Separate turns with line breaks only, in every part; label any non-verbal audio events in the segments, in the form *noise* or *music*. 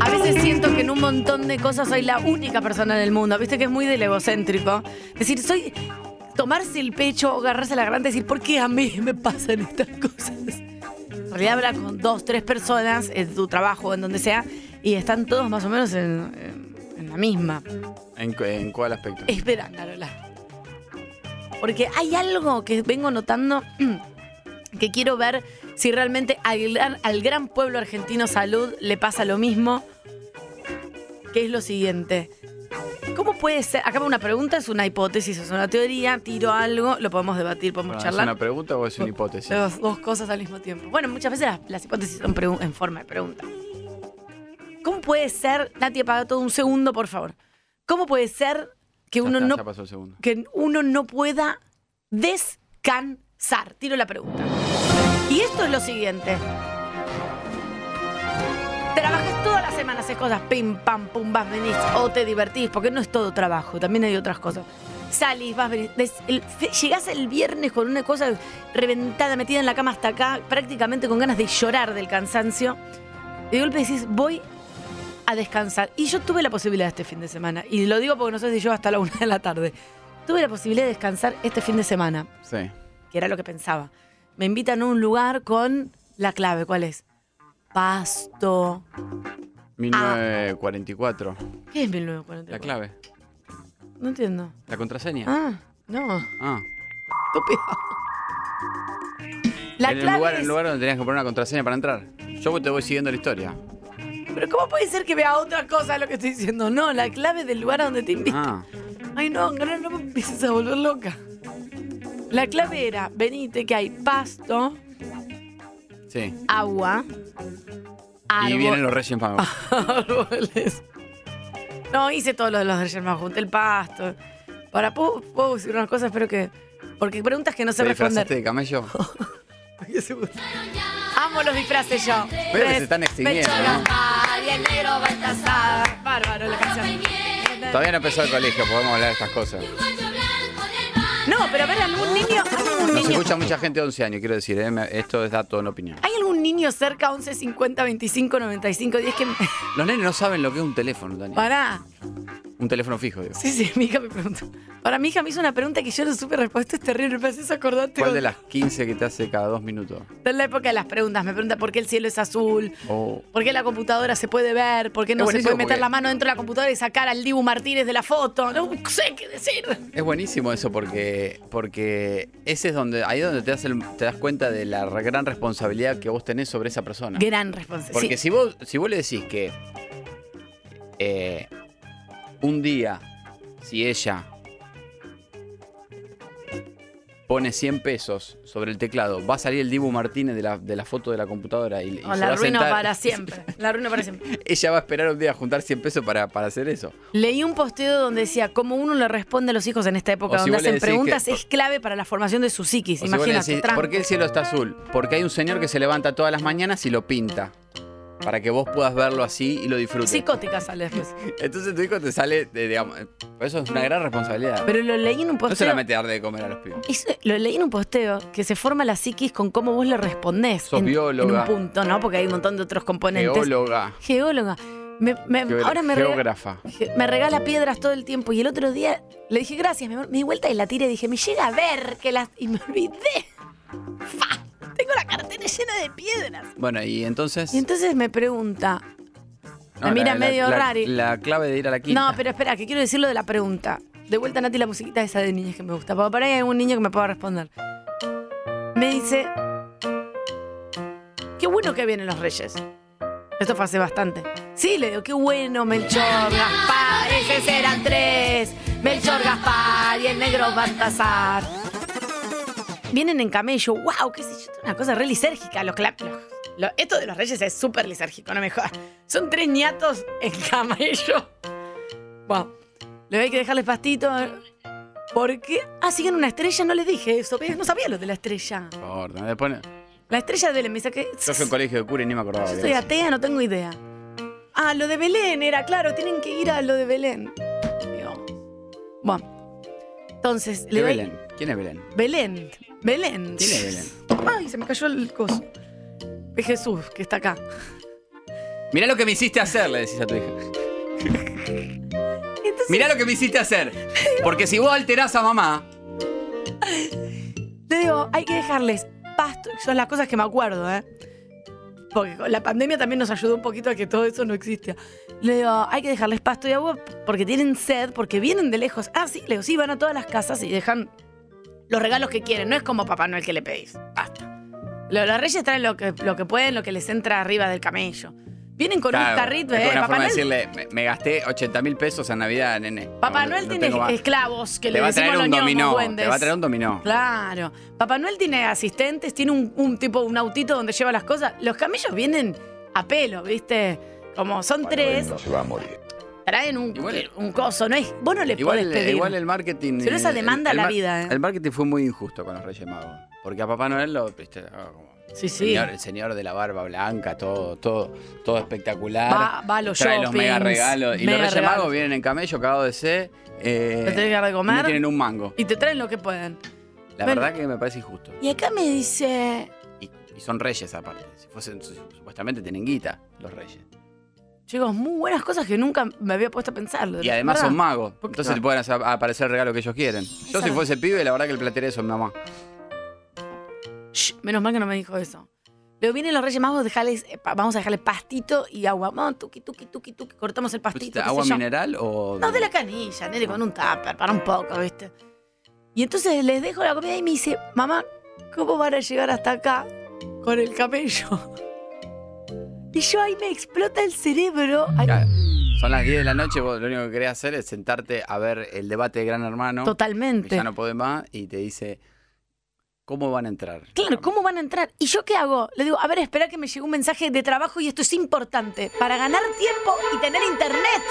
A veces siento que en un montón de cosas soy la única persona en el mundo. Viste que es muy del egocéntrico. Es decir, soy. Tomarse el pecho, agarrarse la garganta y decir, ¿por qué a mí me pasan estas cosas? En realidad habla con dos, tres personas en tu trabajo, en donde sea, y están todos más o menos en, en- en la misma.
¿En, cu- en cuál aspecto?
Espera, Carola. Porque hay algo que vengo notando *clears throat* que quiero ver si realmente al, gran- al gran pueblo argentino salud le pasa lo mismo. Que es lo siguiente. ¿Cómo puede ser? Acá va una pregunta, es una hipótesis, es una teoría, tiro algo, lo podemos debatir, podemos
Bueno, Ah, ¿Es
charlar. Oh,
una pregunta o es una hipótesis?
Las dos cosas al mismo tiempo. Bueno, muchas veces las, las hipótesis son pregu- en forma de pregunta. ¿Cómo puede ser, Nati, apaga todo un segundo, por favor? ¿Cómo puede ser que
Ya
uno
está,
no
ya pasó el segundo.
que uno no pueda descansar? Tiro la pregunta. Y esto es lo siguiente. Trabajas todas las semanas, haces cosas, pim, pam, pum, vas, venís, o te divertís, porque no es todo trabajo, también hay otras cosas. Salís, vas, venís, des- el- fe- llegás el viernes con una cosa reventada, metida en la cama hasta acá, prácticamente con ganas de llorar del cansancio. Y de golpe decís, voy a descansar. Y yo tuve la posibilidad este fin de semana, y lo digo porque no sé si yo hasta la una de la tarde. Tuve la posibilidad de descansar este fin de semana,
Sí.
que era lo que pensaba. Me invitan a un lugar con la clave, ¿cuál es? Pasto.
1944.
¿Qué es 1944?
La clave.
No entiendo.
La contraseña.
Ah, no.
Ah.
Estúpido. La
en el
clave
lugar, en
es-
el lugar donde tenías que poner una contraseña para entrar. Yo te voy siguiendo la historia.
Pero ¿cómo puede ser que vea otra cosa lo que estoy diciendo? No, la clave del lugar a donde te invitan.
Ah.
Ay, no, no, no me empieces a volver loca. La clave era, venite, que hay pasto,
Sí.
agua, árbol, Ah,
Y vienen los Reyes Magos.
árboles. No, hice todos los, los de Yerma, junté el pasto. Ahora, ¿puedo, puedo decir unas cosas? Espero que... Porque preguntas que no sé
¿Te
responder.
disfrazaste de camello?
Amo los disfraces yo.
Veo que se están extinguiendo,
pechoras,
¿no?
María, el negro, Baltasar. Bárbaro la canción.
Todavía no empezó el colegio, podemos hablar de estas cosas.
No, pero a ver, algún niño. algún
Nos
niño-
escucha mucha gente de 11 años, quiero decir. ¿eh? Me- Esto es dato, no opinión.
¿Hay algún niño cerca 11 50 25 95 10 que me...
Los nenes no saben lo que es un teléfono, Dani.
Pará.
Un teléfono fijo, digo.
Sí, sí, mi hija me preguntó. Para mi hija me hizo una pregunta que yo no supe respuesta, Esto es terrible, me haces acordarte.
¿Cuál de las 15 que te hace cada dos minutos?
Está en la época de las preguntas, me pregunta por qué el cielo es azul,
Oh.
por qué la computadora se puede ver, por qué no se
buenísimo
puede meter
porque-
la mano dentro de la computadora y sacar al Dibu Martínez de la foto. No sé qué decir.
Es buenísimo eso porque, porque ese es donde, ahí es donde te das, el- te das cuenta de la re- gran responsabilidad que vos tenés sobre esa persona.
Gran responsabilidad.
Porque si, vos, si vos le decís que eh, un día, si ella pone 100 pesos sobre el teclado, va a salir el Dibu Martínez de la, de la foto de la computadora y, y
No,
se
la
va a
arruino
sentar- *laughs*
para siempre. La arruino para siempre.
Ella va a esperar un día a juntar 100 pesos para, para hacer eso.
Leí un posteo donde decía, cómo uno le responde a los hijos en esta época,
O si
donde
vos le
hacen
decís
preguntas,
que-
es clave para la formación de su psiquis.
O si vos le
Imagínate.
decís,
tranco.
¿Por qué el cielo está azul? Porque hay un señor que se levanta todas las mañanas y lo pinta. Para que vos puedas verlo así y lo disfrutes.
Psicótica sale después.
Entonces tu hijo te sale, de, digamos, eh, eso es una gran responsabilidad.
Pero pues, lo leí en un
no
posteo.
solamente darle de comer a los pibes.
Eso- lo leí en un posteo que se forma la psiquis con cómo vos le respondés.
Sos
en,
bióloga.
en un punto, ¿no? Porque hay un montón de otros componentes.
Geóloga.
Geóloga. Me- me-
geógra-
Em, ahora me, rega-
geógrafa.
ge- me regala piedras todo el tiempo. Y el otro día le dije, gracias, mi amor. Me di vuelta y la tiré y dije, me llega a ver que las. Y me olvidé. *laughs* ¡Fa! Tengo la cartera llena de piedras.
Bueno, y entonces.
Y entonces me pregunta.
No,
me mira
la- la-
medio
la-
rari.
La clave de ir a la quinta.
No, pero espera, que quiero decir lo de la pregunta. De vuelta, Nati, la musiquita esa de niños que me gusta. Porque para ahí hay un niño que me pueda responder. Me dice. Qué bueno que vienen los reyes. Esto fue hace bastante. Sí, le digo, qué bueno, Melchor, Gaspar, esos eran tres. Melchor, Gaspar y el negro Baltasar. Vienen en camello, wow, qué sé yo, una cosa re lisérgica. Los cla- los- lo- esto de los reyes es súper lisérgico, no me jodas. Son tres ñatos en camello. Wow. Le hay que dejarles pastito. ¿Por qué? Ah, siguen una estrella, no les dije eso. ¿ves? No sabía lo de la estrella.
Por favor, no, después no-
La estrella de la mesa que...
Yo fui a un colegio de cura y ni me acordaba.
Yo
de
soy
eso.
atea, no tengo idea. Ah, lo de Belén era, claro, tienen que ir a lo de Belén. Digo, Bueno, entonces
¿Qué
le doy-
Belén? ¿Quién es Belén?
Belén. Belén.
¿Quién es Belén?
Ay, se me cayó el coso. Es Jesús, que está acá.
Mirá lo que me hiciste hacer, le decís a tu hija.
Entonces,
Mirá lo que me hiciste hacer.
*laughs*
Porque si vos alterás a mamá,
Te digo, hay que dejarles pasto. Son las cosas que me acuerdo, ¿eh? Porque con la pandemia también nos ayudó un poquito a que todo eso no exista. Le digo, hay que dejarles pasto y agua porque tienen sed, porque vienen de lejos. Ah, sí, le digo, sí, van a todas las casas y dejan los regalos que quieren. No es como Papá Noel que le pedís. Basta. Lo- Los reyes traen lo que, lo que pueden, lo que les entra arriba del camello. Vienen con un
claro,
carrito,
es
¿eh?
como una
Papá
forma de
Noel,
decirle, me, me gasté 80 mil pesos en Navidad, nene.
Papá
No,
Noel
no
tiene
tengo más.
esclavos que
Te
le
va a
decimos
traer
los
un
ñomos,
dominó. Te
duendes.
va a traer un dominó.
Claro. Papá Noel tiene asistentes, tiene un, un tipo, un autito donde lleva las cosas. Los camellos vienen a pelo, ¿viste? Como son tres,
se va a morir.
traen un, eh,
Igual-
un coso, no es, vos no les
Igual,
podés
el-
pedir.
igual el marketing.
Si no, esa
eh,
demanda
el- el
la
mar-
vida, eh.
El marketing fue muy injusto con los Reyes Magos. Porque a Papá Noel lo. viste, ah, como,
sí, sí.
Señor, el señor de la barba blanca, todo, todo, todo espectacular.
Va- va a los
Trae los
shoppings,
mega regalos. Y
mega
los Reyes
regalos.
Magos vienen en camello, cagados de sed. eh,
Te tenés que dar de comer.
No tienen un mango.
Y te traen lo que pueden.
La
Bueno.
verdad que me parece injusto.
Y acá me dice,
Y, y son reyes aparte. Si fuesen, su- supuestamente tienen guita los reyes.
chicos, muy buenas cosas que nunca me había puesto a pensar.
Y además son
más.
magos.
Porque-
Entonces le pueden hacer- aparecer el regalo que ellos quieren. Yo si
verdad.
fuese pibe, la verdad que el platería eso mi mamá.
Shh, menos mal que no me dijo eso. Luego vienen los Reyes Magos, dejales, eh, pa- vamos a dejarle pastito y agua. Vamos, tuqui, tuqui, tuqui, tuqui, cortamos el pastito. qué sé
¿Agua
yo.
mineral o.?
No, de la canilla, nene, con un tupper, para un poco, ¿viste? Y entonces les dejo la comida y me dice, mamá, ¿cómo van a llegar hasta acá con el camello? *laughs* Y yo ahí me explota el cerebro. Ay,
Claro. Ah, Son las 10 de la noche, vos lo único que querés hacer es sentarte a ver el debate de Gran Hermano. que
totalmente.
Ya no podés más y te dice, ¿cómo van a entrar?
Claro, ¿cómo van a entrar? ¿Y yo qué hago? Le digo, a ver, espera que me llegue un mensaje de trabajo y esto es importante para ganar tiempo y tener internet.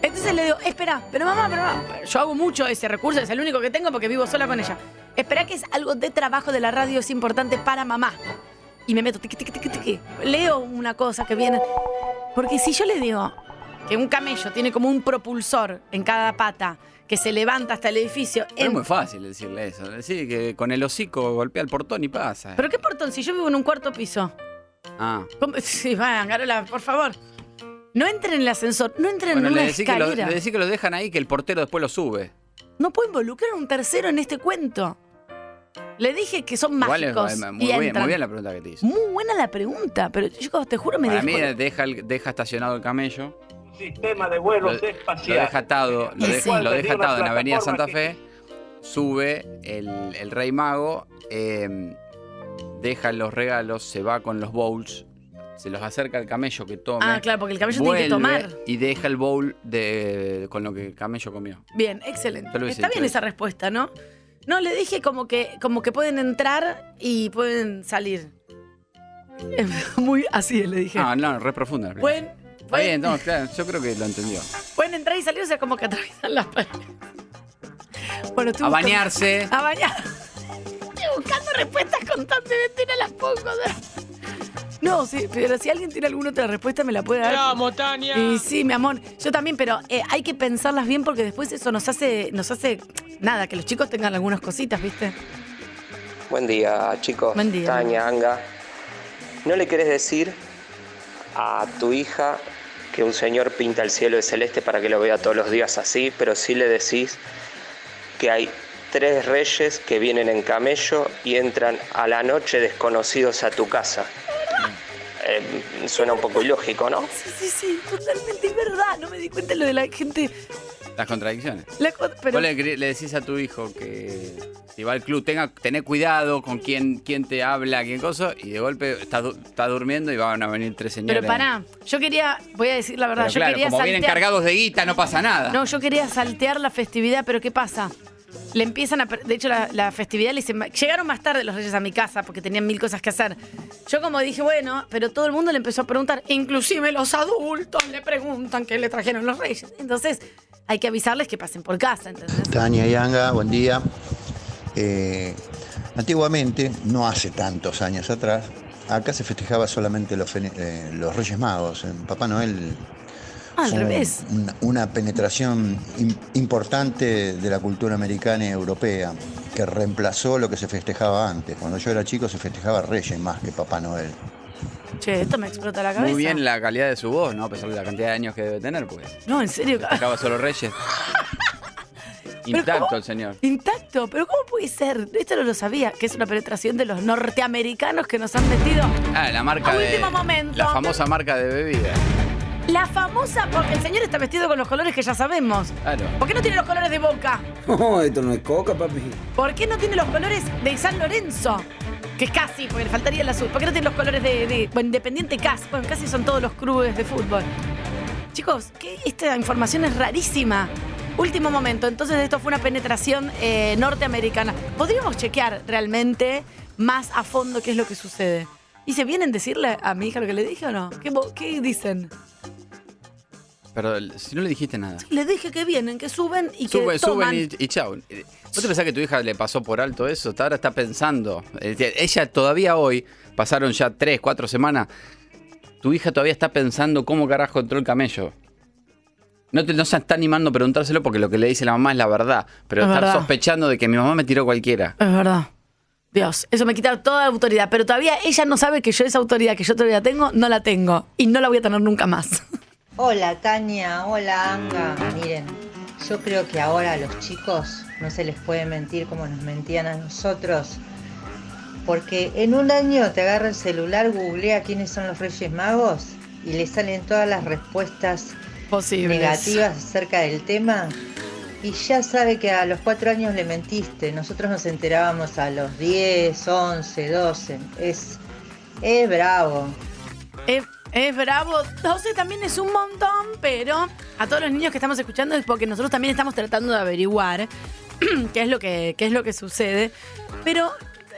Entonces le digo, espera, pero mamá, pero mamá, pero yo hago mucho ese recurso, es el único que tengo porque vivo sola con ella. Espera que es algo de trabajo de la radio, es importante para mamá. Y me meto, tiqui, tiqui, tiqui, tiqui. Leo una cosa que viene. Porque si yo le digo que un camello tiene como un propulsor en cada pata que se levanta hasta el edificio,
Pero
en-
es muy fácil decirle eso. Decir que con el hocico golpea el portón y pasa.
¿Pero qué portón? Si yo vivo en un cuarto piso.
Ah.
¿Cómo? *laughs* Sí, vayan, Carola, por favor. No entren en el ascensor, no entren
Bueno,
en
le
una
decís, que lo,
escalera.
le decís que lo dejan ahí, que el portero después lo sube.
No puedo involucrar a un tercero en este cuento. Le dije que son
Igual es-
mágicos
es
y
muy, bien,
entran.
muy bien la pregunta que te hizo.
Muy buena la pregunta, pero chicos, te juro me
Para mí
dejó-
deja, el- deja estacionado el camello,
sistema de
lo,
vuelos
lo
ah.
espacial.
deja atado, lo
Y
deja,
sí.
lo deja atado en
Una
Avenida Santa
plataforma
Fe, sube el, el Rey Mago, eh, deja los regalos, se va con los bowls, se los acerca al camello que tome.
Ah, claro, porque el camello tiene que
vuelve
tomar.
Y deja el bowl de, con lo que el camello comió.
Bien, excelente.
Te lo hice,
Está
te
bien
lo
esa respuesta, ¿no? No, le dije como que, como que pueden entrar y pueden salir. *laughs* Muy así le dije.
Ah, no, re profunda. la
pueden,
explicación. Está
pueden-
bien, no, claro, yo creo que lo entendió.
pueden entrar y salir, o sea, como que atraviesan las paredes. Bueno, estoy
A
buscando-
bañarse.
A bañar. Estoy buscando respuestas constantemente, no las pongo. o sea. No, sí, pero si alguien tiene alguna otra respuesta me la puede dar. Y sí, mi amor, yo también, pero eh, hay que pensarlas bien porque después eso nos hace, nos hace nada, que los chicos tengan algunas cositas, ¿viste?
Buen día, chicos.
Buen día.
Tania, Anga. ¿No le querés decir a tu hija que un señor pinta el cielo de celeste para que lo vea todos los días así? Pero sí le decís que hay tres reyes que vienen en camello y entran a la noche desconocidos a tu casa. Eh, suena un poco ilógico, ¿no?
Sí, sí, sí, totalmente, es verdad. No me di cuenta lo de la gente. Ah.
Las contradicciones.
La co- pero
Vos le, gri- le decís a tu hijo que si va al club, tenga, tené cuidado con quién, quién te habla, quién cosa, y de golpe está, du- está durmiendo y van a venir tres señores.
pero pará, yo quería, voy a decir la verdad,
Pero
yo
claro,
quería
como vienen
saltear-
cargados de guita, no pasa nada.
No, yo quería saltear la festividad, pero ¿qué pasa? Le empiezan a. per- De hecho, la, la festividad le dicen. Llegaron más tarde los reyes a mi casa porque tenían mil cosas que hacer. Yo, como dije, bueno, pero todo el mundo le empezó a preguntar. Inclusive los adultos le preguntan qué le trajeron los reyes. Entonces, hay que avisarles que pasen por casa, ¿entendés?
Tania Yanga, buen día. Eh, antiguamente, no hace tantos años atrás,
Acá se festejaba solamente los, fene- eh, los Reyes Magos. En Papá Noel
Al
fue
revés.
Una, una penetración im- importante de la cultura americana y europea que reemplazó lo que se festejaba antes. Cuando yo era chico se festejaba Reyes más que Papá Noel.
Che, esto me explota la cabeza.
Muy bien la calidad de su voz, ¿no? A pesar de la cantidad de años que debe tener,
*laughs*
pues.
No, en serio.
Acaba solo Reyes.
Pero
Intacto
¿cómo?
el señor.
Intacto, pero ¿cómo puede ser? Esto no lo sabía, que es una penetración de los norteamericanos que nos han metido.
Ah, la marca
A
de.
último momento.
La famosa marca de bebida.
La famosa, porque el señor está vestido con los colores que ya sabemos.
Claro.
¿Por qué no tiene los colores de Boca?
No, esto no es coca, papi.
¿Por qué no tiene los colores de San Lorenzo? Que es casi, porque le faltaría el azul. ¿Por qué no tiene los colores de, de- bueno, Independiente Casi? Bueno, casi son todos los clubes de fútbol. Chicos, que esta información es rarísima. Último momento, entonces esto fue una penetración eh, norteamericana. Podríamos chequear realmente más a fondo qué es lo que sucede. ¿Y se vienen a decirle a mi hija lo que le dije o no? ¿Qué, bo- qué dicen?
Pero el- si no le dijiste nada.
Le dije que vienen, que suben y que
Suben,
toman.
suben y, y chau. Eh, ¿Vos te pensás que tu hija le pasó por alto eso? Hasta Ahora está pensando. Eh, Ella todavía hoy, pasaron ya tres, cuatro semanas, tu hija todavía está pensando cómo carajo entró el camello. No, te, no se está animando a preguntárselo porque lo que le dice la mamá es la verdad. Pero
Es
estar
verdad.
sospechando de que mi mamá me tiró cualquiera.
Es verdad. Dios, eso me quita toda la autoridad, pero todavía ella no sabe que yo esa autoridad que yo todavía tengo, no la tengo y no la voy a tener nunca más. *laughs*
Hola Tania, hola Anga. Miren, yo creo que ahora a los chicos no se les puede mentir como nos mentían a nosotros. Porque en un año te agarra el celular, googlea quiénes son los Reyes Magos y le salen todas las respuestas
Posible.
negativas acerca del tema. Y ya sabe que a los cuatro años le mentiste. Nosotros nos enterábamos a los 10, 11, 12. Es, es bravo.
Es, es bravo. 12 también es un montón, pero a todos los niños que estamos escuchando es porque nosotros también estamos tratando de averiguar *clears throat* qué es lo que, qué es lo que sucede. Pero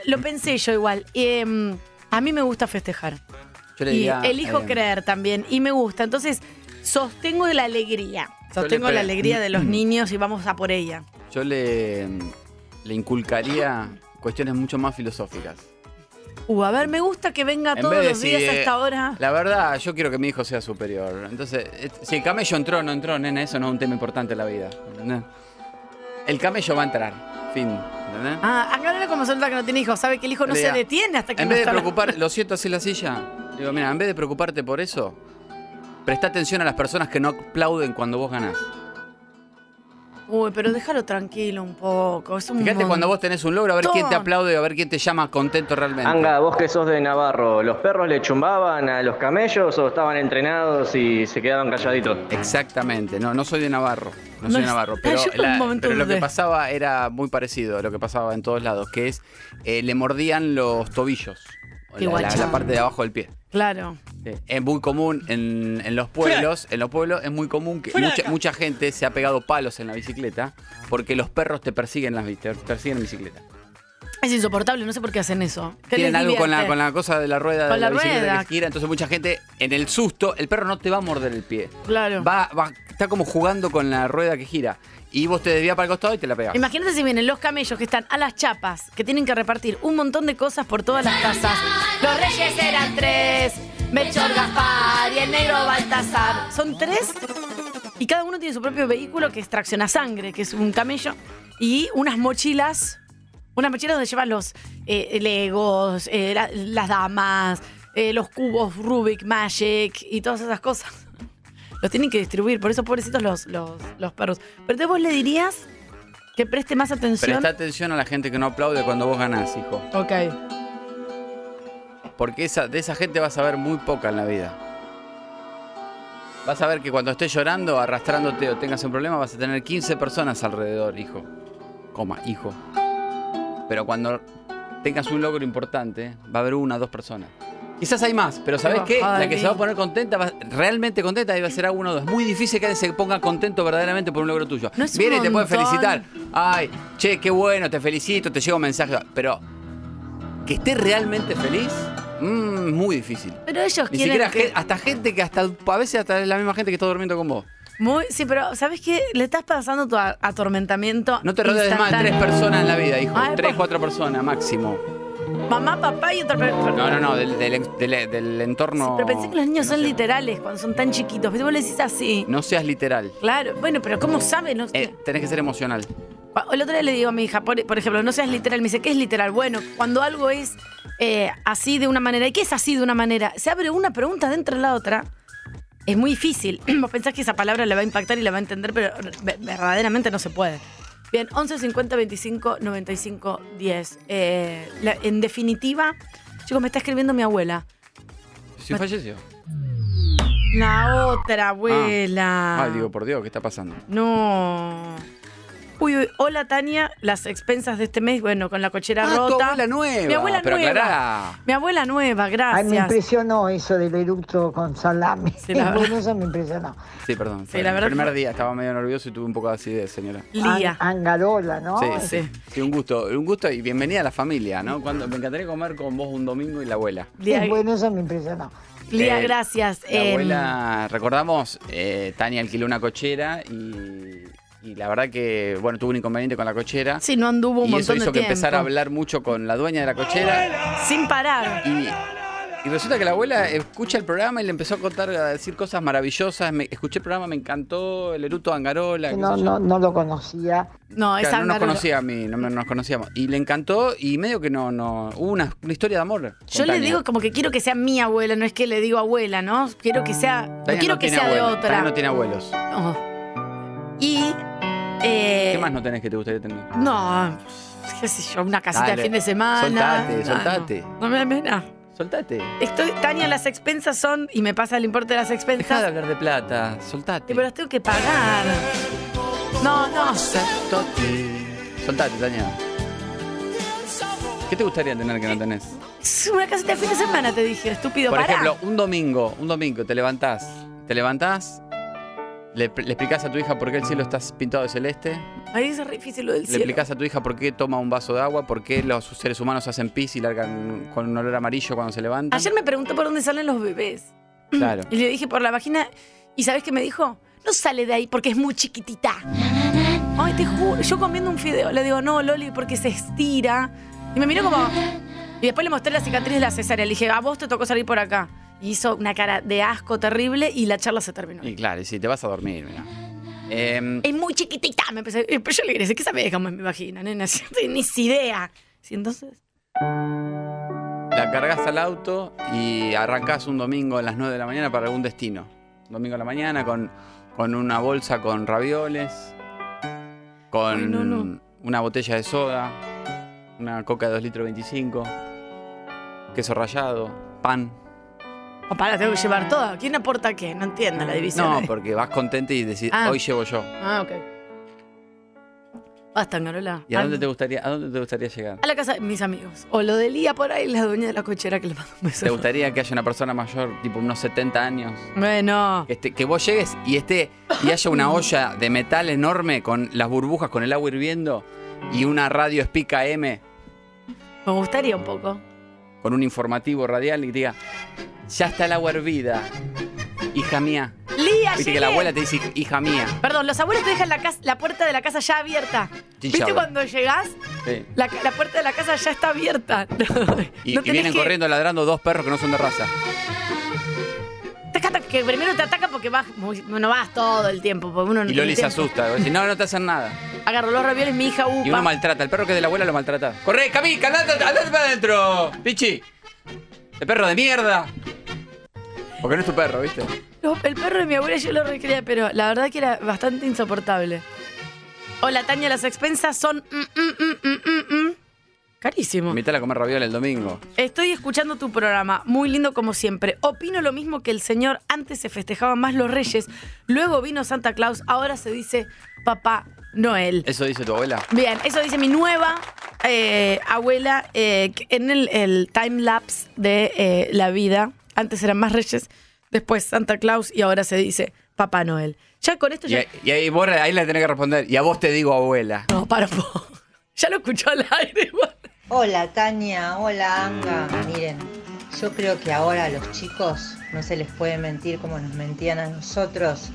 lo pensé yo igual. em, a mí me gusta festejar.
Yo le
Y
diría,
elijo
eh,
creer también. Y me gusta. Entonces, sostengo la alegría.
Yo le Mm.
Sostengo la
pre-
alegría de los niños y vamos a por ella.
Yo le, le inculcaría cuestiones mucho más filosóficas.
Uh, a ver, me gusta que venga
En
todos
vez de
los días
decir,
a esta hora.
La verdad, yo quiero que mi hijo sea superior. Entonces, et- si el camello entró o no entró, nena, eso no es un tema importante en la vida. ¿entendés? El camello va a entrar. Fin. ¿entendés?
Ah, acá no era como solta que no tiene hijos. Sabe que el hijo no
Le
se
diga,
detiene hasta que
En
no
vez de
está la-
preocupar, lo siento así la silla. Digo, mira, en vez de preocuparte por eso, presta atención a las personas que no aplauden cuando vos ganás.
Uy, pero déjalo tranquilo un poco. Es un
Fíjate
mon-
cuando vos tenés un logro, a ver quién te
Montón.
aplaude, a ver quién te llama contento realmente.
Anga, vos que sos de Navarro, ¿los perros le chumbaban a los camellos o estaban entrenados y se quedaban calladitos?
Exactamente, no, no soy de Navarro, no,
No
soy
es-
de Navarro,
Ah,
pero,
yo por un
la-
momento
pero lo que
dudé.
pasaba era muy parecido a lo que pasaba en todos lados, que es eh, le mordían los tobillos, o
Qué
la, la-
guachón.
la parte de abajo del pie.
Claro.
Es muy común en, en los pueblos, en los pueblos es muy común que mucha, mucha gente se ha pegado palos en la bicicleta porque los perros te persiguen las bi- te persiguen en bicicleta.
Es insoportable, no sé por qué hacen eso. ¿Qué
Tienen
les
algo con la,
divierte?
con la cosa de la rueda
Con
de
la
la, bicicleta
rueda.
que gira, entonces mucha gente en el susto, el perro no te va a morder el pie.
Claro.
Va, va- está como jugando con la rueda que gira. Y vos te desvías para el costado y te la pegás.
Imagínate si vienen los camellos que están a las chapas, que tienen que repartir un montón de cosas por todas las casas. Los reyes eran tres, Melchor Gaspar y el negro Baltasar. Son tres y cada uno tiene su propio vehículo que es tracciona sangre, que es un camello, y unas mochilas, unas mochilas donde llevan los eh, legos, eh, la- las damas, eh, los cubos Rubik, Magic y todas esas cosas. *laughs* Los tienen que distribuir, por eso pobrecitos los, los, los perros. Pero entonces vos le dirías que preste más atención.
Presta atención a la gente que no aplaude cuando vos ganás, hijo.
Ok.
Porque esa, de esa gente vas a ver muy poca en la vida. Vas a ver que cuando estés llorando, arrastrándote o tengas un problema, vas a tener 15 personas alrededor, hijo. Coma, hijo. Pero cuando tengas un logro importante, va a haber una, dos personas. Quizás hay más, pero ¿sabés qué?
bajada
La
de
que se va a
línea.
poner contenta, va- realmente contenta, va a ser a uno o dos. Es muy difícil que alguien se ponga contento verdaderamente por un logro tuyo.
No es un
Viene y te puede
montón.
felicitar. Ay, che, qué bueno, te felicito, te llega un mensaje. Pero que esté realmente feliz, mm, muy difícil.
Pero ellos
Ni
quieren
siquiera
que-
gen- hasta gente que hasta a veces hasta es la misma gente que está durmiendo con vos.
Muy, sí, pero ¿sabes qué? Le estás pasando tu a- atormentamiento.
No te rodees más de
instantáneo.
tres personas en la vida, hijo.
Ay,
tres,
por-
cuatro personas máximo.
mamá, papá y otra persona.
No, no, no, del, del- del- del entorno.
Pero pensé que los niños
no
son
sea-
literales cuando son tan chiquitos. Pero vos le decís así.
No seas literal.
Claro, bueno, pero ¿cómo sabe? No,
Eh, tenés que ser emocional.
El otro día le digo a mi hija, por, por ejemplo, no seas literal. Me dice, ¿qué es literal? Bueno, cuando algo es eh, así de una manera. ¿Y qué es así de una manera? Se abre una pregunta dentro de la otra. Es muy difícil. *clears throat* Vos pensás que esa palabra la va a impactar y la va a entender, pero ve- verdaderamente no se puede. Bien, 11 50 25 95 10. Eh, la- en definitiva, chicos, me está escribiendo mi abuela.
Si falleció.
La otra abuela.
Ay, Ah, digo, por Dios, ¿qué está pasando?
No. Uy, uy, hola Tania, las expensas de este mes, bueno, con la cochera
Ah, tu
rota.
abuela nueva.
Mi abuela
Ah, Pero
nueva.
aclará.
Mi abuela nueva,
Ay, me
gracias.
impresionó eso del eructo con salame.
Sí, la verdad.
Bueno, eso me impresionó.
Sí, perdón.
Sí,
fue
la
el
verdad que
primer
fue-
día estaba medio nervioso y tuve un poco de acidez, señora.
Lía.
An- Angarola, ¿no?
Sí,
sí.
sí. Sí, un gusto. Un gusto y bienvenida a la familia, ¿no? Cuando, me encantaría comer con vos un domingo y la abuela.
Lía,
Sí, bueno, eso me impresionó.
Lía,
Eh,
gracias.
La
Em,
abuela, recordamos, eh, Tania alquiló una cochera y, y la verdad que, bueno, tuvo un inconveniente con la cochera.
sí, no anduvo un
y eso
montón
hizo
de
que
tiempo.
empezara a hablar mucho con la dueña de la cochera.
Sin parar.
Y, y resulta que la abuela escucha el programa y le empezó a contar, a decir cosas maravillosas. Me- escuché el programa, me encantó, el eruto de Angarola. qué
No,
sé yo.
no, no lo conocía.
No,
Claro,
esa
no nos conocía a mí, no me- nos conocíamos. Y le encantó y medio que no, no, hubo una, una historia de amor. con
Yo le
Tania.
digo como que quiero que sea mi abuela, no es que le digo abuela, ¿no? Quiero que sea. No
Tania
quiero
no
que
tiene
sea de
abuelos,
otra.
Tania no tiene abuelos.
No. Y. eh,
¿Qué más no tenés que te gustaría tener?
No, pues, qué sé yo, una casita
Dale,
de fin de semana.
soltate,
No,
soltate.
No, no me amenas.
Soltate.
Estoy, Tania, las expensas son, y me pasa el importe de las
Dejá de
expensas,
hablar de plata, soltate.
y pero las tengo que pagar. No, no.
Soltate, Tania. ¿Qué te gustaría tener que no tenés?
Es una casita de fin de semana, te dije, estúpido.
Por
pará.
ejemplo, un domingo, un domingo, te levantás. Te levantás, le, le explicás a tu hija por qué el cielo está pintado de celeste.
Ahí es re difícil lo del
Le
cielo.
explicás a tu hija por qué toma un vaso de agua, por qué los seres humanos hacen pis y largan con un olor amarillo cuando se levantan.
Ayer me preguntó por dónde salen los bebés.
Claro.
Y le dije por la vagina. ¿Y sabes qué me dijo? No sale de ahí porque es muy chiquitita. Ay, te juro. Yo comiendo un fideo le digo, no, Loli, porque se estira. Y me miró como. Y después le mostré la cicatriz de la cesárea. Le dije, a vos te tocó salir por acá. Y hizo una cara de asco terrible y la charla se terminó.
Y claro, y si te vas a dormir, mira. Em,
Es muy chiquitita. Me empecé, eh, pero yo le dije, ¿qué sabes cómo es mi vagina, nena? *laughs* Yo No tengo ni idea. Sí, entonces.
La cargas al auto y arrancás un domingo a las 9 de la mañana para algún destino. Un domingo a la mañana con, con una bolsa con ravioles, con
Ay, no, no.
una botella de soda, una coca de 2 litros 25, queso rallado, pan.
O para, tengo que llevar todo. ¿Quién aporta qué? No entiendo la división.
No, pues.
ahí.
porque vas contenta y decís,
Ah.
hoy llevo yo.
Ah, ok. Basta, Carola.
¿Y a dónde
Ah,
te gustaría, a dónde te gustaría llegar?
A la casa de mis amigos. O lo de Lía por ahí, la dueña de la cochera que le mando un beso.
¿Te gustaría que haya una persona mayor, tipo unos 70 años,
Bueno.
Que, esté- que vos llegues y esté y haya una olla de metal enorme con las burbujas con el agua hirviendo y una radio Spica M
Me gustaría un poco.
con un informativo radial y diga ya está el agua hervida hija mía
Lía,
viste
llegué.
que la abuela te dice hija mía
Perdón, los abuelos te dejan la, casa- la puerta de la casa ya abierta.
Sí,
¿Viste
ya,
cuando llegás?
sí.
La, ca- la puerta de la casa ya está abierta. *laughs* No,
y,
no
y
tenés
vienen
que-
corriendo ladrando dos perros que no son de raza
Taca, taca, que primero te ataca porque vas muy- no vas todo el tiempo. Porque uno no
y
tiene
Loli se
tiempo.
asusta dice, no no te hacen nada
Agarró los ravioles, mi hija upa.
y uno maltrata el perro que es de la abuela lo maltrata corre Cami andate, andate para adentro pichi el perro de mierda porque no es tu perro viste
No, el perro de mi abuela yo lo recreé, pero la verdad que era bastante insoportable. Hola, Tania, las expensas son... mm, mm, mm, mm, mm, mm. Carísimo.
Invítala a comer raviola el domingo.
Estoy escuchando tu programa, muy lindo como siempre. Opino lo mismo que el señor, antes se festejaban más los reyes, luego vino Santa Claus, ahora se dice Papá Noel.
Eso dice tu abuela.
Bien, eso dice mi nueva eh, abuela eh, que en el, el time lapse de eh, la vida. Antes eran más reyes, después Santa Claus y ahora se dice Papá Noel. Ya con esto
Y,
ya...
y ahí vos ahí la tenés que responder. Y a vos te digo abuela.
No, para un poco. *laughs* Ya lo escuchó al aire. igual.
Hola Tania, hola Anga. Miren, yo creo que ahora a los chicos no se les puede mentir como nos mentían a nosotros.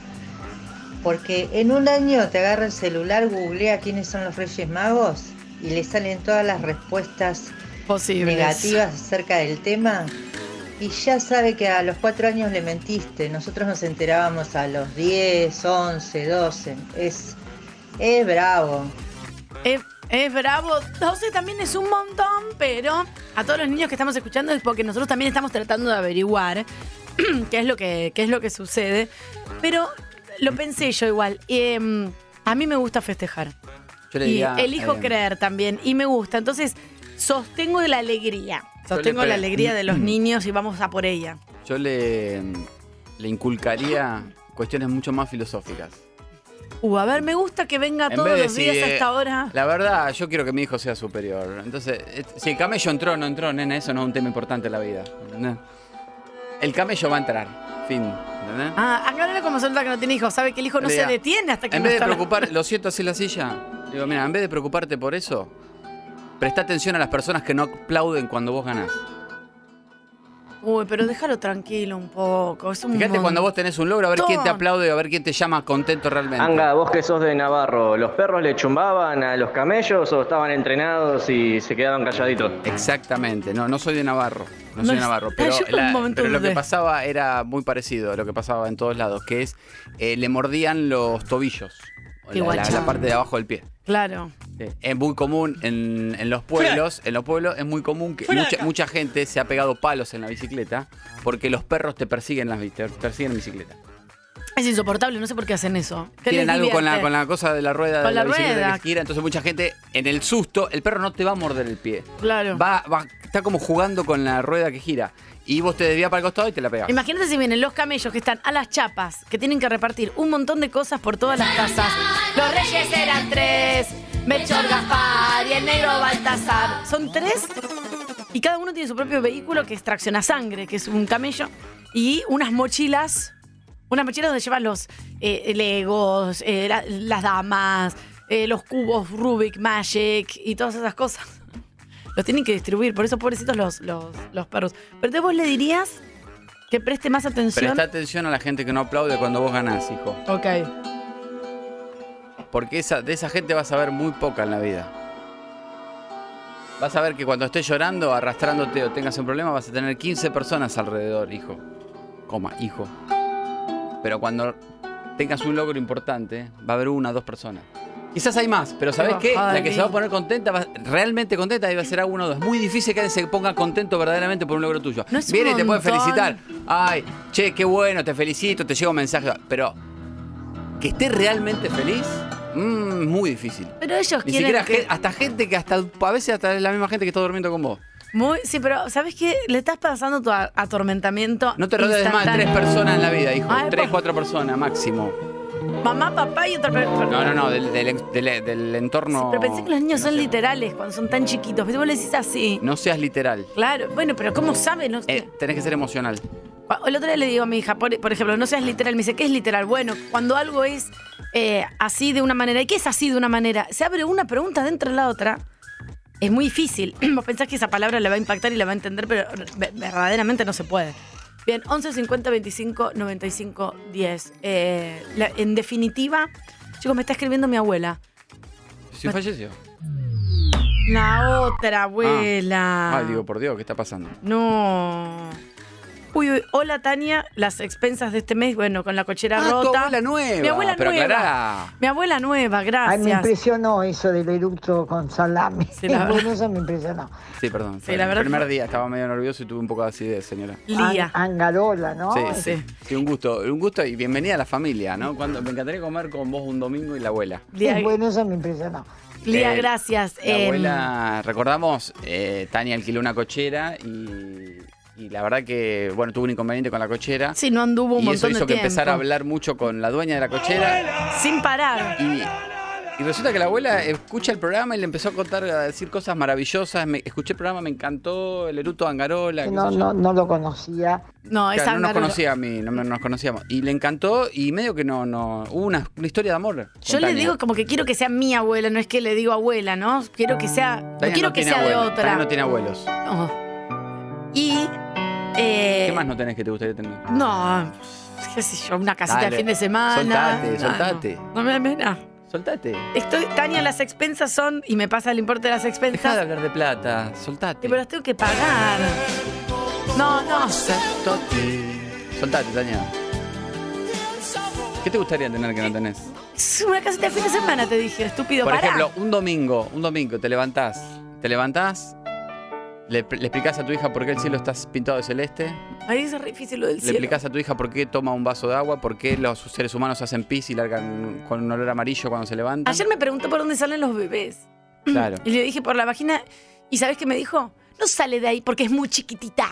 Porque en un año te agarra el celular, googlea quiénes son los Reyes Magos y le salen todas las respuestas
posibles.
negativas acerca del tema y ya sabe que a los cuatro años le mentiste. Nosotros nos enterábamos a los 10, 11, 12. Es, es bravo.
Es, es bravo. 12 también es un montón, pero a todos los niños que estamos escuchando es porque nosotros también estamos tratando de averiguar *clears throat* qué es lo que, qué es lo que sucede. Pero lo pensé yo igual. em, a mí me gusta festejar.
Yo le
Y
diría,
elijo
eh,
creer también. Y me gusta. Entonces, sostengo la alegría.
Yo le
Sostengo
pre-
la alegría
*clears throat*
de los niños y vamos a por ella.
Yo le, le inculcaría cuestiones mucho más filosóficas.
Uh, a ver, me gusta que venga
En
todos
vez de
los días
decir,
a
eh,
esta hora.
La verdad, yo quiero que mi hijo sea superior. Entonces, et- si el camello entró o no entró, nena, eso no es un tema importante en la vida. ¿entendés? El camello va a entrar. Fin. ¿entendés?
Ah, acá no era como solta que no tiene hijos. Sabe que el hijo no
Le diga,
se detiene hasta que
En
no
vez de
está la-
preocupar, lo siento así la silla. Digo, mira, en vez de preocuparte por eso, presta atención a las personas que no aplauden cuando vos ganás.
Uy, pero déjalo tranquilo un poco. Es un
Fíjate cuando vos tenés un logro, a ver quién te
montón.
aplaude, a ver quién te llama contento realmente.
Anga, vos que sos de Navarro, ¿los perros le chumbaban a los camellos o estaban entrenados y se quedaban calladitos?
Exactamente, no, no soy de Navarro, no,
No
soy
es-
de Navarro,
Ay,
pero,
yo por un
la-
momento
pero lo que
dudé.
pasaba era muy parecido a lo que pasaba en todos lados, que es eh, le mordían los tobillos, o
Qué
la, la-
guachón.
la parte de abajo del pie.
Claro.
Es muy común en, en los pueblos, en los pueblos es muy común que mucha, mucha gente se ha pegado palos en la bicicleta porque los perros te persiguen las bi- te persiguen en bicicleta.
Es insoportable, no sé por qué hacen eso. ¿Qué
Tienen
les
algo con la,
divierte?
con la cosa de la rueda
Con
de
la
la, bicicleta
rueda.
que gira, entonces mucha gente en el susto, el perro no te va a morder el pie.
Claro.
Va, va- está como jugando con la rueda que gira. Y vos te desvías para el costado y te la pegás.
Imagínate si vienen los camellos que están a las chapas, que tienen que repartir un montón de cosas por todas las casas. Los reyes eran tres, Melchor Gaspar y el negro Baltasar. Son tres y cada uno tiene su propio vehículo que es tracciona sangre, que es un camello, y unas mochilas, unas mochilas donde llevan los eh, legos, eh, la- las damas, eh, los cubos Rubik, Magic y todas esas cosas. *laughs* Los tienen que distribuir, por eso pobrecitos los, los, los perros. Pero entonces vos le dirías que preste más atención.
Presta atención a la gente que no aplaude cuando vos ganás, hijo.
Ok.
Porque esa, de esa gente vas a ver muy poca en la vida. Vas a ver que cuando estés llorando, arrastrándote o tengas un problema, vas a tener 15 personas alrededor, hijo. Coma, hijo. Pero cuando tengas un logro importante, va a haber una, dos personas. Quizás hay más, pero ¿sabés qué?
bajada
La
de
que se
mí.
va a poner contenta, va- realmente contenta, ahí va a ser a uno o dos. Muy difícil que alguien se ponga contento verdaderamente por un logro tuyo.
No es un
Viene y te puede
montón.
felicitar. Ay, che, qué bueno, te felicito, te llega un mensaje. Pero que esté realmente feliz, mm, muy difícil.
Pero ellos
Ni
quieren.
siquiera
que-
gen- hasta gente que hasta a veces hasta es la misma gente que está durmiendo con vos.
Muy, sí, pero ¿sabes qué? Le estás pasando tu a- atormentamiento.
No te rodees más de tres
instantáneo.
personas en la vida, hijo.
Ay,
tres,
por-
cuatro personas máximo.
Mamá, papá y otra persona.
No, no, no, del, del- del- del entorno.
Pero pensé que los niños
no
son
seas-
literales cuando son tan chiquitos. Pero vos le decís así.
No seas literal.
Claro, bueno, pero ¿cómo sabes? No sé.
Eh, tenés que ser emocional.
Cu- El otro día le digo a mi hija, por, por ejemplo, no seas literal. Me dice, ¿qué es literal? Bueno, cuando algo es eh, así de una manera. ¿Y qué es así de una manera? Se abre una pregunta dentro de la otra. Es muy difícil. *clears throat* Vos pensás que esa palabra la va a impactar y la va a entender, pero ve- verdaderamente no se puede. Bien, 11 50 25 95 10. Eh, la- en definitiva, chicos, me está escribiendo mi abuela.
Si
Ah.
falleció.
La otra abuela.
Ay, Ah, digo, por Dios, ¿qué está pasando?
No. Uy, uy, hola Tania, las expensas de este mes, bueno, con la cochera
Ah, tu
rota.
abuela nueva.
Mi abuela
Ah, Pero
nueva.
aclará.
Mi abuela nueva,
Ay, me
gracias.
impresionó eso del eructo con salame.
Sí, la
Bueno,
verdad.
eso me impresionó.
Sí, perdón.
Sí, la verdad
el primer
que-
día estaba medio nervioso y tuve un poco de acidez, señora.
Lía.
An- Angarola, ¿no?
Sí,
sí.
sí, Sí, un gusto, un gusto y bienvenida a la familia, ¿no? Cuando, me encantaría comer con vos un domingo y la abuela.
Lía,
Sí, bueno, eso me impresionó.
Lía,
Eh,
gracias.
La
Eh,
abuela, recordamos, eh, Tania alquiló una cochera y, y la verdad que, bueno, tuvo un inconveniente con la cochera.
sí, no anduvo un
y eso
montón
hizo
de
que
tiempo.
empezara a hablar mucho con la dueña de la cochera.
Sin parar.
Y, y resulta que la abuela escucha el programa y le empezó a contar, a decir cosas maravillosas. Me- escuché el programa, me encantó, el eruto Angarola. qué
No,
sé yo.
no, no lo conocía.
No,
Claro,
es
no nos
Angarola.
conocía a mí, no me- nos conocíamos. Y le encantó y medio que no, no. Hubo una, una historia de amor. con
Yo le
Tania.
digo como que quiero que sea mi abuela, no es que le digo abuela, ¿no? Quiero que sea. No
Ah, Tania
quiero
no
que
tiene
sea de
abuelo,
otra.
Tania no tiene abuelos.
No. Y. eh,
¿Qué más no tenés que te gustaría tener?
No, pues, qué sé yo, una casita
Dale,
de fin de semana.
soltate,
No,
soltate.
No, no me amenazas.
Soltate.
Estoy, Tania, las expensas son, y me pasa el importe de las
Dejá de
expensas,
hablar de plata. Soltate.
y pero las tengo que pagar. No, no.
Soltate, Tania. ¿Qué te gustaría tener que no tenés?
Es una casita de fin de semana, te dije, estúpido.
Por
para.
ejemplo, un domingo, un domingo, te levantás. Te levantás, le, le explicás a tu hija por qué el cielo está pintado de celeste,
Ahí es re difícil lo del
le
cielo.
explicás a tu hija por qué toma un vaso de agua, por qué los seres humanos hacen pis y largan con un olor amarillo cuando se levantan.
Ayer me preguntó por dónde salen los bebés.
Claro.
Y le dije por la vagina. ¿Y sabes qué me dijo? No sale de ahí porque es muy chiquitita.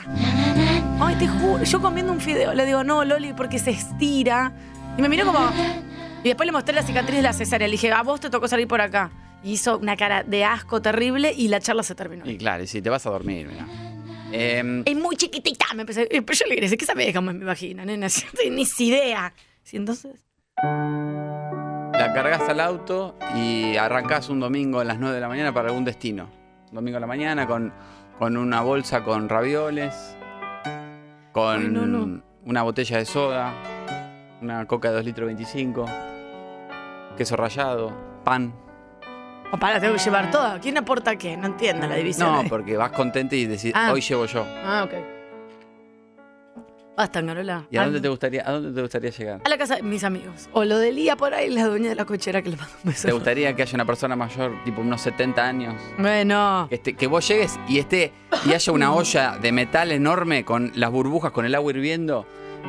Ay, te juro. Yo comiendo un fideo le digo, no, Loli, porque se estira. Y me miró como. Y después le mostré la cicatriz de la cesárea. Le dije, a vos te tocó salir por acá. Y hizo una cara de asco terrible y la charla se terminó.
Y claro, y si te vas a dormir, mira. Em,
Es muy chiquitita. Me empecé. eh, Pero yo le dije, ¿qué sabes cómo es mi vagina, nena? *laughs* Yo no tengo ni idea. Sí, entonces.
la cargas al auto y arrancás un domingo a las 9 de la mañana para algún destino. Domingo a la mañana con, con una bolsa con ravioles, con
Ay, no, no.
una botella de soda, una coca de 2 litros 25, queso rallado, pan.
O para, "Oh, tengo que llevar todo. ¿Quién aporta qué? No entiendo la división.
No,
ahí.
porque vas contenta y decís,
Ah.
hoy llevo yo.
Ah, ok. Basta, Carola.
¿Y a dónde
Ah,
te gustaría, a dónde te gustaría llegar?
A la casa de mis amigos. O lo de Lía por ahí, la dueña de la cochera que le mando un beso.
¿Te gustaría que haya una persona mayor, tipo unos 70 años,
Bueno.
que, esté- que vos llegues y esté y haya
*laughs*
una olla de metal enorme con las burbujas con el agua hirviendo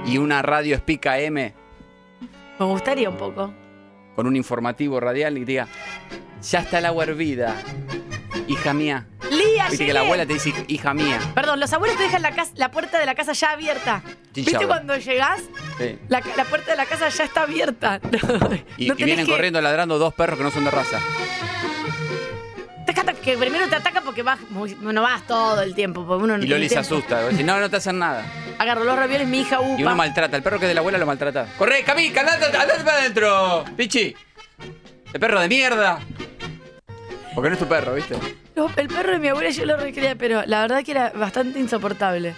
y una radio Spica M
Me gustaría un poco.
con un informativo radial y diga, ya está el agua hervida, hija mía.
Lía,
Viste que
llegué.
la abuela te dice, hija mía.
Perdón, los abuelos te dejan la, casa- la puerta de la casa ya abierta.
Sí,
¿Viste
ya,
cuando llegás?
sí.
La, ca- la puerta de la casa ya está abierta. *laughs* No,
Y,
no
y
tenés
vienen
que-
corriendo ladrando dos perros que no son de raza.
Te ataca- Que primero te ataca porque vas, muy- no vas todo el tiempo. Porque uno no
Y
tiene
Loli se
tiempo.
asusta. Dice, no, no te hacen nada.
Agarro los ravioles, mi hija upa.
Y uno maltrata, el perro que es de la abuela lo maltrata. ¡Corre, Cami! ¡Andate, andate para adentro! ¡Pichi! ¡El perro de mierda! Porque no es tu perro, ¿viste?
No, el perro de mi abuela yo lo recreé, pero la verdad que era bastante insoportable.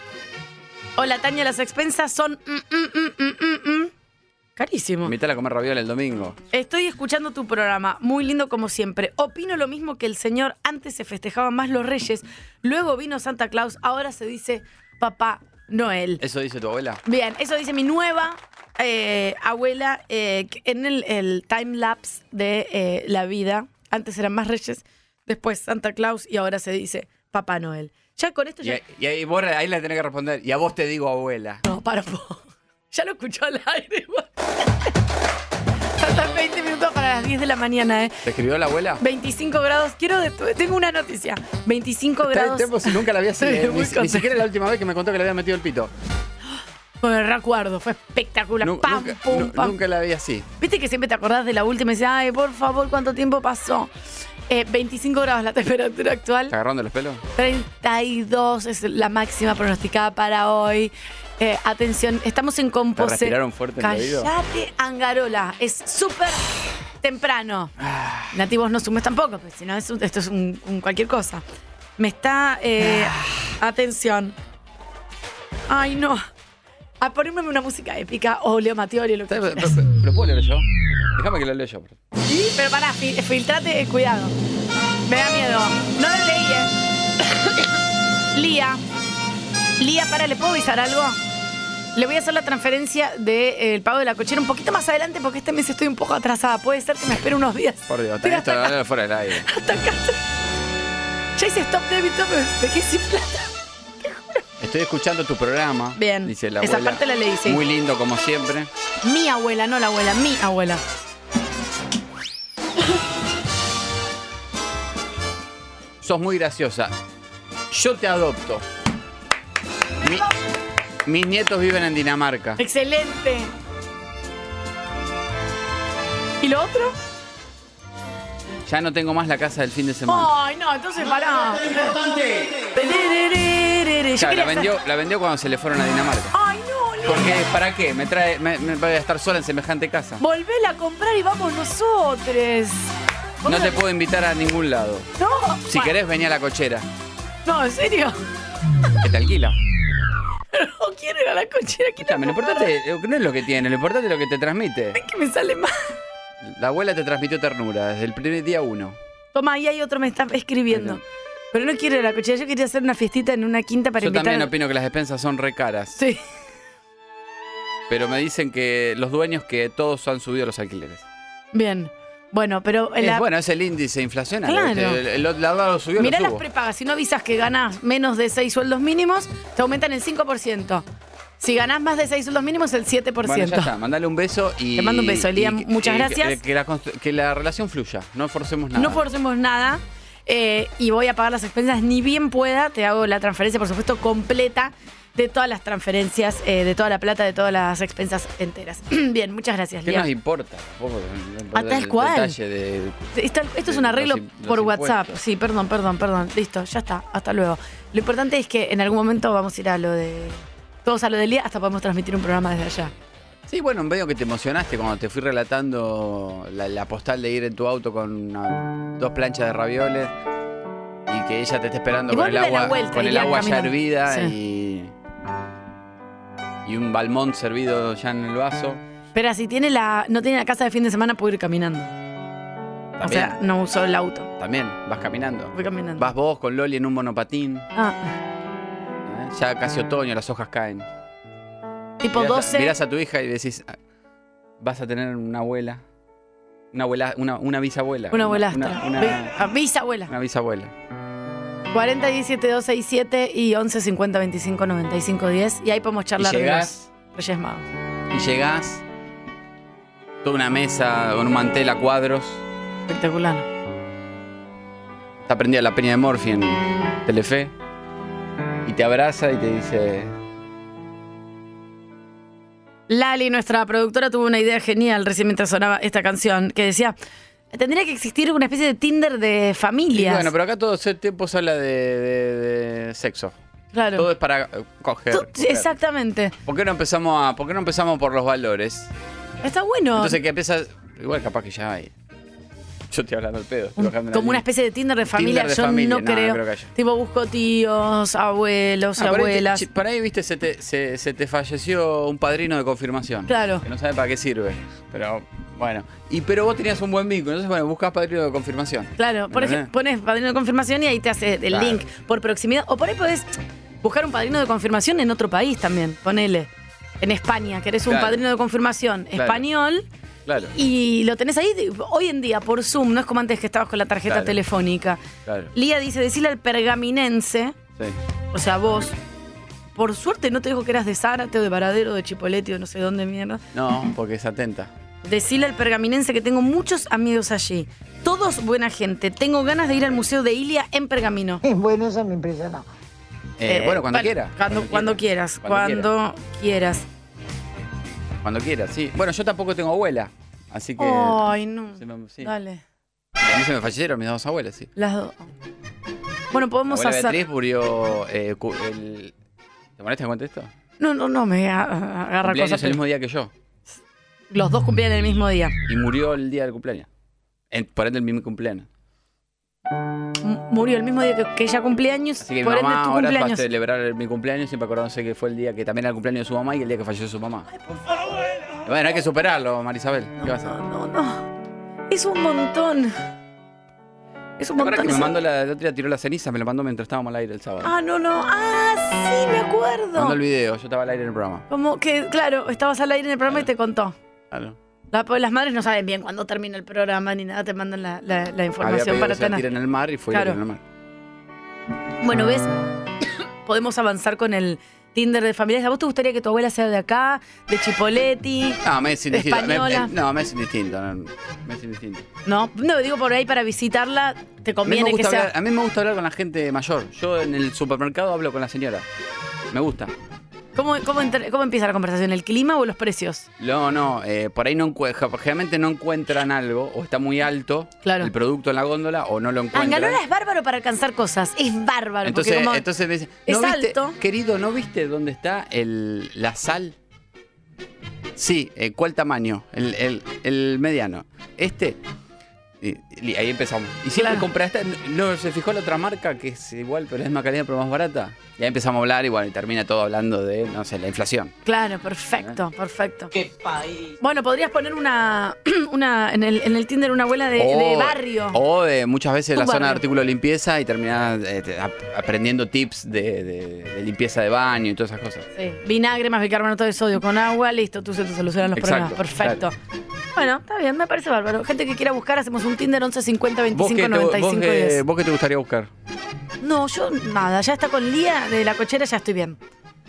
Hola, Tania, las expensas son... mm, mm, mm, mm, mm, mm. Carísimo.
Invítala a comer raviola el domingo.
Estoy escuchando tu programa, muy lindo como siempre. Opino lo mismo que el señor, antes se festejaban más los reyes, luego vino Santa Claus, ahora se dice Papá Noel.
¿Eso dice tu abuela?
Bien, eso dice mi nueva eh, abuela eh, que en el, el time lapse de eh, la vida. Antes eran más reyes, después Santa Claus y ahora se dice Papá Noel. Ya con esto
Y,
ya...
ahí- y ahí vos ahí la tenés que responder. Y a vos te digo abuela.
No, para un poco. *laughs* Ya lo escuchó al aire. igual. *laughs* Faltan 20 minutos para las 10 de la mañana, ¿eh?
¿Te escribió la abuela?
25 grados. Quiero... de- Tengo una noticia. 25
Está en
grados.
tiempo si nunca la
*laughs*
había
Estoy
eh,
muy
ni, ni
contenta.
siquiera la última vez que me contó que le había metido el pito.
Con el recuerdo. Fue espectacular.
Nu-
pam,
nunca,
pum,
nu-
pam.
nunca la había así.
Viste que siempre te acordás de la última y decís, ay, por favor, ¿cuánto tiempo pasó? Eh, 25 grados la *laughs* temperatura actual,
¿Te agarrando los pelos?
32 es la máxima pronosticada para hoy. Eh, atención, estamos en
¿Te
Compose.
respiraron fuerte en el oído?
Callate, Angarola, es súper temprano.
Ah.
Nativos no sumes tampoco, pues, si no, es un- esto es un, un cualquier cosa. Me está... eh,
Ah.
atención. Ay, no. A ponerme una música épica o Leo Matioli, lo que
¿Sabes?
quieras.
¿Lo, lo- lo puedo leer yo? Déjame que lo leo yo. por favor.
Sí, pero pará, fil- filtrate, eh, cuidado. Me da miedo. No lo leí, eh. *coughs* Lía. Lía, pará, ¿le puedo avisar algo? Le voy a hacer la transferencia del pago de la cochera un poquito más adelante porque este mes estoy un poco atrasada. Puede ser que me espere unos días.
Por Dios,
Estoy
tenés
hasta
esto
acá,
hablando fuera del aire.
hasta acá. Ya hice stop débito, pero me quedé sin plata.
Estoy escuchando tu programa.
Bien.
Dice la
Esa
abuela.
parte la leí, sí.
Muy lindo, como siempre.
Mi abuela, no la abuela, mi abuela.
Sos muy graciosa. Yo te adopto. Mi- mis nietos viven en Dinamarca.
Excelente. ¿Y lo otro?
Ya no tengo más la casa del fin de semana.
Ay, no, entonces pará. Tererererere. Yo
Claro,
quería
la,
hacer-
vendió, la vendió cuando se le fueron a Dinamarca.
Ay, no, Leo.
Porque, ¿para qué? Me trae, me, me voy a estar sola en semejante casa.
Volvela a comprar y vamos nosotros.
No te puedo invitar a ningún lado.
No.
Si
Bueno,
querés, vení a la cochera.
No, en serio. *laughs*
Que te alquila.
No quiero ir a la cochera. Quiero
Escuchame, lo
comprar.
importante eh, no es lo que tiene, lo importante es lo que te transmite.
que me sale mal.
La abuela te transmitió ternura desde el primer día uno.
Toma, ahí hay otro me está escribiendo. Pero no quiero ir a la cochera, yo quería hacer una fiestita en una quinta para
Yo
invitar.
también opino que las despensas son re caras.
Sí.
Pero me dicen que los dueños que todos han subido los alquileres.
Bien. Bueno, pero en
Es
Eh, la-
bueno, es el índice inflacionario.
Claro.
¿viste? El, el- la dólar lo subió,
mirá
lo
las
subo.
prepagas. Si no avisas que ganás menos de 6 sueldos mínimos, te aumentan el 5%. Si ganás más de 6 sueldos mínimos, el 7%.
Bueno, ya está, mandale un beso y.
Te mando un beso, Elian.
y que-
Muchas
y que-
gracias.
Que, la, constru- que la relación fluya, no forcemos nada.
No forcemos nada. eh, y voy a pagar las expensas ni bien pueda. Te hago la transferencia, por supuesto, completa de todas las transferencias, eh, de toda la plata, de todas las expensas enteras. *clears throat* bien, muchas gracias,
¿Qué
Lía.
nos importa? Tampoco no importa
Ah, tal
el
cual.
detalle de-
Está- esto es un
Los
arreglo
im- los
por
impuestos.
WhatsApp. Sí, perdón, perdón, perdón. Listo, ya está. Hasta luego. Lo importante es que en algún momento vamos a ir a lo de. Todos a lo del día, hasta podemos transmitir un programa desde allá.
Sí, bueno, medio que te emocionaste cuando te fui relatando la, la postal de ir en tu auto con una- dos planchas de ravioles y que ella te está esperando
Y
con
vos
el
dale la
agua,
vuelta,
con el
Elian,
agua ya
caminando.
hervida y, y un balmón servido ya en el vaso.
Pero si tiene la, no tiene la casa de fin de semana, puedo ir caminando. O
También,
sea, no uso el auto.
también vas caminando.
Voy caminando.
Vas vos con Loli en un monopatín.
Ah,
¿eh? Ya casi otoño, las hojas caen.
tipo
Mirás a-
12.
Mirás a tu hija y decís, "Ah, vas a tener una abuela, una abuela, una, una bisabuela.
Una abuelastra.
Una,
Ve-
una-
ah, bisabuela.
una bisabuela.
40 17 267 y 11 50 25 95 10. Y ahí podemos
Y
charlar de los
llegás,
Reyes Magos.
y llegás, toda una mesa con un mantel a cuadros.
Espectacular.
Está prendida la peña de Morphy en Telefe. Y te abraza y te dice,
Lali, nuestra productora, tuvo una idea genial recién mientras sonaba esta canción que decía: tendría que existir una especie de Tinder de
"Y
familias.
bueno, pero acá todo el tiempo se habla de, de- de sexo.
claro.
Todo es para eh, coger.
Tú- exactamente.
¿Por qué no empezamos a, por qué no empezamos por los valores?
Está bueno.
Entonces que empiezas. Igual capaz que ya hay. Yo estoy hablando al pedo. estoy
Un-
bajando la
como una
línea.
especie de Tinder de familia,
Tinder de
yo
familia,
no
no,
creo.
creo que haya.
Tipo, busco tíos, abuelos,
Ah, por ahí te-
abuelas.
chi- por ahí, viste, se te, se, se te falleció un padrino de confirmación.
Claro.
Que no sabe para qué sirve. Pero, bueno. Y pero vos tenías un buen vínculo, entonces bueno, buscas padrino de confirmación.
Claro, por
¿Entendés?
ejemplo, pones padrino de confirmación y ahí te hace el
Claro.
link por proximidad. O por ahí podés buscar un padrino de confirmación en otro país también, ponele. En España, querés un
Claro.
padrino de confirmación
Claro.
español
Claro,
y lo tenés ahí de- hoy en día por Zoom, no es como antes que estabas con la tarjeta
Claro.
telefónica.
claro.
Lía dice, decirle al pergaminense,
Sí.
o sea, vos, por suerte no te dijo que eras de Zárate o de Varadero o de Chipolete o no sé dónde mierda.
No, porque es atenta.
Decirle al pergaminense que tengo muchos amigos allí. Todos buena gente. Tengo ganas de ir al Museo de Ilia en Pergamino.
Bueno, eso me impresionó.
Eh,
Eh,
bueno, cuando
vale,
quiera.
Cuando, cuando quieras. Cuando,
Cuando
quieras.
quiera. Cuando quiera, sí. Bueno, yo tampoco tengo abuela. Así que.
Ay, no.
se me- Eh, sí.
Oh, Dale.
A mí se me fallecieron mis dos abuelas, sí.
Las dos. Bueno, podemos
Abuela
hacer.
Beatriz murió eh, cu- el... ¿Te molesta que cuente esto?
No, no, no, me a- agarra
Cumpleaños
cosas.
el mismo día que yo.
Los dos cumplían el mismo día.
Y murió el día del cumpleaños. En- por ende, el mismo cumpleaños.
M- Murió el mismo día que, que ella cumplía años.
Así que mi
por ende,
mamá
tu
ahora va a
cumpleaños.
celebrar el- mi cumpleaños, siempre acordándose que fue el día que también era el cumpleaños de su mamá y el día que falleció su mamá. Bueno, hay que superarlo, Marisabel. ¿Qué vas a hacer?
No, no, no. Es un montón. Es un
¿Te acuerdas
montón.
que me
eso.
mandó la, la otra día tiró la ceniza? Me la mandó mientras estábamos al aire el sábado.
Ah, no, no. Ah, sí, me
Me mandó
acuerdo.
el video, yo estaba al aire en el programa.
Como que, claro, estabas al aire en el programa y te contó.
Claro.
La- porque las madres no saben bien cuándo termina el programa ni nada, te mandan la, la- la
Había
información
pedido
para
que se la tire
tener.
en el mar y fue y la
Claro.
tiró en el mar.
Bueno, ¿ves?
Ah.
Podemos avanzar con el Tinder de familias. ¿A vos te gustaría que tu abuela sea de acá, de Chipoletti?
No, me es indistinto. Me- me-
Española.
no, me es indistinto. no, me es indistinto.
No, no, digo por ahí para visitarla, te
A mí, me
conviene que
gusta
sea.
hablar, a mí me gusta hablar con la gente mayor. Yo en el supermercado hablo con la señora. Me gusta.
¿Cómo, cómo entra- cómo empieza la conversación? ¿El clima o los precios?
No, no, eh, por ahí no encuentran, generalmente no encuentran algo, o está muy alto
Claro.
el producto en la góndola, o no lo encuentran.
Angalola Ah, es bárbaro para alcanzar cosas. Es bárbaro. porque
entonces, eh,
como-
entonces me dicen, ¿no
es
viste,
alto.
querido, ¿no viste dónde está el, la sal? Sí, eh, ¿cuál tamaño? El, el- el mediano. Este. Y, y ahí empezamos. Y si la
Claro.
compraste, no se fijó la otra marca que es igual, pero es más calidad, pero más barata. Y ahí empezamos a hablar y bueno, y termina todo hablando de, no sé, la inflación.
Claro, perfecto, perfecto. Qué país. Bueno, podrías poner una, *clears throat* una en, el, en el Tinder una abuela de,
Oh.
de barrio.
O de muchas veces
Tu
la zona de
barrio.
artículo de limpieza y terminás eh, te- ap- aprendiendo tips de, de- de limpieza de baño y todas esas cosas.
Sí, Vinagre más bicarbonato de sodio con agua, listo, tú se te solucionan los
Exacto,
problemas. Perfecto. Bueno, está bien, me parece bárbaro. Gente que quiera buscar, hacemos un Tinder 11 50
¿Vos
25
qué, te, vos
95
qué-
10.
vos qué te gustaría buscar?
No, yo nada, ya está con Lía de la cochera, ya estoy bien.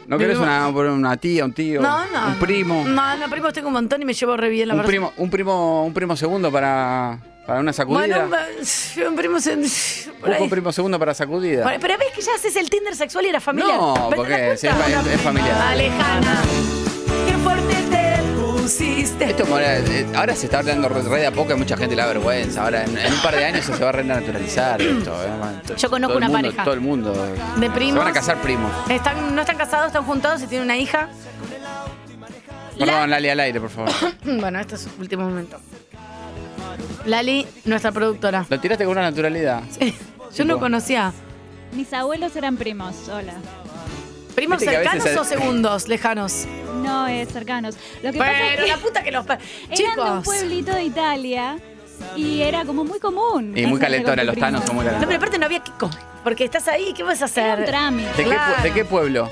¿No querés
Vivimos-
una, una tía, un tío?
no, no.
¿Un
no.
primo?
No, no, primos tengo un montón y me llevo re bien, la
un,
verdad.
primo un primo un primo segundo para, para una sacudida?
Bueno, va- un primo se. *laughs* por
Busco
ahí.
un primo segundo para sacudida.
Bueno, Pero ves que ya haces el Tinder sexual y era familiar.
No,
¿Ves?
porque
¿Te das
sí, es,
cuenta?
fa- es familiar.
Alejana, qué fuerte te pusiste.
Esto ahora, eh, ahora se está hablando re re de a poco y mucha gente le da vergüenza. Ahora en, en un par de años se va a renaturalizar esto. eh, man.
Yo conozco
Todo el
una
mundo-
pareja.
Todo el mundo.
De
Se
primos.
van a casar primos.
Están, no están casados, están juntados y tienen una hija. La-
Perdón, Lali al aire, por favor.
*clears throat* Bueno, este es su último momento. Lali, nuestra productora.
Lo tiraste con una naturalidad.
Yo no conocía.
Mis abuelos eran primos, hola.
¿Primos
Viste que a veces
cercanos o
se-
segundos lejanos?
No es cercanos. Lo que pasa es
Pero
que
la puta que los... pa-
eran de un
Chicos.
pueblito de Italia y era como muy común.
Y muy
casarse
calentona,
con tu
los tanos
primo.
son muy
No,
calentones.
pero aparte no había que comer. Porque estás ahí, ¿qué vas a
Era un
hacer?
trámite.
¿De, qué, pu-
Claro.
de qué pueblo?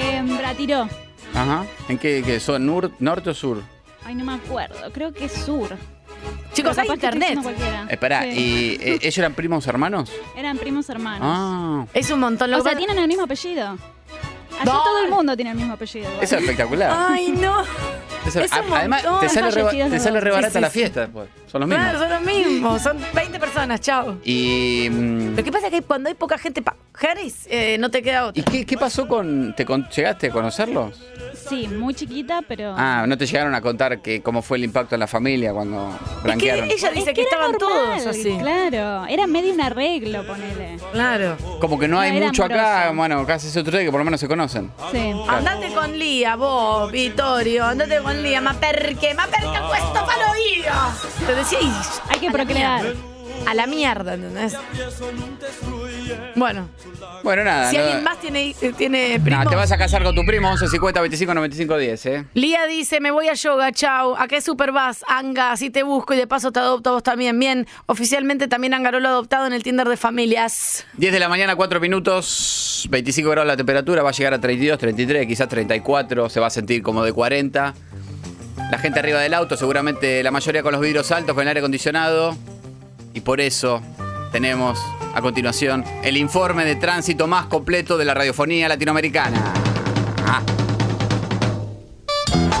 Em, Bratiró.
Ajá. ¿En qué, qué son? ¿Nur- ¿Norte o sur?
Ay, no me acuerdo. Creo que es sur. Pero
Chicos,
capaz
hay
que estoy
internet.
diciendo
Ah,
cualquiera.
Espera,
Sí.
¿y eh, ellos eran primos hermanos?
Eran primos hermanos.
Ah.
Es un montón. lo
o
que
sea,
pasa-
tienen el mismo apellido. Allá
No.
todo el mundo tiene el mismo apellido. igual.
Eso es espectacular.
Ay, no.
Eso-
Ah, Es un
a- además,
montón.
te sale, re, ba-
Fallecidos
te
los
sale
dos.
re
Sí,
barata
sí,
la
sí.
fiesta después.
*laughs*
Son los
Claro,
mismos.
son los mismos. Son 20 personas, chao.
Y. mm,
Lo que pasa es que cuando hay poca gente para Harris, eh, no te queda
¿Y
otra.
qué, qué pasó con. ¿Te con- llegaste a conocerlos?
Sí, muy chiquita, pero.
Ah, no te llegaron a contar que, cómo fue el impacto en la familia cuando
Es que
blanquearon.
ella dice que,
era
estaban
normal,
todos así.
Claro, era medio un arreglo, ponele.
Claro.
Como que no
no
hay
era
mucho acá,
amoroso.
bueno, casi es otro día que por lo menos se conocen.
Sí.
Andate con Lía, vos, Vittorio. Andate con Lía, ma perque, ma perque puesto para oído. Te decía, "Y,
Hay que
a la
procrear.
mierda". A la mierda, ¿entendés? Bueno,
Bueno, nada.
Ah,
si
no-
alguien más tiene, eh, tiene
Nah,
primos.
te vas a casar con tu primo, 11, 50, 25, 95, 10, ¿eh?
Lía dice, me voy a yoga, chau. ¿A qué super vas, Anga? Así te busco y de paso te adopto a vos también. Bien, oficialmente también Angarolo adoptado en el Tinder de familias.
10 de la mañana, 4 minutos, 25 grados la temperatura, va a llegar a 32, 33, quizás 34, se va a sentir como de 40. La gente arriba del auto, seguramente la mayoría con los vidrios altos, con el aire acondicionado. Y por eso tenemos a continuación el informe de tránsito más completo de la radiofonía latinoamericana. Ah,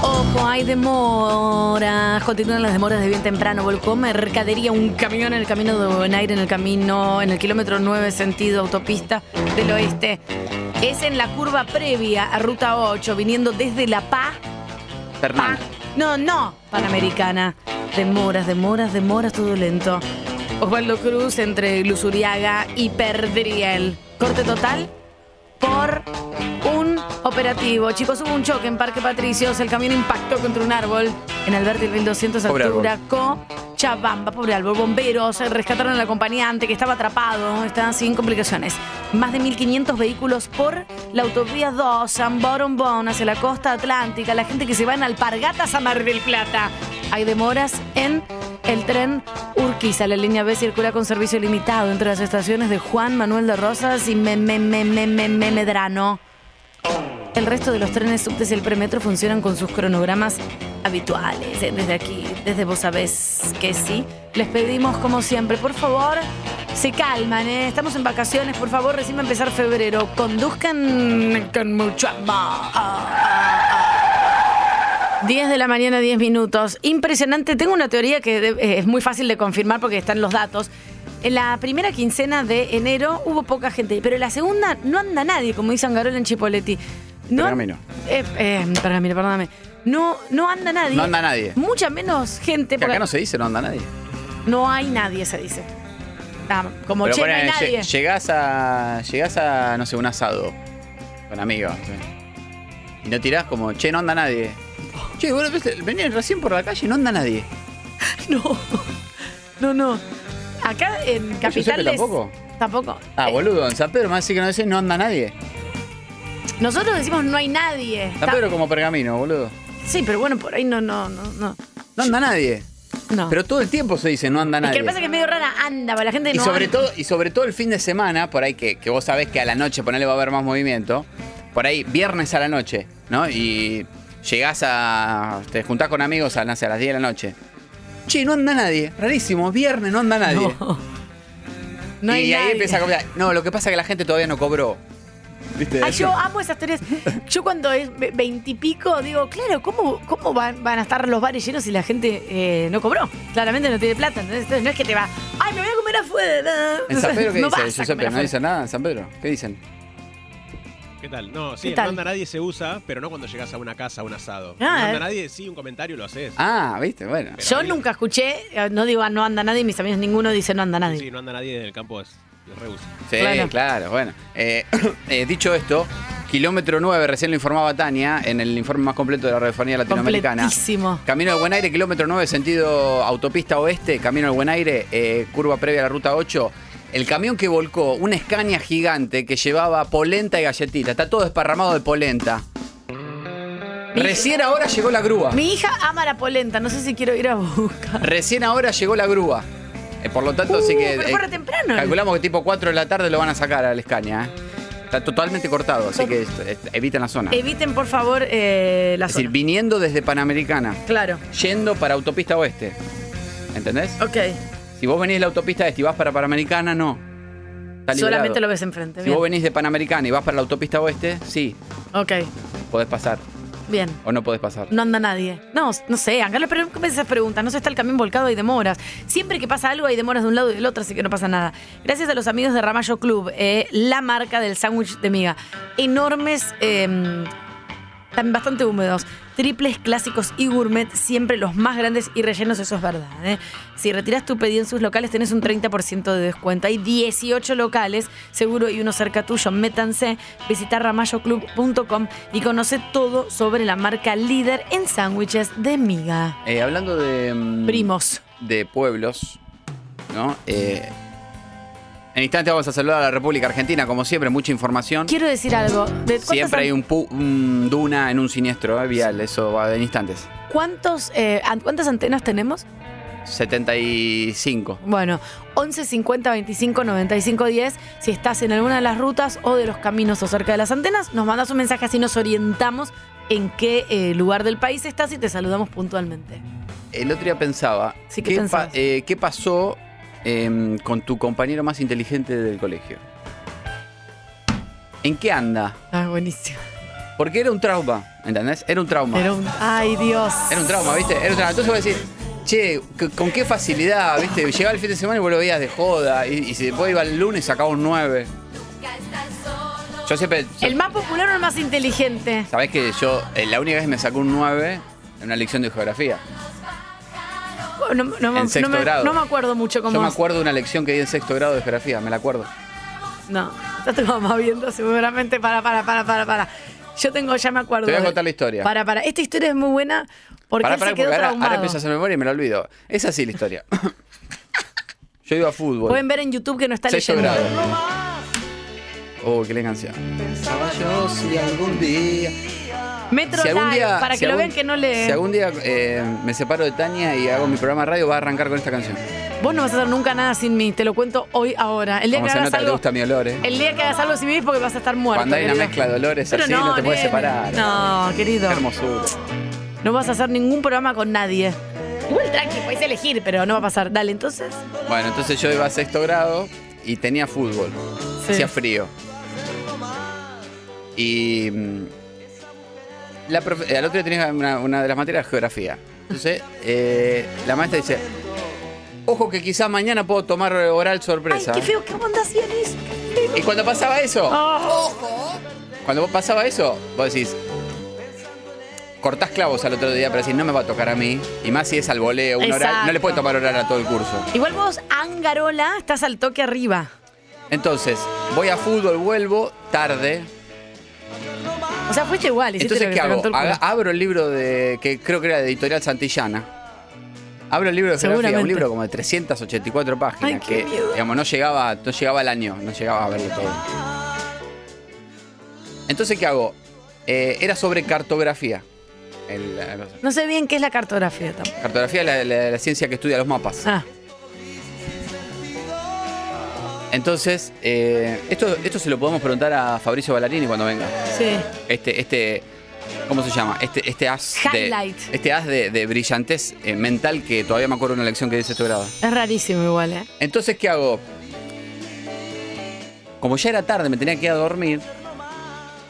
Ojo, hay demoras. Continúan las demoras de bien temprano. Volcó mercadería, un camión en el camino de Bonaire, en el camino, en el kilómetro 9, sentido autopista del oeste. Es en la curva previa a ruta 8, viniendo desde La Paz. Pa-
Fernando.
Ah, No, no, Panamericana. Demoras, demoras, demoras, todo lento. Osvaldo Cruz entre Luzuriaga y Perdriel. Corte total por un operativo. Chicos, hubo un choque en Parque Patricios. El camión impactó contra un árbol en Alberti 1200
Pobre
altura Cochabamba. Pobre árbol. Bomberos eh, rescataron al acompañante que estaba atrapado. Están sin complicaciones. Más de 1500 vehículos por la autovía 2, San Borombón, hacia la costa atlántica. La gente que se va en alpargatas a Mar del Plata. Hay demoras en el tren Urquiza. La línea B circula con servicio limitado entre las estaciones de Juan Manuel de Rosas y Me- Me- Me- Me- Me- Me- Medrano. El resto de los trenes subtes y el premetro funcionan con sus cronogramas habituales. Eh, Desde aquí, desde vos sabés que sí. Les pedimos, como siempre, por favor, se calman, ¿eh? Estamos en vacaciones, por favor, recién va a empezar febrero. Conduzcan con mucho amor. Ah, ah, ah. 10 de la mañana, 10 minutos. Impresionante. Tengo una teoría que de- eh, es muy fácil de confirmar porque están los datos. En la primera quincena de enero hubo poca gente, pero en la segunda no anda nadie, como dice Angarol en Chipoletti.
Pergamino.
Eh, eh, pergamino, perdóname. No, no anda nadie.
No anda nadie.
Mucha menos gente.
Que
Porque
acá no se dice, no anda nadie.
no hay nadie, se dice. Ah, como che, no
ponele,
hay
lle-
nadie.
llegás a. llegás a, no sé, un asado con amigos. ¿sí? Y no tirás como, che, no anda nadie.
*laughs*
Che, bueno, viste, venían recién por la calle y no anda nadie.
No, no, no. Acá en
Giuseppe
Capitales.
tampoco?
Tampoco.
Ah, boludo, en San Pedro me hace que no decís no anda nadie.
Nosotros decimos no hay nadie.
San
Ta-
Pedro como pergamino, boludo.
Sí, pero bueno, por ahí no, no, no, no.
No anda nadie.
No.
Pero todo el tiempo se dice no anda
Ah. Es que
nadie.
lo que pasa es que es medio rara anda, para la gente
Y
no.
sobre,
anda.
todo, y sobre todo el fin de semana, por ahí que, que vos sabés que a la noche, ponele, va a haber más movimiento. Por ahí, viernes a la noche, ¿no? Y llegás a. Te juntás con amigos a, no sé, a las 10 de la noche. Che, no anda nadie. Rarísimo, viernes no anda nadie.
No hay
y ahí
nadie.
empieza a copiar. No, lo que pasa es que la gente todavía no cobró. ¿Viste?
Ay, yo amo esas teorías. Yo cuando es ve- veintipico digo, claro, ¿cómo, cómo van, van a estar los bares llenos si la gente eh, no cobró? Claramente no tiene plata. Entonces, entonces no es que te va, ay, me voy a comer afuera.
¿En San Pedro qué
No vas
dice?
a
Giuseppe,
comer
¿no
afuera.
dicen nada en San Pedro? ¿Qué dicen?
¿Qué tal? No, sí,
¿Qué
el
tal?
no anda nadie se usa, pero no cuando llegas a una casa, a un asado.
Ah,
no
eh.
anda nadie, sí, un comentario lo haces.
Ah, viste, bueno.
Yo nunca escuché, eh, no digo "Ah, no anda nadie, mis amigos ninguno dice no anda nadie.
Sí, no anda nadie en el campo, es, es re uso.
Sí,
Bueno.
claro, bueno. Eh, *coughs* eh, dicho esto, kilómetro 9, recién lo informaba Tania en el informe más completo de la radiofonía latinoamericana.
Completísimo.
Camino de Buen Aire, kilómetro 9, sentido autopista oeste, camino de Buen Aire, eh, curva previa a la ruta 8. El camión que volcó, una escaña gigante que llevaba polenta y galletita. Está todo desparramado de polenta. Recién ahora llegó la grúa.
Mi hija ama la polenta, no sé si quiero ir a buscar.
Recién ahora llegó la grúa. Eh, por lo tanto, así que.
Uh, pero fue re temprano.
Calculamos que tipo 4 de la tarde lo van a sacar a la escaña. ¿eh? Está totalmente cortado, así que eh, eviten la zona.
Eviten, por favor, eh, la
es decir,
zona.
viniendo desde Panamericana,
Claro.
yendo para autopista oeste. ¿Entendés?
Ok.
Si vos venís de la autopista este y vas para Panamericana, no. Está liberado.
Solamente lo ves enfrente.
Si
Bien.
vos venís de Panamericana y vas para la autopista oeste, sí,
Ok,
podés pasar
bien.
o no podés pasar.
No anda nadie. No, no sé, Ángel, pero ¿cómo esas preguntas? No sé, está el camión volcado, hay demoras. Siempre que pasa algo hay demoras de un lado y del otro, así que no pasa nada. Gracias a los amigos de Ramallo Club, eh, la marca del sándwich de miga. Enormes, eh, también bastante húmedos. Triples clásicos y gourmet, siempre los más grandes y rellenos, eso es verdad. ¿eh? Si retiras tu pedido en sus locales, tenés un 30% de descuento. Hay 18 locales, seguro hay uno cerca tuyo. Métanse, visita ramayoclub.com y conoce todo sobre la marca líder en sándwiches de miga.
Eh, hablando de. mm,
Primos.
de pueblos, ¿no? Eh, en instante vamos a saludar a la República Argentina, como siempre, mucha información.
Quiero decir algo. ¿De cuántas
Siempre hay
an-
un, pu- un duna en un siniestro eh, vial, eso va en instantes.
¿cuántos, eh, an- ¿Cuántas antenas tenemos?
75.
Bueno, 11 50 25 95 10. Si estás en alguna de las rutas o de los caminos o cerca de las antenas, nos mandas un mensaje así nos orientamos en qué eh, lugar del país estás y te saludamos puntualmente.
El otro día pensaba,
Sí, ¿qué
¿qué,
pensabas?
eh, qué pasó em, con tu compañero más inteligente del colegio? ¿En qué anda?
Ah, buenísimo.
Porque era un trauma, ¿entendés? Era un trauma.
Era un- Ay, Dios.
Era un trauma, ¿viste? Era un trauma. Entonces vos decís, che, c- con qué facilidad, ¿viste? Llegaba el fin de semana y vos lo veías de joda. Y, y si después iba el lunes, sacaba un 9. Yo siempre.
¿El más popular o el más inteligente?
Sabés que yo, eh, la única vez que me sacó un 9 en una lección de geografía.
No, no- no me-
En sexto
no me,
grado.
no me acuerdo mucho cómo.
Yo me acuerdo de una lección que di en sexto grado de geografía, me la acuerdo.
No, ya te vamos viendo seguramente. Para, para, para, para, para. Yo tengo, ya me acuerdo.
Te voy a
de-
contar la historia.
Para, para. Esta historia es muy buena porque
Pará,
él
pará,
se quedó
porque ahora,
traumado.
ahora empiezo a hacer memoria y me la olvido. Es así la historia. *laughs* yo iba a fútbol.
Pueden ver en YouTube que no está
Sexto
leyendo.
grado. Oh, qué linda canción.
Pensaba yo si algún día.
Metro
Si algún
Live,
día-
para
si
que lo
algún-
vean que no le.
Si algún día eh, me separo de Tania y hago mi programa de radio, va a arrancar con esta canción.
Vos no vas a hacer nunca nada sin mí, te lo cuento hoy, ahora. El día
Como
que
se
hagas
nota, le
algo.
gusta mi olor, ¿eh?
El día que hagas algo sin mí es porque vas a estar muerto.
Cuando hay una
querido.
mezcla de olores
Pero
así, no, te puedes
nene.
separar.
No, querido.
Qué hermosura.
No vas a hacer ningún programa con nadie. Igual tranqui, podés elegir, pero no va a pasar. Dale, entonces.
Bueno, entonces yo iba a sexto grado y tenía fútbol.
Sí.
Hacía frío. Y. mm, La profe- al otro día tenía una, una de las materias de geografía. Entonces, eh, la maestra dice: Ojo que quizás mañana puedo tomar oral
Ay,
sorpresa.
qué feo, qué onda hacían eso.
Y cuando pasaba eso,
Oh.
Cuando vos pasaba eso, vos decís. Cortás clavos al otro día para decir, no me va a tocar a mí. Y más si es al voleo, un
Exacto.
oral. No le puede tomar oral a todo el curso.
Igual vos, Angarola, estás al toque arriba.
Entonces, voy a fútbol, vuelvo, tarde.
O sea, fuiste igual. hiciste
Entonces,
lo que
¿qué
te
hago?
cantó el culo.
Haga- abro el libro de que creo que era de Editorial Santillana. Abro el libro de geografía, un
Seguramente.
libro como de 384 páginas
Ay, qué
que, digamos, no llegaba, no llegaba al año, no llegaba a verlo todo. Entonces, ¿qué hago? Eh, era sobre cartografía. El- la cosa.
No sé bien qué es la cartografía tampoco.
Cartografía es la, la- la ciencia que estudia los mapas.
Ah.
Entonces, eh, esto, esto se lo podemos preguntar a Fabricio Ballarini cuando venga.
Sí.
Este, este, ¿cómo se llama? Este, este as de,
Highlight.
este as de, de brillantez eh, mental que todavía me acuerdo una lección que dice tu grado.
Es rarísimo igual, ¿eh?
Entonces, ¿qué hago? Como ya era tarde, me tenía que ir a dormir.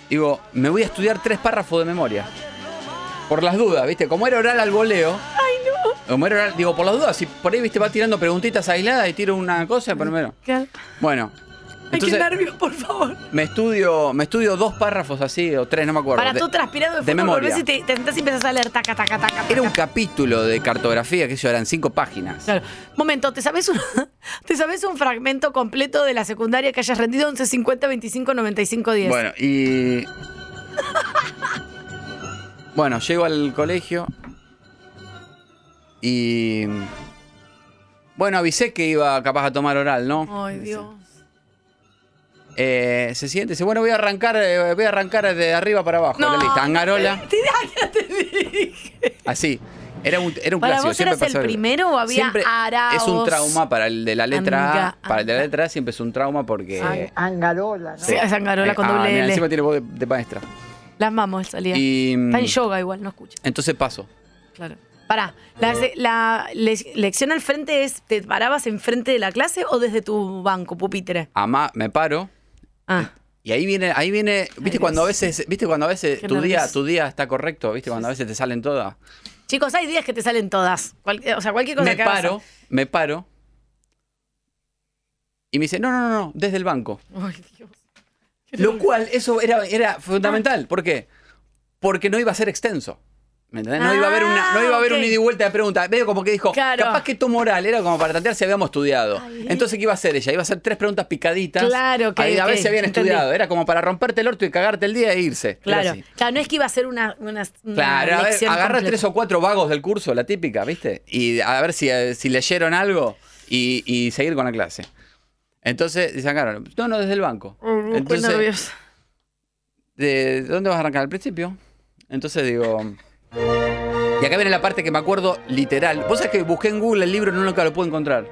Digo, me voy a estudiar tres párrafos de memoria. Por las dudas, ¿viste? Como era oral al voleo. Ay, no. Como era oral, digo, por las dudas, si por ahí, ¿viste? Va tirando preguntitas aisladas y tiro una cosa, primero.
Claro.
Bueno.
Ay, qué
Entonces,
nervios, por favor.
me estudio, me estudio dos párrafos así, o tres, no me acuerdo.
Para
de-
tú transpirando de,
de
fútbol,
memoria.
volvés y te, te sentás y empezás a leer taca, taca, taca.
Era un capítulo de cartografía, que eso eran cinco páginas.
Claro. Momento, ¿te sabes, un, *laughs* ¿te sabes un fragmento completo de la secundaria que hayas rendido 11, 50, 25, 95, 10?
Bueno, y. bueno, llego al colegio. Y. Bueno, avisé que iba capaz a tomar oral, ¿no?
Ay, Dios.
Eh, se siente, dice, bueno, voy a arrancar, eh, voy a arrancar de arriba para abajo.
No.
la
*laughs*
lista, Angarola.
Te- ya te dije.
Así. Era un, era un
¿Para
clásico,
vos
siempre
eras el
pasaba algo.
primero o había
Siempre
Araos?
Es un trauma para el de la letra
Anga-
A. Para el de la letra A siempre es un trauma porque.
Ang- Angarola, ¿no?
Sí, es Angarola con doble
Eh, ah, mira,
L.
Encima tiene voz de, de maestra.
Las mamo, él salía.
Y,
Está en
mm,
yoga igual, no escucha.
Entonces paso.
Claro. Pará, la, la le- lección al frente es, ¿te parabas enfrente de la clase o desde tu banco, pupitre?
Ama, me paro.
Ah.
Y ahí viene, ahí viene, viste cuando a veces, viste cuando a veces
Qué
tu día,
nervios.
tu día está correcto, viste cuando a veces te salen todas.
Chicos, hay días que te salen todas. Cual- o sea, cualquier cosa
Me
que hagas.
paro, me paro. Y me dice, no, no, no, no, desde el banco.
Ay, Dios.
Lo cual, eso era,
Ah.
era fundamental. ¿Por qué? Porque no iba a ser extenso. ¿Me entendés? No iba a haber una, no iba a haber
Ah,
un
ok.
ida y vuelta de preguntas. Medio como que dijo,
Claro.
capaz que tu moral era como para tantear si habíamos estudiado. Entonces, ¿qué iba a hacer ella? Iba a hacer tres preguntas picaditas.
Claro, ok,
Ahí, A
ok,
ver si habían
entendí.
estudiado. Era como para romperte el orto y cagarte el día e irse. Era
Claro.
así.
Claro, no es que iba a ser una, una, una
Claro, a ver,
lección
agarra
completa.
tres o cuatro vagos del curso, la típica, ¿viste? Y a ver si, eh, si leyeron algo y, y seguir con la clase. Entonces, dice acá, no, no, desde el banco.
Oh, no, qué
Entonces,
nerviosa.
¿de dónde vas a arrancar? Al principio. Entonces digo... Y acá viene la parte que me acuerdo literal. Vos sabés que busqué en Google el libro y no nunca lo pude encontrar.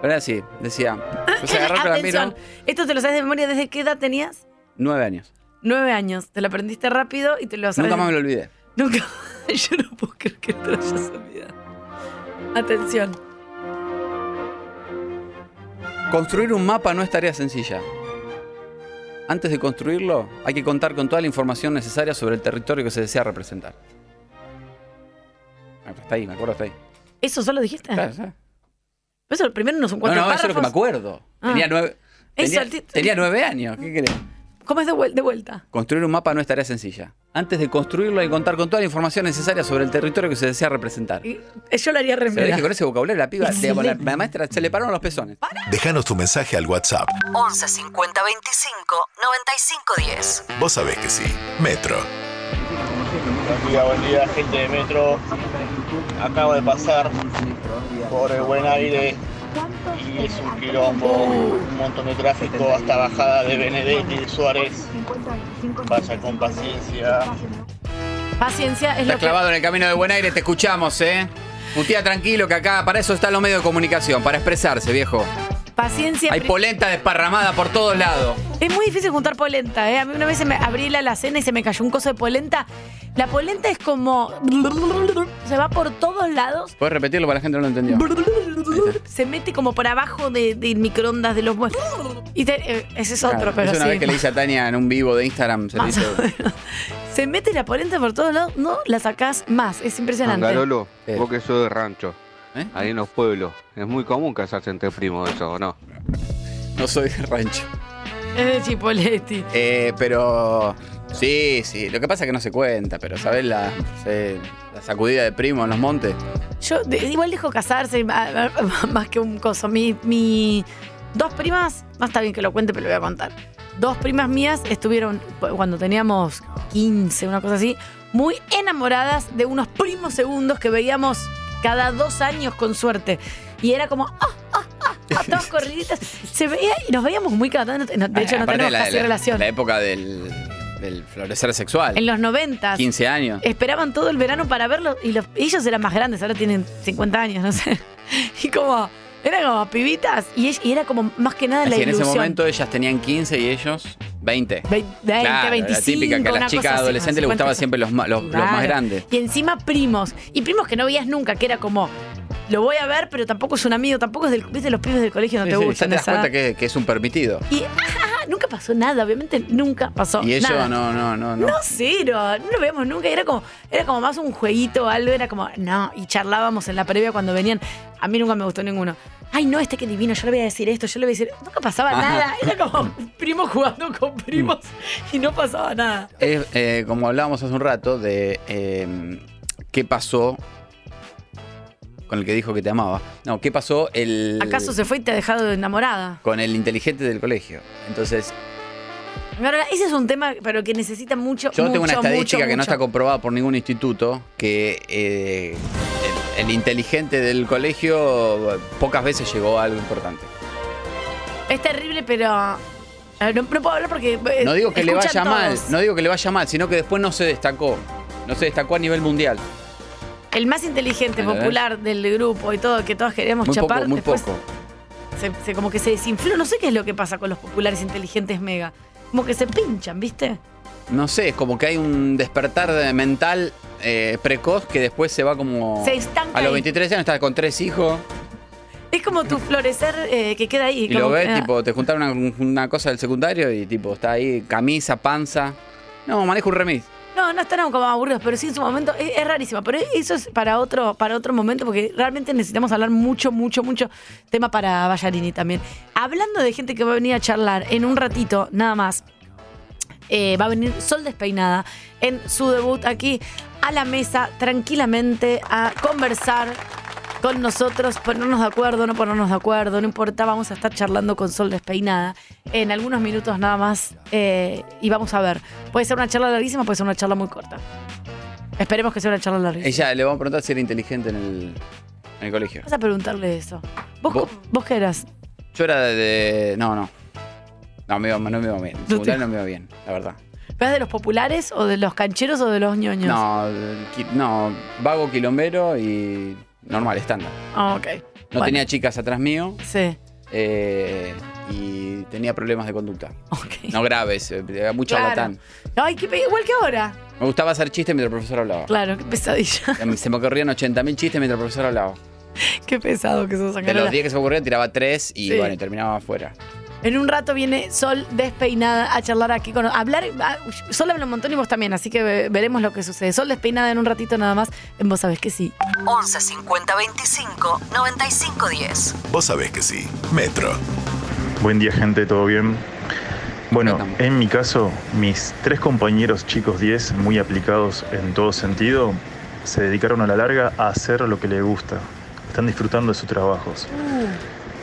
Pero era así, decía. Entonces
*laughs*
agarré con la miro,
Ah, Atención, esto te lo sabes de memoria. ¿Desde qué edad tenías?
nueve años.
Nueve años. Te lo aprendiste rápido y te lo sabes.
Nunca más me lo olvidé.
Nunca. *laughs* Yo no puedo creer que te lo hayas olvidado. Atención.
Construir un mapa no es tarea sencilla. Antes de construirlo, hay que contar con toda la información necesaria sobre el territorio que se desea representar. Ah, Está ahí, me acuerdo, está ahí.
¿Eso solo dijiste?
Claro, claro.
Eso lo primero no son
No,
cuatro
no, eso es lo que me
párrafos.
acuerdo.
Ah.
Tenía nueve,
Eso,
tenía,
el tit-
tenía nueve años, ¿qué querés?
¿Cómo es de, vuel- de vuelta?
Construir un mapa no es tarea sencilla. Antes de construirlo, hay que contar con toda la información necesaria sobre el territorio que se desea representar.
Y- eh, Yo lo haría
Se lo
remera.
dije con ese vocabulario, la piba, digamos, la,
Excelente.
la maestra se le pararon los pezones.
Déjanos tu mensaje al WhatsApp.
11 50 25 95 10.
Vos sabés que sí. Metro.
Buen día, buen día, gente de Metro. Acabo de pasar por el buen aire y es un quilombo, un montón de tráfico hasta bajada de Benedetti y Suárez. Vaya con paciencia.
Paciencia es
Estás
lo que...
clavado en el camino de buen aire, te escuchamos, ¿eh? Putía tranquilo que acá, para eso están los medios de comunicación, para expresarse, viejo.
Paciencia...
Hay
pri-
polenta desparramada por todos lados.
Es muy difícil juntar polenta, ¿eh? A mí una vez se me abrí la alacena y se me cayó un coso de polenta. La polenta es como... Se va por todos lados,
¿Puedes repetirlo para la gente que no lo entendió?
se mete como por abajo de, de microondas de los muebles. Y te- eh, ese es otro,
Claro,
pero
es una
sí.
vez que le hice a Tania en un vivo de Instagram, se le
Más
hizo-
Se mete la polenta por todos lados, no la sacás más. Es impresionante.
Angarolo,
Eh.
vos que sos de rancho,
¿Eh?
ahí en los pueblos, es muy común casarse entre primos eso, ¿o no?
No soy de rancho.
Es de Chipoletti.
Eh, pero. Sí, sí. Lo que pasa es que no se cuenta, pero ¿sabés la, sí, la sacudida de primo en los montes?
Yo de- igual dejo casarse a- a- *laughs* más que un coso. Mi, mi- dos primas, no está bien que lo cuente, pero lo voy a contar. Dos primas mías estuvieron cu- cuando teníamos 15, una cosa así, muy enamoradas de unos primos segundos que veíamos cada dos años con suerte. Y era como, ah, ah, ah, ah, todas corriditas. Se veía y nos veíamos muy cada no, De hecho, no
Aparte
tenemos
la-
casi
la-
relación.
La época del, del florecer sexual.
en los 90.
15 años.
Esperaban todo el verano para verlo y los, ellos eran más grandes, ahora tienen 50 años, no sé. *laughs* Y como, eran como pibitas y, ell- y era como más que nada la
Así, en ese
ilusión.
momento ellas tenían 15 y ellos 20.
20,
La
25,
típica que a
una
las chicas
cosa así, no
adolescentes
sé
les gustaban
cuántos.
siempre los, ma- los, los más
Claro.
grandes.
Y encima primos. Y primos que no veías nunca, que era como, lo voy a ver, pero tampoco es un amigo, tampoco es del, viste, los pibes del colegio no
Sí,
te
sí, ya
gustan.
te das
esa edad.
cuenta que, que es un permitido.
Y ah, nunca pasó nada, obviamente nunca pasó
y ellos
nada.
no, no, no, no.
No, cero, no lo veíamos nunca, era como, era como más un jueguito o algo, era como, no, y charlábamos en la previa cuando venían, a mí nunca me gustó ninguno. Ay, no, este que divino, yo le voy a decir esto, yo le voy a decir, nunca pasaba
Ajá.
nada, era como primos jugando con
Mm.
primos y no pasaba nada.
Es, eh, como hablábamos hace un rato de eh, qué pasó con el que dijo que te amaba. No, qué pasó el.
¿Acaso se fue y te ha dejado enamorada?
Con el inteligente del colegio. Entonces,
Ahora, ese es un tema, pero que necesita mucho,
yo tengo una
mucho,
estadística
mucho,
que no
mucho.
está comprobada por ningún instituto, que eh, el, el inteligente del colegio eh, pocas veces llegó a algo importante.
Es terrible, pero... a ver, No, no puedo hablar porque... eh,
No digo que le vaya
escuchan
mal,
todos.
no digo que le vaya mal, sino que después no se destacó. No se destacó a nivel mundial.
El más inteligente,
¿Entendés?
popular del grupo y todo, que todos queríamos
Muy
chapar,
poco, muy
después
poco.
se, se- como que se desinfló. No sé qué es lo que pasa con los populares inteligentes mega. Como que se pinchan, ¿viste?
No sé, es como que hay un despertar de- mental eh, precoz que después se va como.
Se estanca
A los
ahí.
23 años estás con tres hijos
Es como tu florecer eh, que queda ahí.
y, lo
como
ves,
que, ah,
tipo, te juntaron una, una cosa del secundario y tipo, está ahí camisa, panza. No, manejo un remis.
No, no están como aburridos, pero sí en su momento es, es rarísima. Pero eso es para otro, para otro momento, porque realmente necesitamos hablar mucho, mucho, mucho tema para Ballarini también. Hablando de gente que va a venir a charlar en un ratito, nada más. eh, va a venir Sol Despeinada en su debut aquí a la mesa, tranquilamente, a conversar con nosotros, ponernos de acuerdo, no ponernos de acuerdo, no importa, vamos a estar charlando con Sol Despeinada en algunos minutos nada más eh, y vamos a ver. Puede ser una charla larguísima, puede ser una charla muy corta. Esperemos que sea una charla larguísima.
Ella le vamos a preguntar si era inteligente en el, en el colegio.
Vas a preguntarle eso. ¿Vos,
Vos-
vos qué eras?
Yo era de. de- no, no. No, me iba, no me iba bien. En
te-
secundario no me iba bien, la verdad.
¿Eras de los populares o de los cancheros o de los ñoños?
No, qui- no, vago quilombero y normal, estándar.
Ah, ok.
No
Bueno,
tenía chicas atrás mío.
Sí.
eh, y tenía problemas de conducta. No graves, eh, era mucho
Claro.
charlatán.
Ay, qué pe- igual que ahora.
Me gustaba hacer chistes mientras el profesor hablaba.
Claro, qué pesadilla. *laughs*
Se me- Se me ocurrían 80.000 chistes mientras el profesor hablaba.
Qué pesado que sos
De los 10 que se me ocurrían, tiraba 3 y
Sí.
bueno, y terminaba afuera.
En un rato viene Sol despeinada a charlar aquí con a hablar. a- Sol habla un montón y vos también, así que ve- veremos lo que sucede. Sol despeinada en un ratito nada más. en Vos sabés que sí.
11 50 25 95 10.
Vos sabés que sí. Metro.
Buen día, gente, ¿todo bien? Bueno, en mi caso, mis tres compañeros chicos 10, muy aplicados en todo sentido, se dedicaron a la larga a hacer lo que les gusta. Están disfrutando de sus trabajos.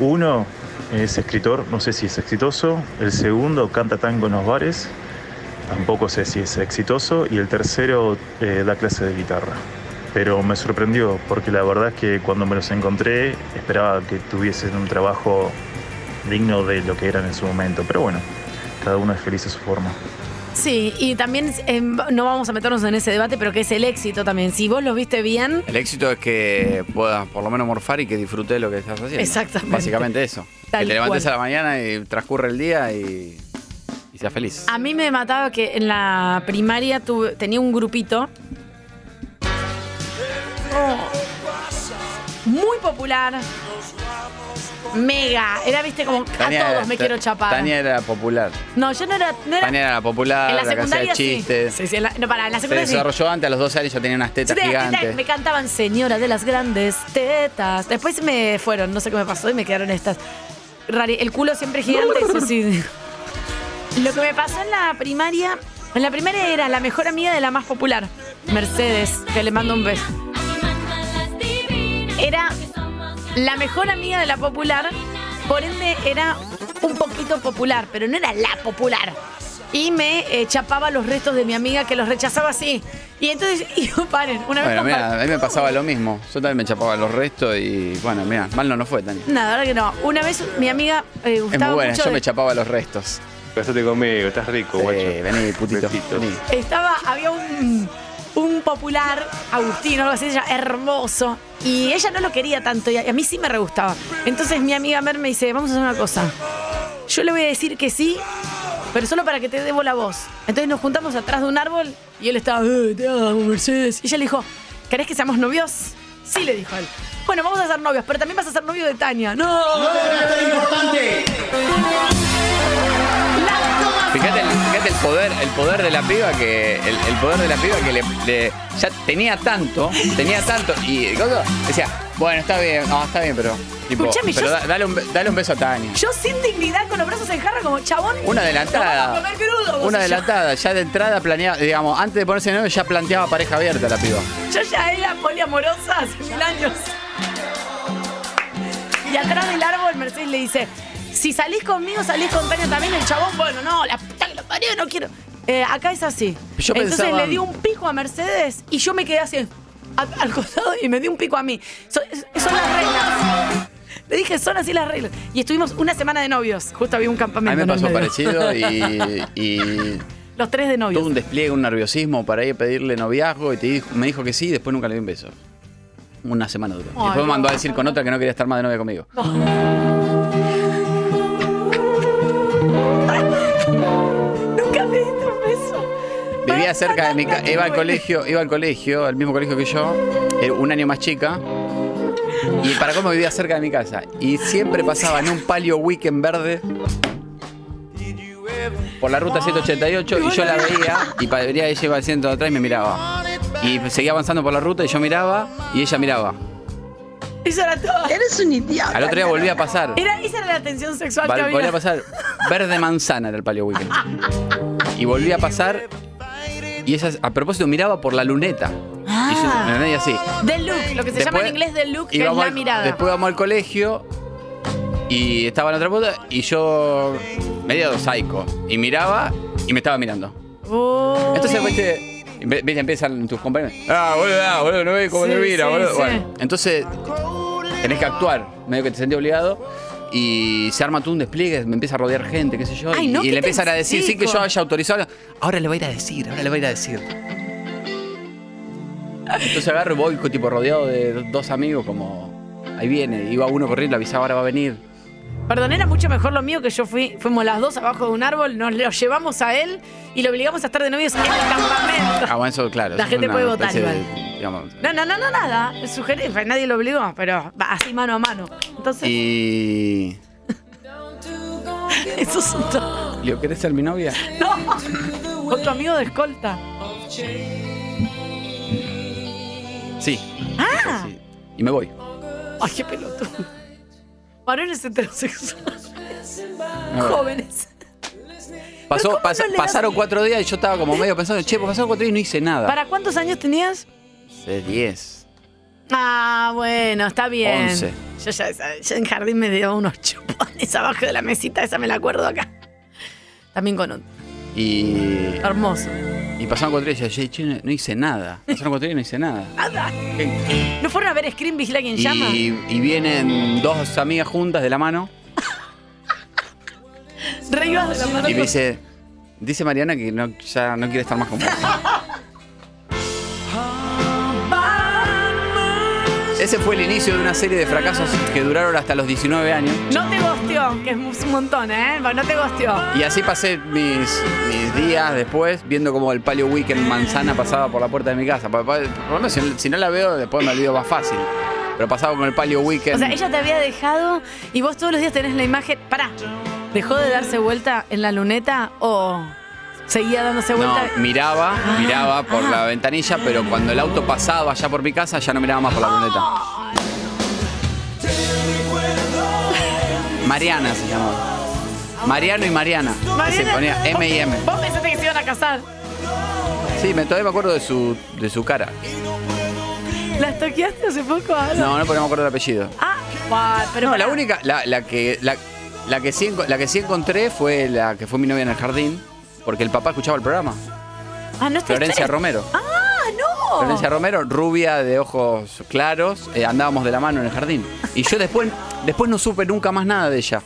Uno es escritor, no sé si es exitoso. El segundo canta tango en los bares, tampoco sé si es exitoso. Y el tercero eh, da clase de guitarra. Pero me sorprendió porque la verdad es que cuando me los encontré esperaba que tuviesen un trabajo digno de lo que eran en su momento. Pero bueno, cada uno es feliz a su forma.
Sí, y también eh, no vamos a meternos en ese debate, pero que es el éxito también. Si vos los viste bien,
El éxito es que puedas por lo menos morfar y que disfrutes de lo que estás haciendo.
Exactamente.
Básicamente eso.
Tal
que te levantes
cual.
a la mañana y transcurre el día y, y seas feliz.
A mí me mataba que en la primaria tuve- tenía un grupito. Oh. muy popular. Mega. Era, viste, como a todos me
Ta-
quiero chapar.
Tania era popular.
No, yo no era. No era
Tania era popular,
En la
la, que hacía
secundaria sí.
chistes.
Sí, sí, en la- no, para, en la
Se
secundaria sí.
desarrolló antes, a los 12 años ya tenía unas
Yo
tetas
tenía tetas,
gigantes.
me cantaban señora de las grandes tetas. Después me fueron, no sé qué me pasó y me quedaron estas. Rari- el culo siempre gigante, eso sí. Lo que me pasó en la primaria, en la primaria era la mejor amiga de la más popular, Mercedes, que le mando un beso. Era la mejor amiga de la popular, por ende era un poquito popular, pero no era la popular. y me eh, chapaba los restos de mi amiga que los rechazaba así. Y entonces, *laughs* y, paren, una vez
Bueno,
compartí-
mira, a mí me pasaba lo mismo. Yo también me chapaba los restos y bueno, mira, mal no nos fue, Tania.
No, la verdad que no. Una vez mi amiga eh,
Es muy
gustaba
buena,
mucho.
yo
de-
me chapaba los restos. Eh,
Casate conmigo, estás rico, guacho.
vení, putito. Vení.
Estaba, había un, un popular, Agustino, algo así, ella, hermoso. Y ella no lo quería tanto y a, a mí sí me re gustaba. Entonces mi amiga Mer me dice, vamos a hacer una cosa. Yo le voy a decir que sí, pero solo para que te debo la voz. Entonces nos juntamos atrás de un árbol y él estaba, "Eh, te amo, Mercedes. Y ella le dijo, ¿querés que seamos novios? Sí, le dijo él. Bueno, vamos a ser novios, pero también vas a ser novio de Tania. ¡No! ¡No
debería ser importante!
Fíjate, el- fíjate el poder, el poder de la piba que. El, el poder de la piba que le, le- ya tenía tanto, tenía tanto. Y cosa, decía, bueno, está bien, no, está bien, pero. Tipo,
Escuchame,
pero
yo-
da- dale, un, be- dale un beso a Tania.
Yo sin dignidad, con los brazos en jarra, como chabón.
Una adelantada.
nos vamos a comer crudo, vos
Una
y yo.
adelantada, ya de entrada planeaba, digamos, antes de ponerse de novio ya planteaba pareja abierta la piba.
Yo ya era poliamorosa hace mil años. Y atrás del árbol Mercedes le dice, si salís conmigo, salís con Tania también. El chabón, bueno, no, la puta que lo parió, no quiero. Eh, acá es así.
Yo
Entonces
pensaba-
le di un pico a Mercedes y yo me quedé así, a- al costado y me di un pico a mí. So- son las reglas. Le dije, son así las reglas. Y estuvimos una semana de novios. Justo había un campamento.
A mí me
en el
pasó
medio.
parecido
*laughs*
y, y
Los tres de novios.
todo un despliegue, un nerviosismo para ir a pedirle noviazgo y te dijo- me dijo que sí y después nunca le di un beso. Una semana duró.
Ay,
después me mandó a
no,
decir con otra que no quería estar más de novia conmigo.
Nunca me diste un beso.
Vivía cerca de
*laughs*
mi casa, iba al colegio, iba al colegio, al mismo colegio que yo, era un año más chica. Y para cómo vivía cerca de mi casa. Y siempre pasaba en un palio weekend verde por la ruta 188 y yo la veía y vería ella iba al centro de atrás y me miraba. Y seguía avanzando por la ruta y yo miraba y ella miraba.
Eso era todo. Eres un idiota.
Al otro día volví a pasar.
Era, esa era la tensión sexual que
Val-
había.
volví a pasar verde manzana era el palio weekend. Y volví a pasar y ella a propósito miraba por la luneta. Y yo, la luneta y así.
Del look, lo que Ah. se llama en inglés del look,
Y
que es
vamos
la
al-
mirada.
Después vamos al colegio y estaba en otra puta y yo medio psycho y miraba y me estaba mirando.
Oh.
Entonces, viste, ve- viste, empiezan tus compañeros. Ah, boludo, ah, boludo, no ves cómo
Sí,
te mira,
sí,
boludo.
sí.
Bueno, entonces tenés que actuar, medio que te sentís obligado. Y se arma tú un despliegue, me empieza a rodear gente, qué sé yo.
Ay,
y
no,
y
qué
le empiezan a decir, sí que yo
tensico.
haya autorizado. Ahora le voy a ir a decir, ahora le voy a ir a decir. Entonces agarro y voy tipo rodeado de do- dos amigos, como ahí viene, iba uno corriendo, avisaba ahora va a venir.
Perdón, era mucho mejor lo mío que yo fui. Fuimos las dos abajo de un árbol, nos lo llevamos a él y lo obligamos a estar de novios en el campamento.
Ah, bueno, eso claro.
La
eso
gente
fue una
puede votar
especie de, digamos,
No, no, no, no, nada. Es sugerencia, nadie lo obligó, pero va, así mano a mano. Entonces,
y.
*laughs* eso es un to-
Leo, ¿querés ser mi novia?
¡No! Con tu amigo de escolta.
Sí.
¡Ah!
Y me voy.
¡Ay, qué pelotudo! Varones heterosexuales. Ah.
Me voy.
Jóvenes.
Pasó- pasa-
le das-
pasaron cuatro días y yo estaba como medio pensando, che, pues pasaron cuatro días y no hice nada.
¿Para cuántos años tenías?
Hace diez.
Ah, bueno, está bien.
Once.
Yo ya, esa- yo en jardín me dio unos chupones *laughs* abajo de la mesita, esa me la acuerdo acá. También con un
Y.
hermoso.
Y pasaron cuatro días y yo, che, no, no hice nada. Pasaron cuatro días y no hice nada.
Nada. ¿No fueron a ver Scream Vigila quien Ah, llama?
Y, y vienen dos amigas juntas de la mano
Reivas de la mano.
y me dice, dice Mariana que no, ya no quiere estar más con vos. Ese fue el inicio de una serie de fracasos que duraron hasta los 19 años.
No te gosteó, que es un montón, ¿eh? No te gosteó.
Y así pasé mis, mis días después viendo como el palio weekend manzana pasaba por la puerta de mi casa. Pa- pa- Por lo menos si, si no la veo, después me olvido más fácil. Pero pasaba con el palio weekend.
O sea, ella te había dejado y vos todos los días tenés la imagen. Pará, ¿dejó de darse vuelta en la luneta o seguía dándose
no,
vuelta? Ah,
miraba, miraba por la ventanilla, pero cuando el auto pasaba ya por mi casa, ya no miraba más por la luneta. Mariana se llamaba. Mariano y Mariana.
Mariana,
se ponía M y M.
Vos pensaste que se iban a casar.
Sí, me, todavía me acuerdo de su, de su cara.
¿Las toqueaste hace poco? Alan?
No, no, porque no me acuerdo del apellido.
Ah, guau, pero
No,
pará.
la única, la, la que, la, la que sí, enco- la que sí encontré fue la que fue mi novia en el jardín. Porque el papá escuchaba el programa.
Ah, no estoy
Florencia
estre-
Romero.
¡Ah, no!
Florencia Romero, rubia de ojos claros, eh, andábamos de la mano en el jardín. Y yo después, después no supe nunca más nada de ella.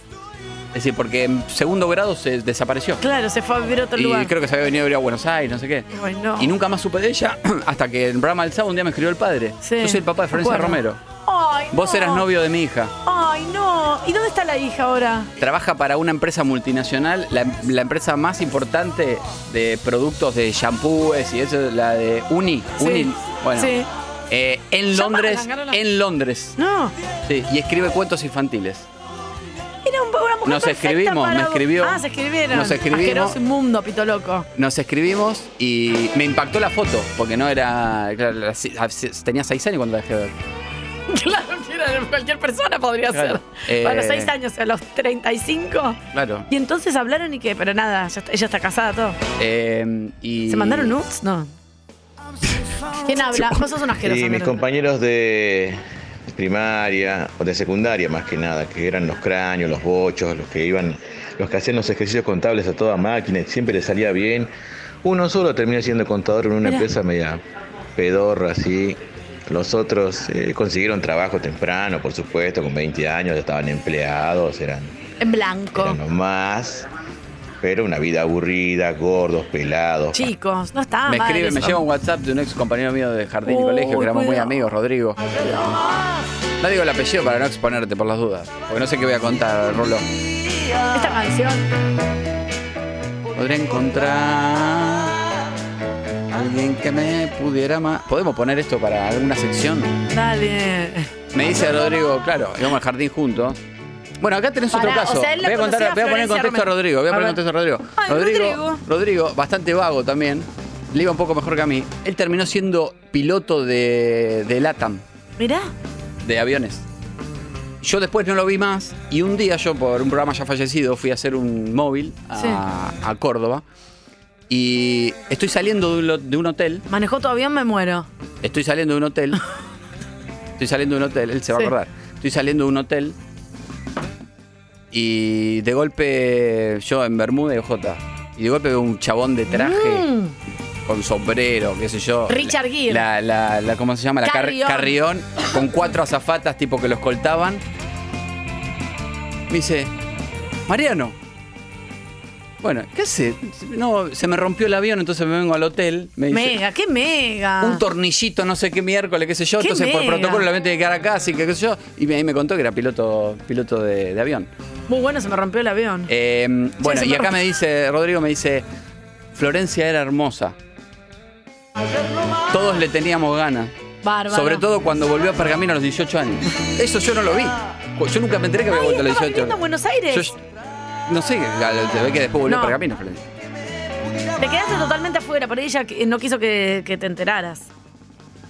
Es decir, porque en segundo grado se desapareció.
Claro, se fue a vivir a otro
y
lugar.
creo que se había venido a vivir a Buenos Aires, no sé qué.
Ay, no.
Y nunca más supe de ella *clears throat* hasta que en el programa del sábado un día me escribió el padre.
Sí.
Yo soy el papá de Florencia
Bueno.
Romero.
Ay,
Vos
no.
eras novio de mi hija.
Ay, no. ¿Y dónde está la hija ahora?
Trabaja para una empresa multinacional, la, la empresa más importante de productos de shampoos y eso, la de Uni.
Sí.
Uni bueno,
Sí.
eh, en
Llamala,
Londres,
Carola.
en Londres.
No.
Sí, y escribe cuentos infantiles.
Era un, una mujer
Nos
perfecta
escribimos,
para-
me escribió.
Ah, se escribieron.
Nos escribimos.
Asqueroso inmundo, pito loco. *laughs*
Nos escribimos y me impactó la foto, porque no era. claro, la- Tenía seis años cuando la dejé de ver.
Claro, que era cualquier persona podría
Claro.
ser. A los
Eh.
6 años, a los 35.
Claro.
Y entonces hablaron y qué, pero nada, ya está- ella está casada, todo.
Eh, y...
¿Se mandaron nudes? No. ¿Quién habla? Vos sos un asqueroso.
Y mis
Andrés.
compañeros de primaria o de secundaria más que nada, que eran los cráneos, los bochos, los que iban, los que hacían los ejercicios contables a toda máquina, y siempre les salía bien. Uno solo terminó siendo contador en una
Mirá.
empresa media pedorra así. Los otros eh, consiguieron trabajo temprano, por supuesto, con 20 años, ya estaban empleados, eran
En blanco.
eran los más, pero una vida aburrida, gordos, pelados,
Chicos, no está
Me
mal
escribe, me
Ah, eso.
lleva un WhatsApp de un ex compañero mío de jardín
Uy,
y colegio, que éramos muy
cuidado.
amigos, Rodrigo. No digo el apellido para no exponerte por las dudas, porque no sé qué voy a contar, Rulo.
Esta canción.
Podría encontrar alguien que me pudiera más. ¿Podemos poner esto para alguna sección?
Dale.
Me dice Rodrigo, claro, íbamos al jardín juntos. Bueno, acá tenés otro
Pará, o
caso.
sea, él la
voy, a contar-
conocía a
voy a poner en
Florencia
contexto a
Romero.
Rodrigo. Voy a
A
poner en
ver.
contexto a Rodrigo.
Ay, Rodrigo.
Rodrigo, bastante vago también. Le iba un poco mejor que a mí. Él terminó siendo piloto de, de LATAM,
Mirá.
de aviones. Yo después no lo vi más y un día yo por un programa ya fallecido fui a hacer un móvil a,
Sí.
a Córdoba y estoy saliendo de un lo- de un hotel
Manejó tu avión, me muero.
Estoy saliendo de un hotel.
*laughs*
Estoy saliendo de un hotel, él se va
Sí.
a acordar. Estoy saliendo de un hotel. Y de golpe, yo en Bermuda y Ojota. Y de golpe veo un chabón de traje
Mm.
con sombrero, qué sé yo.
Richard
La-
Gere.
La, la- la- ¿Cómo se llama? La car-
Carrión.
carrión. Con cuatro azafatas tipo que lo escoltaban. Me dice, Mariano. Bueno, ¿qué hace? No, se me rompió el avión, entonces me vengo al hotel. Me dice,
Mega, qué mega.
un tornillito, no sé qué miércoles, qué sé yo.
Ah. ¡Qué
Entonces, por
mega!
protocolo, la mente de quedar acá, así que qué sé yo. Y me- ahí me contó que era piloto, piloto de, de avión.
Muy bueno, se me rompió el avión.
Eh, bueno,
se
y
me
acá
rompió.
me dice, Rodrigo me dice, Florencia era hermosa. Todos le teníamos ganas.
Bárbaro.
Sobre todo cuando volvió a Pergamino a los 18 años. Eso yo no lo vi. Yo nunca me enteré que había
Ay,
vuelto a los
estaba
18
viviendo en
años.
Buenos Aires.
Yo- No sé, se ve que después volvió
No.
a Pergamino, Florencia.
Te quedaste totalmente afuera, por ella que- no quiso que, que te enteraras.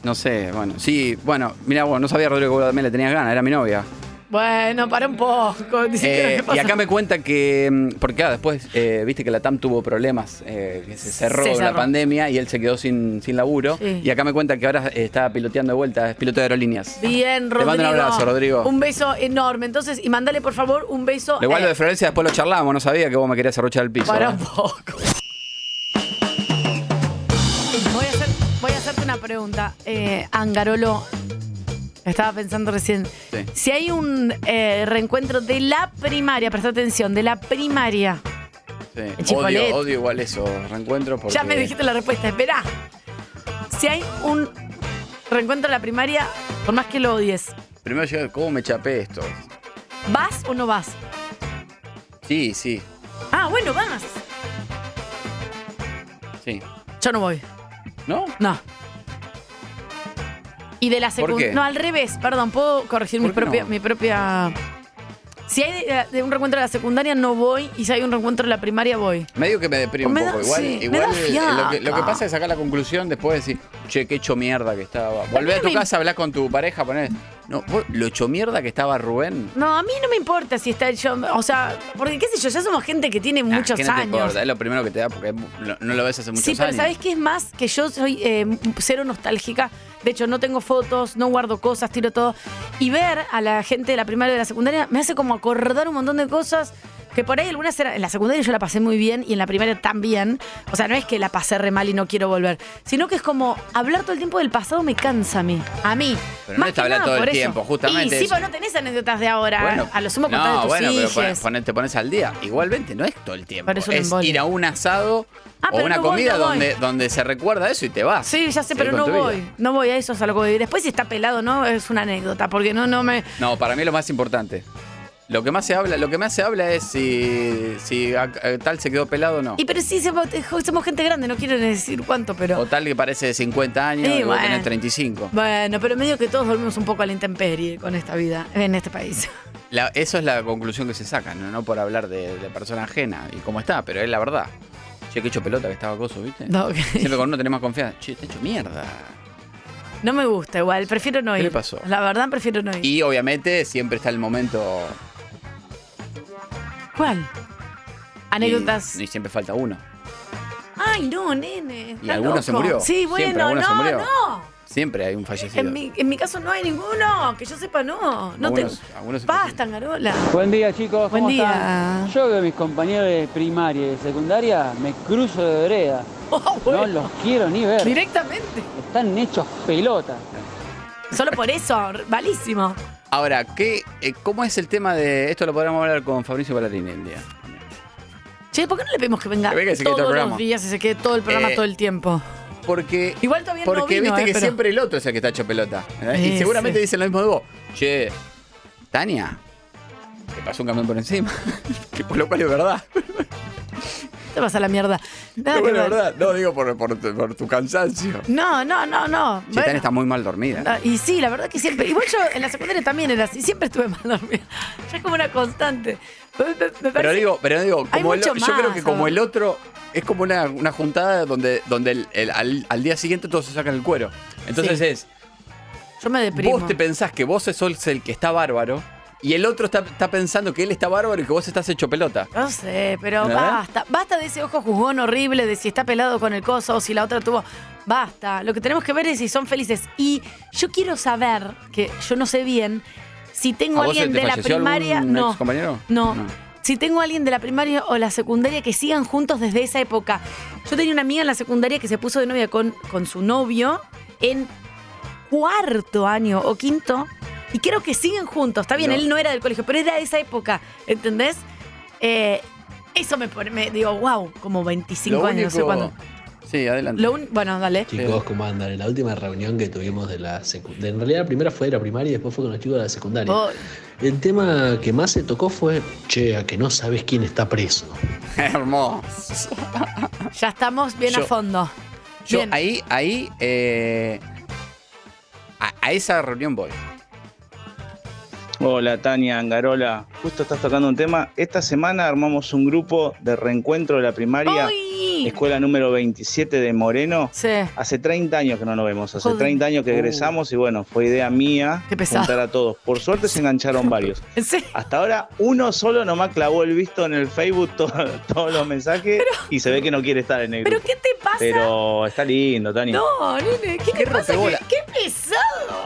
No sé, bueno. Sí, bueno, mira, bueno, no sabía Rodrigo que vos también le tenías ganas, era mi novia.
Bueno, para un poco. *laughs* Ni siquiera
Eh,
me
y
pasa.
acá me cuenta que, mm, porque claro, después eh, viste que la TAM tuvo problemas, eh, que se cerró
Se
con la
cerró.
pandemia y él se quedó sin, sin laburo.
Sí.
Y acá me cuenta que ahora eh, está piloteando de vuelta, es piloto de aerolíneas.
Bien, Rodrigo.
mando un abrazo, Rodrigo.
Un beso enorme. Entonces, y mandale, por favor, un beso.
Lo igual
eh,
lo de Florencia después lo charlamos, no sabía que vos me querías arrochar el piso.
Para
¿eh?
un poco. Voy a, hacer- voy a hacerte una pregunta. Eh, Angarolo, estaba pensando recién.
Sí.
Si hay un eh, reencuentro de la primaria, presta atención, de la primaria.
Sí.
Chicolet.
Odio, odio igual eso, reencuentro. Porque...
Ya me dijiste la respuesta, esperá. Si hay un reencuentro de la primaria, por más que lo odies,
Primero yo, ¿cómo me chapé esto?
¿vas o no vas?
Sí, sí,
Ah, bueno, vas.
sí.
Yo no voy.
¿No?
No. Y de la
¿Por qué?
secundaria. No, al revés, perdón, puedo corregir mi
¿Por qué
propia,
no?
mi propia. Si hay de, de un reencuentro de la secundaria, no voy. Y si hay un reencuentro de la primaria, voy.
Medio que me deprime
Me
un
da-
poco. Igual,
sí, me
igual
da
eh, lo, que, lo que
fiaca.
pasa es sacar la conclusión después de decir, che, qué hecho mierda que estaba. Volvé a tu
me-
casa, hablás con tu pareja, ponés. No, vos, lo hecho mierda que estaba Rubén.
No, a mí no me importa si está yo. O sea, porque qué sé yo, ya somos gente que tiene muchos
Ah, ¿Qué no te
años.
importa? Es lo primero que te da porque no, no lo ves hace muchos
sí, pero
años.
¿sabes qué es más? Que yo soy eh, cero nostálgica. De hecho, no tengo fotos, no guardo cosas, tiro todo. Y ver a la gente de la primaria y de la secundaria me hace como acordar un montón de cosas que Que por ahí algunas eran. En la secundaria yo la pasé muy bien y en la primaria también. O sea, no es que la pasé re mal y no quiero volver. Sino que es como hablar todo el tiempo del pasado me cansa a mí. A mí.
Pero no
Más
está
que nada
hablando todo el
por eso.
tiempo, justamente.
Y sí,
eso.
pero no tenés anécdotas de ahora.
Bueno,
a lo sumo contás de
No,
tus
bueno, pero pon-
hijes.
ponen- te pones al día. Igualmente, no es todo el tiempo.
Pero es un
es
embole.
ir a un asado
Ah,
o
pero
una
no voy,
comida
no voy.
donde, donde se recuerda eso y te vas.
Sí, ya sé,
Seguí
pero
con
no
tu vida.
voy. No voy a eso, es a lo que voy. Después si está pelado, no, es una anécdota, porque no, no me.
No, para mí es lo más importante. Lo que más se habla, lo que más se habla es si, si a- a- tal se quedó pelado o no.
Y pero sí, somos, eh, somos gente grande, no quiero decir cuánto, pero.
O tal que parece de 50 años
Sí,
y vos
bueno.
tenés 35.
Bueno, pero medio que todos dormimos un poco a la intemperie con esta vida en este país. *laughs*
La- eso es la conclusión que se saca, no, No por hablar de, de persona ajena y cómo está, pero es la verdad. Che, que hecho pelota que estaba coso, ¿viste?
No, ok.
Siempre con uno tenés más confianza. Che, te hecho mierda.
No me gusta igual, prefiero no
¿Qué
ir.
le pasó?
La verdad, prefiero no ir.
Y obviamente siempre está el momento.
¿Cuál? Anécdotas.
Y, y siempre falta uno.
Ay, no, nene.
Y
está
alguno
loco.
se murió.
Sí, bueno,
Siempre alguno
no,
se murió.
no.
Siempre hay un fallecido.
En mi, en mi caso no hay ninguno, que yo sepa, no. No te...
Algunos- algunos-
Basta, Garola. *laughs*
Buen día chicos, ¿cómo
Buen día.
están? Yo veo a mis compañeros de primaria y de secundaria, me cruzo de vereda. No los quiero ni ver.
Oh, Directamente.
Están hechos pelota.
Solo por eso, malísimo.
Ahora, ¿qué, eh, ¿cómo es el tema de esto? Lo podríamos hablar con Fabricio Ballarini el día.
Che, ¿por qué no le pedimos que venga
Que venga y se quede todo el
todos
programa.
los días y se quede todo el programa
Eh,
todo el tiempo?
Porque.
Igual todavía no
Porque
vino,
viste
eh,
que
pero-
siempre el otro es el que está hecho pelota. ¿verdad?
Sí,
Y seguramente
sí.
dicen lo mismo de vos. Che, Tania, te pasó un camión por
*laughs*
encima. que por lo cual es verdad.
Te vas a la mierda. Nada
Lo
que
cual
ver.
es verdad. No, digo por, por tu- por tu cansancio.
No, no, no, no.
Che, Tania
Bueno,
está muy mal dormida.
ah, y sí, la verdad que siempre. Igual yo en la secundaria también era así, siempre estuve mal dormida. *laughs* Ya es como una constante. Me- me- me
Pero
parece-
digo, pero digo,
Hay
como el-
mucho
yo creo
más,
que como
¿sabes?
el otro es como una, una juntada donde, donde el- el- al, al día siguiente todos se sacan el cuero. Entonces
Sí.
es,
Yo me deprimo.
vos te pensás que vos sos el que está bárbaro y el otro está, está pensando que él está bárbaro y que vos estás hecho pelota.
No sé, pero
¿Eh?
basta. Basta de ese ojo juzgón horrible de si está pelado con el coso o si la otra tuvo. Basta. Lo que tenemos que ver es si son felices. Y yo quiero saber, que yo no sé bien, si tengo
¿A vos
alguien
te
de la
falleció
primaria.
algún
No.
excompañero?
No.
No.
Si tengo alguien de la primaria o la secundaria que sigan juntos desde esa época. Yo tenía una amiga en la secundaria que se puso de novia con, con su novio en cuarto año o quinto. Y creo que siguen juntos. Está bien,
No.
él no era del colegio, pero era de esa época. ¿Entendés? Eh, eso me pone, me digo, wow, como 25
Lo
años, no sé
único-
cuándo.
Sí, adelante.
Lo un- bueno, dale.
Chicos, ¿cómo andan? En la última reunión que tuvimos de la secundaria, en realidad la primera fue de la primaria y después fue con los chicos de la secundaria.
Oh.
El tema que más se tocó fue, che, a que no sabes quién está preso.
*laughs* Hermoso.
Ya estamos bien
Yo-
a fondo.
Yo
Bien.
ahí, ahí, eh, a, a esa reunión voy.
Hola Tania Angarola, justo estás tocando un tema. Esta semana armamos un grupo de reencuentro de la primaria, escuela número 27 de Moreno. Hace 30 años que no nos vemos, hace
Joder. Oh.
30 años que egresamos y bueno, fue idea mía
pesado.
juntar a todos. Por suerte se engancharon varios. Hasta ahora uno solo nomás clavó el visto en el Facebook to- *laughs* todos los mensajes y se ve que no quiere estar en el
¿Pero
grupo.
qué te pasa?
Pero está lindo, Tania.
No, nene, ¿qué te pasa? ¿Qué,
rompebola.
qué pesado.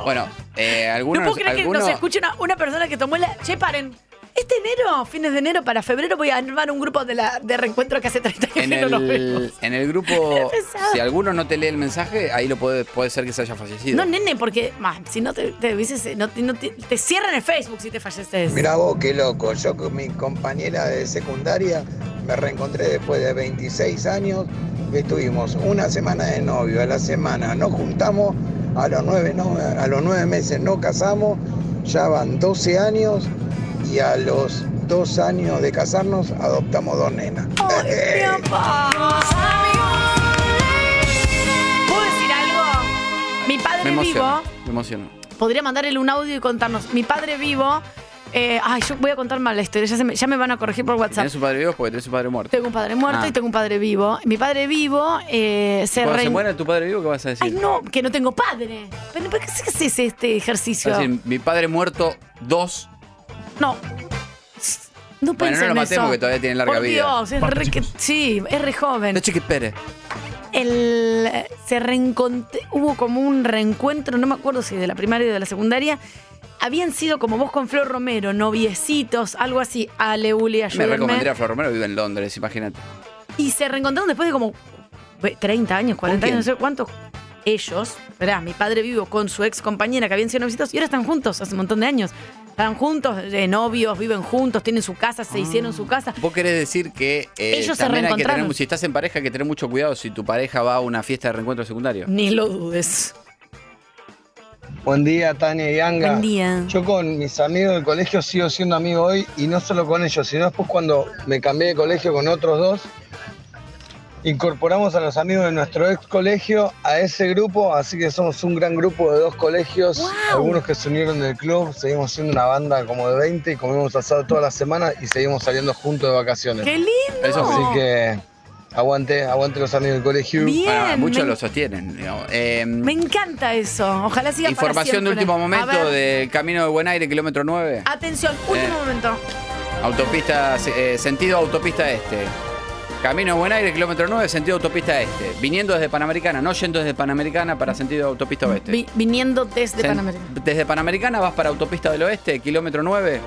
Bueno, eh,
No
algunos,
puedo creer que
algunos-
nos escuche una, una persona que tomó la. Che, paren. Este enero, fines de enero para febrero, voy a armar un grupo de, la, de reencuentro que hace 30 años
en
que no nos vemos.
el, en el grupo,
*laughs* Qué pesado.
si alguno no te lee el mensaje, ahí lo puede, puede ser que se haya fallecido.
No, nene, porque más, si no te, te hubieses- no, te- no te, te cierran el Facebook si te falleces.
Mirá vos, qué loco. Yo con mi compañera de secundaria me reencontré después de 26 años. Estuvimos una semana de novio, a la semana nos juntamos, a los nueve, no- a los nueve meses nos casamos, ya van 12 años y a los dos años de casarnos adoptamos dos nenas.
¿Puedo decir algo? Mi padre
me emociono,
vivo
me emociono.
podría mandarle un audio y contarnos. Mi padre vivo. eh, ay, yo voy a contar mal la historia. Ya, se me- ya me van a corregir por WhatsApp.
¿Tenés un padre vivo? Porque tenés un padre muerto.
Tengo un padre muerto
Ah.
y tengo un padre vivo. Mi padre vivo eh, se
Cuando se
reen-
muera tu padre vivo, ¿qué vas a decir?
Ay, no, que no tengo padre. Pero ¿por qué haces este ejercicio?
Vas a decir, mi padre muerto, dos.
No. No
Bueno, no
piensen
lo
en
matemos
eso.
que todavía tiene larga
Por
vida.
Dios, es
Basta,
re, que- sí, es re joven.
No chiqui Pérez.
El, se reencontró, hubo como un reencuentro, no me acuerdo si de la primaria o de la secundaria, habían sido como vos con Flor Romero, noviecitos, algo así. Ale, Uli,
Me
ayúdenme.
recomendaría a Flor Romero, vive en Londres, imagínate.
Y se reencontraron después de como ve- 30 años, 40 años, no sé cuántos. Ellos, verás, mi padre vivo con su ex compañera que habían sido novios y ahora están juntos hace un montón de años. Están juntos, de novios, viven juntos, tienen su casa,
Ah.
se hicieron su casa.
Vos querés decir que eh,
Ellos se
también hay que tener,
reencontraron.
mu- si estás en pareja, hay que tener mucho cuidado si tu pareja va a una fiesta de reencuentro secundario.
Ni lo dudes.
Buen día, Tania y Anga.
Buen día.
Yo con mis amigos del colegio sigo siendo amigo hoy y no solo con ellos, sino después cuando me cambié de colegio con otros dos, incorporamos a los amigos de nuestro ex colegio a ese grupo, así que somos un gran grupo de dos colegios, algunos que se unieron del club, seguimos siendo una banda como de 20 y comemos asado toda la semana y seguimos saliendo juntos de vacaciones.
¡Qué lindo! Eso sí.
Así que aguante, aguante los amigos del colegio.
Bien, Bueno, muchos me-
lo sostienen. Eh,
Me encanta eso. Ojalá siga para
Información de
siempre.
último
A
momento
ver,
del Camino de Buen Aire, kilómetro 9.
Atención, último
Eh.
momento.
Autopista, eh, sentido autopista este. Camino de Buen Aire, kilómetro 9, sentido autopista este. Viniendo desde Panamericana, no yendo desde Panamericana para sentido autopista oeste.
Vi- viniendo desde
Sen-
Panamericana.
Desde Panamericana vas para Autopista del Oeste, kilómetro 9.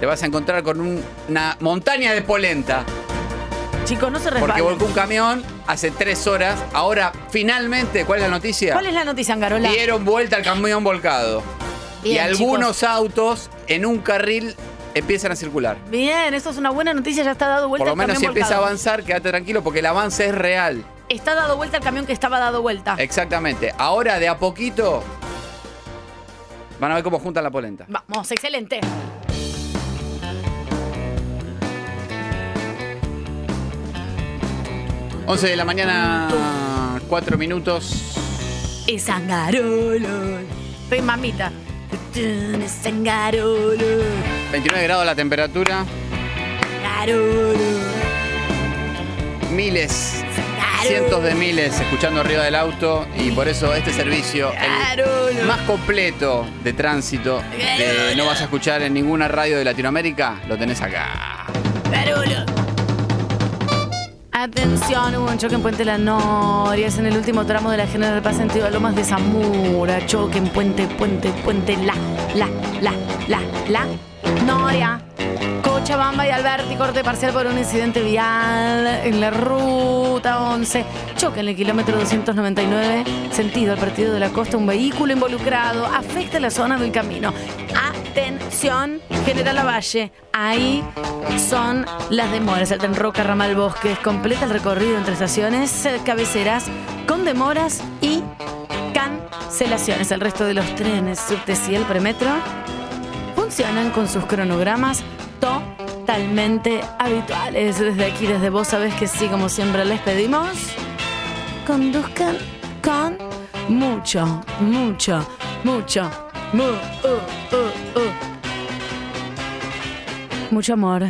Te vas a encontrar con un- una montaña de polenta.
*laughs* Chicos, no se
Porque
resbalen.
volcó un camión hace tres horas. Ahora, finalmente, ¿cuál es la noticia?
¿Cuál es la noticia, Angarola?
Dieron vuelta al camión volcado. y
Bien,
algunos autos en un carril empiezan a circular.
Bien, eso es una buena noticia, ya está dado vuelta
Por lo
el
menos
camión
si empieza a
volcado.
avanzar, quédate tranquilo porque el avance es real.
Está dado vuelta el camión que estaba dado vuelta.
Exactamente. Ahora, de a poquito, van a ver cómo juntan la polenta.
Vamos, excelente.
Once de la mañana, cuatro minutos.
Es Angarolo. Soy mamita. Tutun, Es Angarolo.
29 grados la temperatura. Miles, cientos de miles escuchando arriba del auto y por eso este servicio, el más completo de tránsito, que no vas a escuchar en ninguna radio de Latinoamérica, lo tenés acá.
Atención, hubo un choque en Puente La Noria. Es en el último tramo de la General Paz sentido a Lomas de Zamora. Choque en Puente, Puente, Puente La, La, La, La, La, Noria. Cochabamba y Alberti, corte parcial por un incidente vial en la ruta 11. Choque en el kilómetro 299, sentido al partido de la costa, un vehículo involucrado. Afecta la zona del camino. Atención, General Lavalle. Ahí son las demoras. El tren Roca Ramal Bosques completa el recorrido entre estaciones, eh, cabeceras, con demoras y cancelaciones. El resto de los trenes, subtes y el premetro funcionan con sus cronogramas totalmente habituales. Desde aquí, desde vos, sabés que sí, como siempre les pedimos, conduzcan con mucho, mucho, mucho, mu, uh, uh, uh. mucho amor.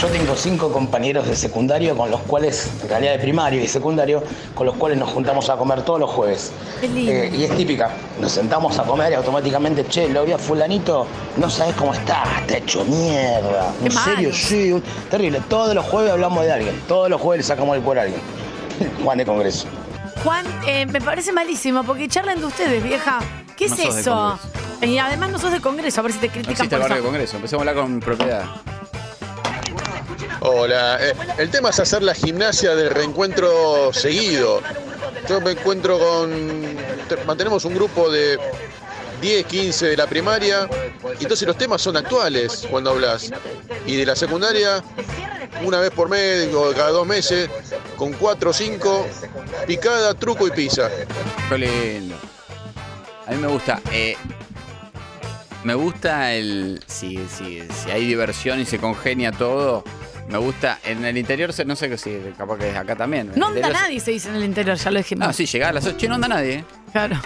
Yo tengo cinco compañeros de secundario con los cuales, en realidad de primario y secundario, con los cuales nos juntamos a comer todos los jueves.
Qué lindo.
Eh, y es típica, nos sentamos a comer y automáticamente, che, lo vi a fulanito, no sabes cómo está, está hecho mierda.
Qué
¿En serio?
mal.
Sí, un- terrible. Todos los jueves hablamos de alguien, todos los jueves le sacamos el cuero a alguien. *laughs* Juan de Congreso.
Juan, eh, me parece malísimo porque charlan de ustedes, vieja. ¿Qué
No sos
es
de
eso? Y además no sos de Congreso, a ver si te
No
critican
existe el
por
barrio de
eso.
Congreso, empecemos a hablar con propiedad.
Hola, eh, el tema es hacer la gimnasia del reencuentro seguido. Yo me encuentro con. te- Mantenemos un grupo de 10, 15 de la primaria. y Entonces los temas son actuales cuando hablas. Y de la secundaria, una vez por mes o cada dos meses, con 4 o 5, picada, truco y pizza.
Qué lindo. A mí me gusta. eh, me gusta el. Si, si, si hay diversión y se congenia todo. Me gusta. En el interior, se- no sé qué si capaz que acá también. en el
No anda
interior se-
nadie, se dice en el interior, ya lo dijimos.
No, Ah, sí, llegás a las 8 no anda nadie. eh.
Claro.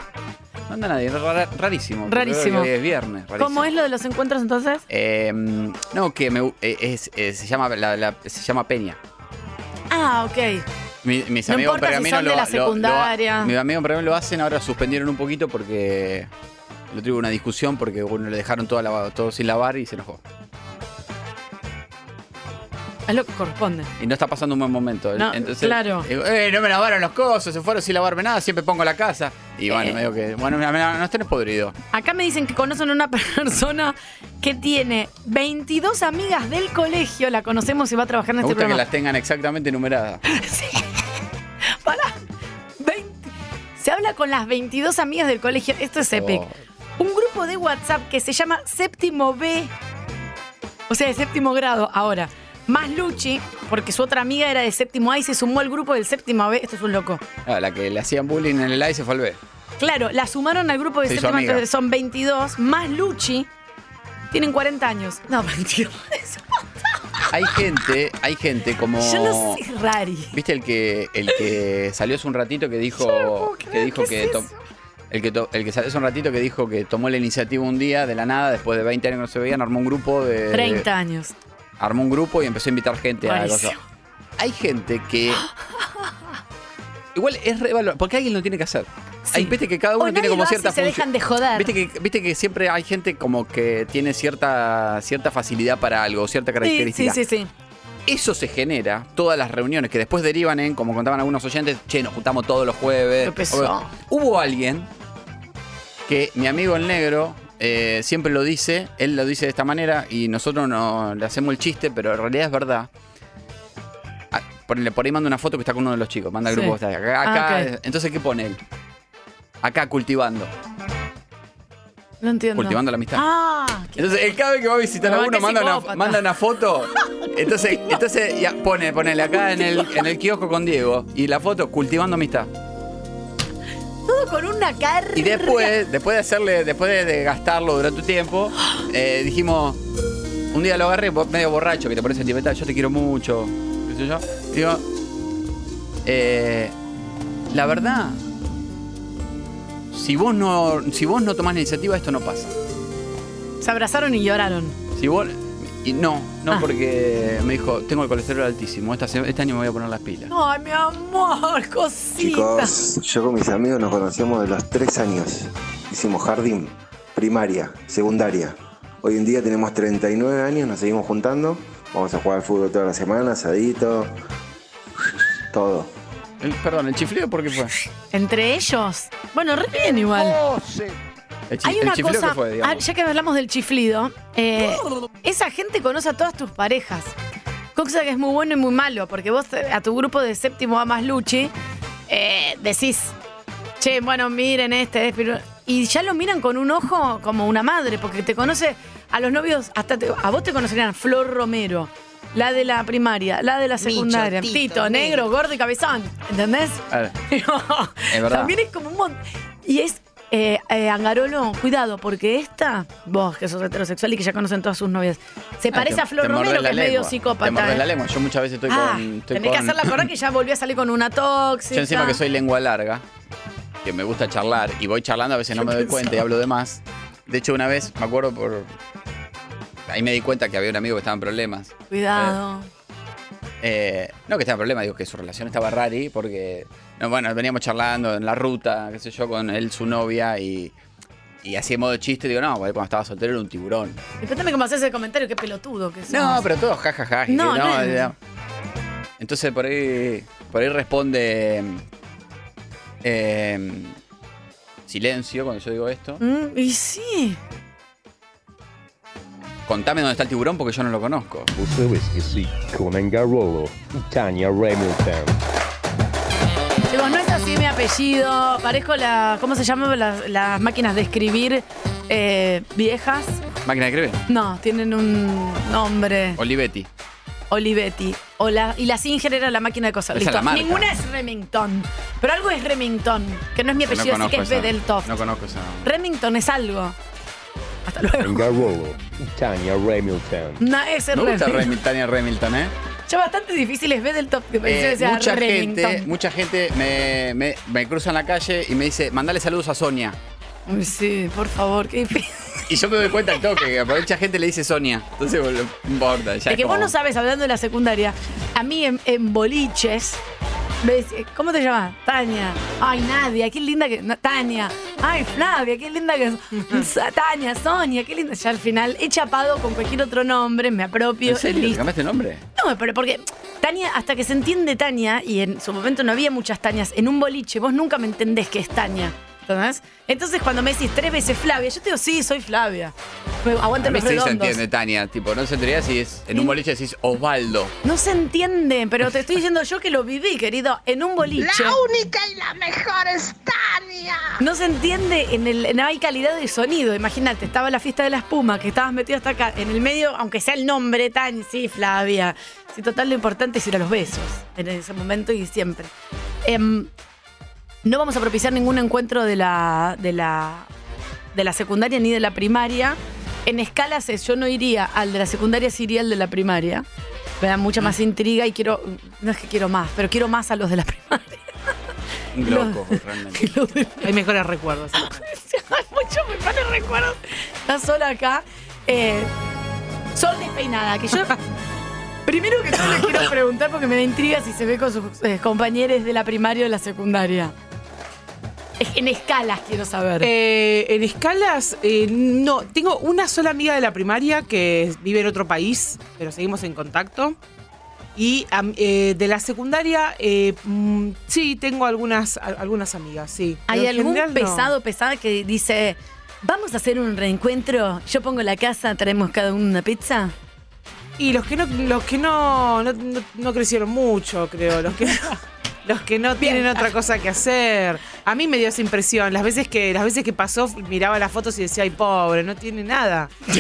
No anda nadie. ra- rarísimo.
Rarísimo.
Hoy es viernes. Rarísimo.
¿Cómo es lo de los encuentros entonces?
Eh, no, que me, eh, es- eh, se, llama, la- la- se llama Peña.
Ah, ok.
Mi- mis
No
amigos
importa si
pergaminos
son de la secundaria.
mis amigos pergaminos lo hacen, ahora suspendieron un poquito porque lo tuvo una discusión porque uno le dejaron toda la- todo sin lavar y se enojó.
Es lo que corresponde.
Y no está pasando un buen momento.
No,
Entonces,
claro.
digo, "Eh, no me lavaron los cosos, se fueron sin lavarme nada, siempre pongo la casa. Y bueno,
Eh.
medio que, bueno, mira, mira, no estén podrido.
Acá me dicen que conocen a una *laughs* persona que tiene 22 amigas del colegio, la conocemos y va a trabajar en
Me
este
gusta que
programa.
las tengan exactamente numeradas.
Se habla con las 22 amigas del colegio, esto
Oh.
es epic. Un grupo de WhatsApp que se llama Séptimo B, o sea, de séptimo grado ahora. Más Luchi, porque su otra amiga era de séptimo A y se sumó al grupo del séptimo B. Esto es un loco.
Ah, la que le hacían bullying en el A y se fue al B.
Claro, la sumaron al grupo de
Se hizo
séptimo,
amiga.
entonces son 22, más Luchi. Tienen 40 años. No, *laughs* 22.
Hay gente, hay gente como.
Yo no sé, Rari.
¿Viste el que el que salió hace un ratito que dijo que dijo
¿qué
que
es
to- el que to- el que salió hace un ratito que dijo que tomó la iniciativa un día de la nada después de 20 años que no se veían armó un grupo de
30 años.
armó un grupo y empezó a invitar gente a
Buenísimo.
cosas. Hay gente
*laughs*
que igual es revaluable porque alguien lo tiene que hacer. Hay, viste que cada
O
uno tiene
nadie lo
como
hace
cierta
y se
función.
dejan de joder.
Viste que, viste que siempre hay gente como que tiene cierta cierta facilidad para algo, cierta
Sí, sí,
característica.
sí, sí.
Eso se genera, todas las reuniones que después derivan en, como contaban algunos oyentes, che, nos juntamos todos los jueves.
Qué pesado.
Hubo alguien que mi amigo el negro eh, siempre lo dice, él lo dice de esta manera y nosotros no le hacemos el chiste, pero en realidad es verdad. Ah, ponele, por ahí manda una foto que está con uno de los chicos, manda el
Sí.
grupo que está acá.
Ah,
acá,
ok.
Entonces, ¿qué pone él? Acá cultivando.
No entiendo.
Cultivando la amistad.
Ah,
Entonces, él cada vez que va a visitar a
Pero
uno,
qué
manda una,
psicópata.
manda una foto. Entonces, entonces ya, pone, ponele acá en el, en el kiosco con Diego. Y la foto, cultivando amistad.
todo con una carga.
Y después, después de hacerle, después de, de gastarlo durante un tiempo, eh, dijimos, un día lo agarré bo- medio borracho, que te pones sentimental, yo te quiero mucho, qué sé yo. Digo, eh, la verdad, si vos no, si vos no tomás la iniciativa, esto no pasa.
Se abrazaron y lloraron.
Si vos. y no, no,
Ah.
porque me dijo, tengo el colesterol altísimo. esta se- este año me voy a poner las pilas.
Ay, mi amor, cosita.
Chicos, yo con mis amigos nos conocemos de los tres años. Hicimos jardín, primaria, secundaria. Hoy en día tenemos 39 años, nos seguimos juntando. Vamos a jugar al fútbol toda la semana, asadito, todo.
El- perdón, ¿el chiflido por qué fue?
Entre ellos. Bueno, re bien igual.
El, chi-
Hay
Oh. el
una
chiflido
cosa,
que fue,
ah,
digamos.
ya que hablamos del chiflido, eh, esa gente conoce a todas tus parejas. Cosa que es muy bueno y muy malo, porque vos eh, a tu grupo de séptimo A más Luchi eh, decís, che, bueno, miren este, este, pero-". y ya lo miran con un ojo como una madre, porque te conoce a los novios, hasta te- a vos te conocerían Flor Romero, la de la primaria, la de la
Micho,
secundaria,
Tito,
Tito, negro, gordo y cabezón, ¿entendés? *laughs*
A ver, es verdad.
También es como un montón. Y es, eh, eh, Angarolo, cuidado, porque esta, vos que sos heterosexual y que ya conocen todas sus novias, se
Ah,
parece
te-
a Flor
te mordés
Romero, que
la
es medio
lengua, Te
psicópata.
mordés la
eh.
lengua. Yo muchas veces estoy
Ah,
con. Estoy
tenés que
con-
hacerla acordar que ya volvió a salir con una tóxica.
Yo encima que soy lengua larga, que me gusta charlar y voy charlando, a veces no me doy cuenta y hablo de más. De hecho, una vez, me acuerdo por. Ahí me di cuenta que había un amigo que estaba en problemas.
Cuidado.
Eh, no que estaba en problemas, digo que su relación estaba rari porque. no, bueno, veníamos charlando en la ruta, qué sé yo, con él, su novia y. Y así en modo chiste, digo, no, cuando estaba soltero era un tiburón.
Depende cómo haces el comentario, qué pelotudo que sos.
No, pero todos jajaja. Ja, ja,
No,
que
no es-
era- Entonces por ahí, por ahí responde eh, silencio cuando yo digo esto.
Mm, y sí.
Contame dónde está el tiburón porque yo no lo conozco.
Ustedes que sí, con Engarolo y Tania Remington.
Digo, no es así mi apellido. Parezco la. ¿Cómo se llaman las, las máquinas de escribir eh, viejas?
Máquina de escribir.
No, tienen un nombre.
Olivetti.
Olivetti. O la- y la Singer era la máquina de cosas.
Esa es
Listo.
la marca.
Ninguna es Remington. Pero algo es Remington, que no es mi apellido, así que es
esa-
Bedeltoff.
No conozco esa.
Remington es algo.
Engarolo y Tania Remington.
No, ese es
Me gusta
Remington.
Remil- Tania Remilton, ¿eh?
Yo bastante difícil es Bedeltoff, que pensé
Eh,
que sea
mucha,
Remington.
gente, mucha gente me, me, me cruza en la calle y me dice, mandale saludos a Sonia.
Uy, Sí, por favor, qué difícil.
Y yo me doy cuenta al toque, que mucha gente le dice Sonia. Entonces, bueno, no importa. Ya
De
es
que vos
como-
no sabes, hablando de la secundaria, a mí en, en boliches, me decía, ¿cómo te llamas? Tania. Ay, Nadia, qué linda que. na- Tania. Ay, Flavia, qué linda que.
*laughs*
Sa- Tania, Sonia, qué linda. Ya al final he chapado con cualquier otro nombre, me apropio.
¿En serio?
y
¿Te
listo.
cambiaste el nombre?
No, pero porque Tania, hasta que se entiende Tania, y en su momento no había muchas Tanias, en un boliche vos nunca me entendés que es Tania. ¿Entendés? Entonces cuando me decís tres veces Flavia, yo te digo, sí, soy Flavia. Pero Aguante
A mí
los
sí se
redondos.
entiende, Tania. Tipo, no se entendería si es en un boliche decís Osvaldo.
No se entiende, pero te estoy diciendo yo que lo viví, querido, en un boliche.
La única y la mejor es Tania.
No se entiende, en el, no hay calidad de sonido. Imagínate, estaba la fiesta de la espuma, que estabas metido hasta acá, en el medio, aunque sea el nombre, Tani, sí, Flavia. Sí, total, lo importante es ir a los besos en ese momento y siempre. Em, no vamos a propiciar ningún encuentro de la, de la, de la secundaria ni de la primaria. En escalas es, yo no iría al de la secundaria, sí iría al de la primaria. Me da mucha más intriga y quiero, no es que quiero más, pero quiero más a los de la *laughs* primaria.
Un loco,
*laughs*
realmente.
Hay mejores recuerdos. Hay muchos mejores recuerdos. Estás sola acá. Eh, sol despeinada, que yo. *laughs* Primero que todo le quiero preguntar porque me da intriga si se ve con sus eh, compañeros de la primaria o de la secundaria. Es- En escalas quiero saber.
Eh, en escalas, eh, no. Tengo una sola amiga de la primaria que vive en otro país, pero seguimos en contacto. Y am- eh, de la secundaria, eh, mm, sí, tengo algunas, al- algunas amigas, sí. Pero
¿Hay
en
algún
general, no.
pesado pesada que dice, vamos a hacer un reencuentro? Yo pongo la casa, traemos cada uno una pizza.
Y los que no, los que no, no, no- no crecieron mucho, creo. Los que los que no tienen otra cosa que hacer. A mí me dio esa impresión. Las veces que, las veces que pasó, miraba las fotos y decía, ay, pobre, no tiene nada. *laughs*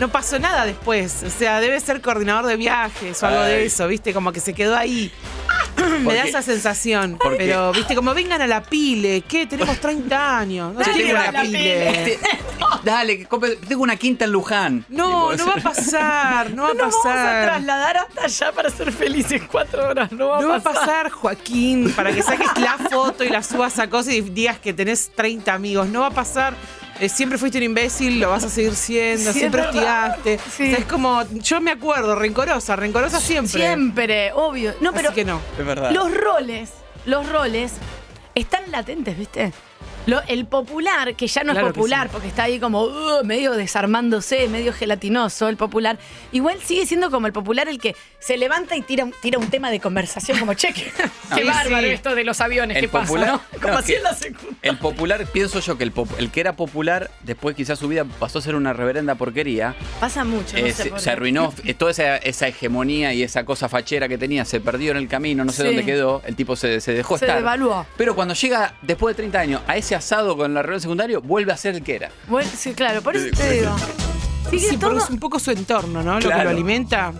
No, no pasó nada después. O sea, debe ser coordinador de viajes o algo
Ay.
de eso, viste, como que se quedó ahí. Me da
Porque-
esa sensación.
porque-
Pero, viste, como vengan a la pile, ¿qué? Tenemos 30 años. No
Yo
tienen
tengo
a
una Este- Dale, que compre- tengo una quinta en Luján.
No, no va
*laughs*
a
*laughs*
pasar, no va a pasar.
vamos a trasladar hasta allá para ser felices cuatro horas, no va
No va
a
a
pasar.
pasar, Joaquín, para que saques la foto y la subas a cosas y digas que tenés 30 amigos. No va a pasar. Eh, siempre fuiste un imbécil, lo vas a seguir siendo,
Sí, es
siempre
verdad.
hostigaste.
Sí.
O sea, es como, yo me acuerdo, rencorosa, rencorosa siempre.
Siempre, obvio. No, pero
Así que no.
Es verdad.
Los roles, los roles están latentes, ¿viste? Lo- el popular, que ya no
Claro
es
que
popular,
sí.
porque está ahí como uh, medio desarmándose, medio gelatinoso el popular, igual sigue siendo como el popular el que se levanta y tira un, tira un tema de conversación, como
*laughs*
cheque. qué
sí,
bárbaro
sí.
esto de los aviones,
El
qué pasa,
popular-
¿no?
no,
Como
es
así
que-
en la secundaria.
El popular, pienso yo que el, pop- el que era popular, después quizás su vida pasó a ser una reverenda porquería.
Pasa mucho, no
Eh,
sé
se,
por
se
qué.
arruinó eh, toda esa, esa hegemonía y esa cosa fachera que tenía, se perdió en el camino, no sé
Sí.
dónde quedó, el tipo se, se dejó
Se
estar.
devaluó.
Pero cuando llega después de 30 años a ese asado con la reunión secundario, vuelve a ser el que era.
Bueno, sí, claro, por eso te digo. Sigue
Sí,
todo-
porque es un poco su entorno, ¿no? Lo que
Claro.
lo alimenta.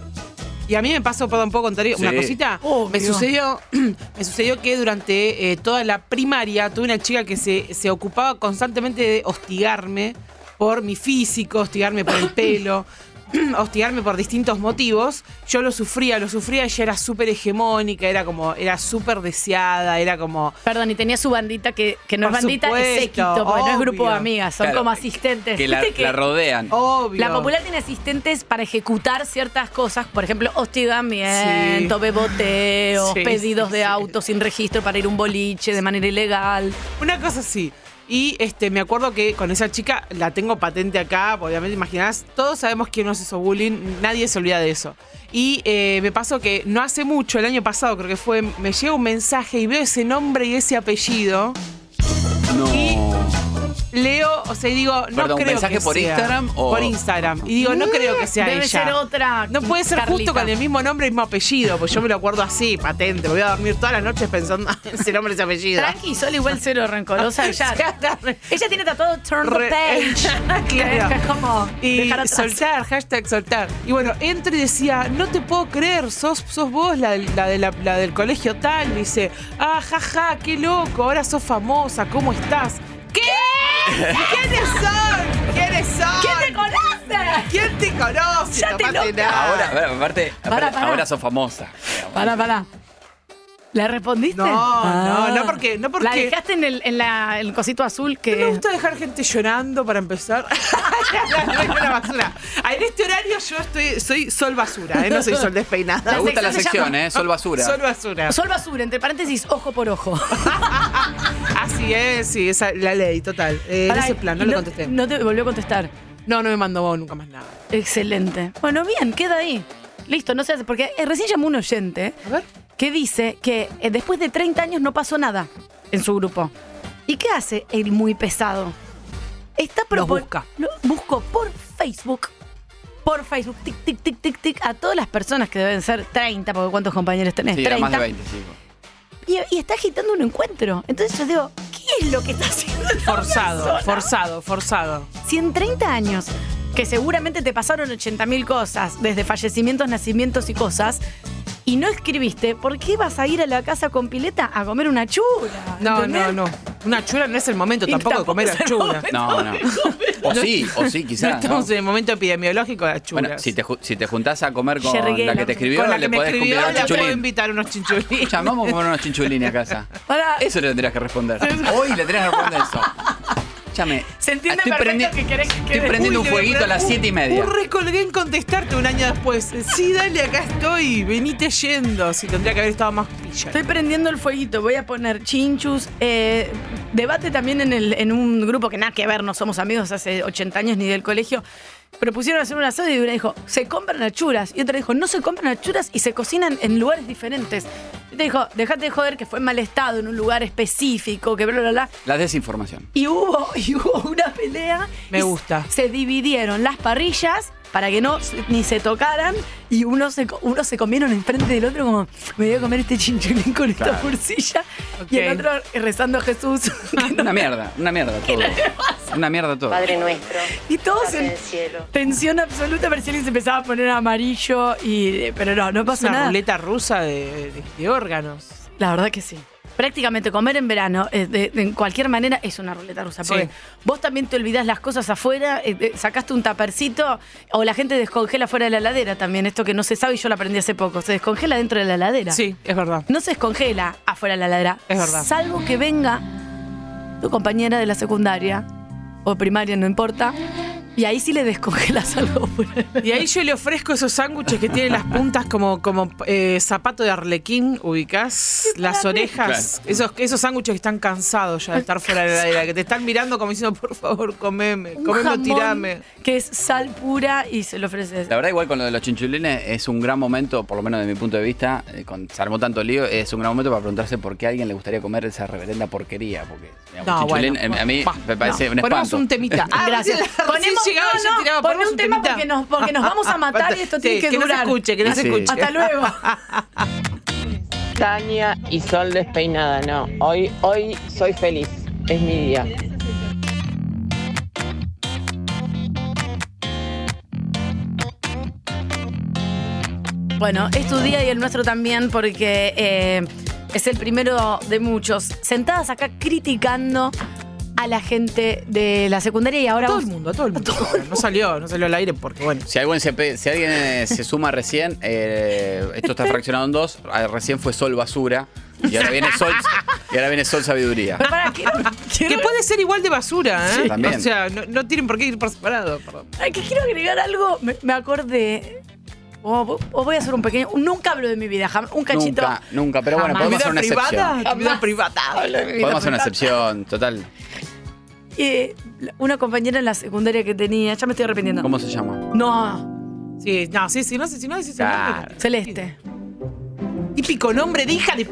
Y a mí me pasó, perdón, puedo contar una
Sí.
cosita. Me sucedió, *clears throat* me sucedió que durante eh, toda la primaria tuve una chica que se, se ocupaba constantemente de hostigarme por mi físico, hostigarme por el pelo, *clears throat* hostigarme por distintos motivos. Yo lo sufría, lo sufría, ella era súper hegemónica, era como, era súper deseada, era como.
Perdón, y tenía su bandita que, que no es
Por
bandita,
supuesto,
es séquito, porque no es grupo de
obvio.
amigas, son
Claro,
como asistentes.
que la-
Viste
la rodean.
Obvio.
La popular tiene asistentes para ejecutar ciertas cosas, por ejemplo, hostigamiento,
Sí.
beboteos,
Sí,
pedidos de autos sin registro para ir a un boliche de manera ilegal.
Una cosa así. Y este, me acuerdo que con esa chica la tengo patente acá, obviamente imaginás, todos sabemos quién nos hizo bullying, nadie se olvida de eso. Y eh, me pasó que no hace mucho, el año pasado creo que fue, me llega un mensaje y veo ese nombre y ese apellido. Leo, o sea, y digo, no
Perdón,
creo
¿mensaje
que
por
sea.
Instagram o-
Por Instagram. Y digo, no creo que sea
Debe
ella.
ser otra.
No puede ser
Carlita.
justo con el mismo nombre y mismo apellido, pues yo me lo acuerdo así, patente. Me voy a dormir todas las noches pensando *laughs* en ese nombre y ese apellido.
Tranqui, sola igual cero
*laughs*
rencorosa. Ya. Ella tiene tatuado turn
Re-
the page.
*laughs*
*laughs*
Claro.
Es como
Y
dejar atrás.
soltar, hashtag soltar. Y bueno, entro y decía, no te puedo creer, sos, sos vos la, del- la de la- la del colegio tal. Me dice, ah, jaja, qué loco, ahora sos famosa, ¿cómo estás? ¿Qué?
*laughs*
¿Quiénes son? ¿Quiénes son?
¿Quién te conoce?
¿Quién te conoce?
Ya te
Tomate
loca.
nada.
Ahora, aparte, aparte,
Pará, pará.
ahora sos famosa.
Pará, pará. ¿La respondiste?
No,
Ah.
no, no porque, no porque.
La dejaste en el, en la- el cosito azul que.
Me gusta dejar gente llorando para *laughs* empezar. Es una basura. Ah, En este horario yo estoy, soy sol basura, ¿eh? no soy sol despeinada.
Me gusta la sección, ¿eh? Sol basura.
*laughs* Sol basura.
Sol basura, entre paréntesis, ojo por ojo.
Así es, sí, esa, la ley, total. Eh, en
Pará,
ese plan, no
y
le contesté.
No te volvió a contestar.
No, no me mandó nunca más nada.
Excelente. Bueno, bien, queda ahí. Listo, no se hace. Porque eh, recién llamó un oyente que dice que eh, después de 30 años no pasó nada en su grupo. ¿Y qué hace el muy pesado? Está
Los
propon-
busca.
Lo busco por Facebook. Por Facebook, tic, tic, tic, tic, tic, a todas las personas que deben ser 30, porque ¿cuántos compañeros tenés?
Sí, era
30.
más de 20, sí.
Y, y está agitando un encuentro. Entonces yo digo, ¿qué es lo que está haciendo? esta
Forzado,
persona?
forzado, forzado.
Si en 30 años, que seguramente te pasaron 80.000 cosas, desde fallecimientos, nacimientos y cosas, y no escribiste, ¿por qué vas a ir a la casa con pileta a comer una chula?
No, no,
¿Entendés?
no. Una chula no es el momento
Y
tampoco de
tampoco
comer
es el
achura.
momento.
No, no. O sí, o sí,
No
quizás.
estamos
¿no?
en el momento epidemiológico de achuras.
Bueno, si te, ju- si te juntás a comer con
Yerguela.
la que te escribió,
Con la que
le
me
podés
escribió,
cumplir
le
un
puedo
chinchulín.
invitar unos chinchulines.
Ya, vamos a comer unos chinchulines a casa.
Pará.
Eso le tendrías que responder. Hoy le tendrías que responder eso. Chame,
Se entiende
Estoy
perfecto
prendi-
que querés que
estoy
quede-
prendiendo
Uy,
un
le voy
fueguito a
poner-
las siete y media.
Uh, recolgué en contestarte un año después. Sí, dale, acá estoy. Venite yendo. Si tendría que haber estado más pilla.
Estoy prendiendo el fueguito, voy a poner chinchus. eh, debate también en, el- en un grupo que nada que ver, no somos amigos hace 80 años ni del colegio. Propusieron hacer un asado y una dijo, se compran achuras. Y otra dijo, no se compran achuras y se cocinan en lugares diferentes. Y te dijo, dejate de joder que fue en mal estado, en un lugar específico, que bla, bla, bla.
La desinformación.
Y hubo, *laughs* y hubo una pelea.
Me
Y s-
gusta.
Se dividieron las parrillas para que no se- ni se tocaran y uno se, co- uno se comieron enfrente del otro como me voy a comer este chinchulín con esta
Claro.
morcilla y el otro rezando a Jesús. *laughs*
Una mierda, una
*laughs*
mierda todo. Una mierda todo.
nuestro. Y
Oh,
todos en tensión absoluta, pero si alguien se empezaba a poner amarillo y pero no, no pasó
una
nada.
ruleta rusa de, de- de órganos.
La verdad que sí. Prácticamente comer en verano, eh, de, de cualquier manera, es una ruleta rusa.
Sí.
Porque vos también te olvidás las cosas afuera, eh, eh, sacaste un tapercito, o la gente descongela fuera de la heladera también. Esto que no se sabe y yo lo aprendí hace poco. Se descongela dentro de la heladera.
Sí, es verdad.
No se descongela afuera de la heladera.
Es verdad.
Salvo que venga tu compañera de la secundaria o primaria, no importa. Y ahí sí le descongelas *laughs* algo.
Y ahí yo le ofrezco esos sándwiches que tienen las puntas como, como eh, zapato de arlequín, ubicás las orejas.
Claro.
Esos, esos sándwiches que están cansados ya de estar fuera de la heladera, que te están mirando como diciendo, por favor, comeme,
Un
comeme o
jamón
tirame.
Que es sal pura y se lo ofreces.
La verdad, igual con lo de los chinchulines, es un gran momento, por lo menos de mi punto de vista, eh, con, se armó tanto lío, es un gran momento para preguntarse por qué a alguien le gustaría comer esa reverenda porquería. Porque digamos,
No,
chinchulín,
bueno,
eh, a mí
pa,
me parece
no.
un espanto.
Ponemos un *laughs* temita. Ah,
Gracias.
recién
Ponemos,
llegaba,
no,
ya
no,
tiraba,
pon
ponemos
un tema
temita.
porque nos, porque
*laughs*
nos vamos a matar y esto tiene
Sí,
que,
que no se
durar.
escuche, que no se Sí. escuche.
Hasta luego.
Tania y Sol despeinada, no. Hoy, hoy soy feliz. Es mi día.
Bueno, es tu día y el nuestro también porque eh, es el primero de muchos. Sentadas acá criticando a la gente de la secundaria y ahora
Todo
*laughs* vamos-
el mundo, a todo el mundo. No salió, no salió al aire porque, bueno.
Si, algún se pe- si alguien eh, se suma recién, eh, esto está fraccionado en dos. Ah, Recién fue Sol Basura y ahora viene Sol, y ahora viene sol Sabiduría.
Que puede ser igual de basura, ¿eh?
Sí, también.
O sea, no, no tienen por qué ir por separado, perdón.
Ay, que quiero agregar algo. Me, me acordé. O, vo- o voy a hacer un pequeño. Nunca hablo de mi vida, jam- un cachito.
Nunca, nunca, pero bueno,
Jamás.
podemos hacer una
¿Vida privada?
excepción.
Tu vida privada. Hablo de mi vida
Podemos hacer una
privada.
excepción, total.
Eh, la- una compañera en la secundaria que tenía, ya me estoy arrepintiendo.
¿Cómo se llama?
No.
Sí, no, sí, sí, no sé si no decís el nombre.
Celeste.
Típico nombre de hija de.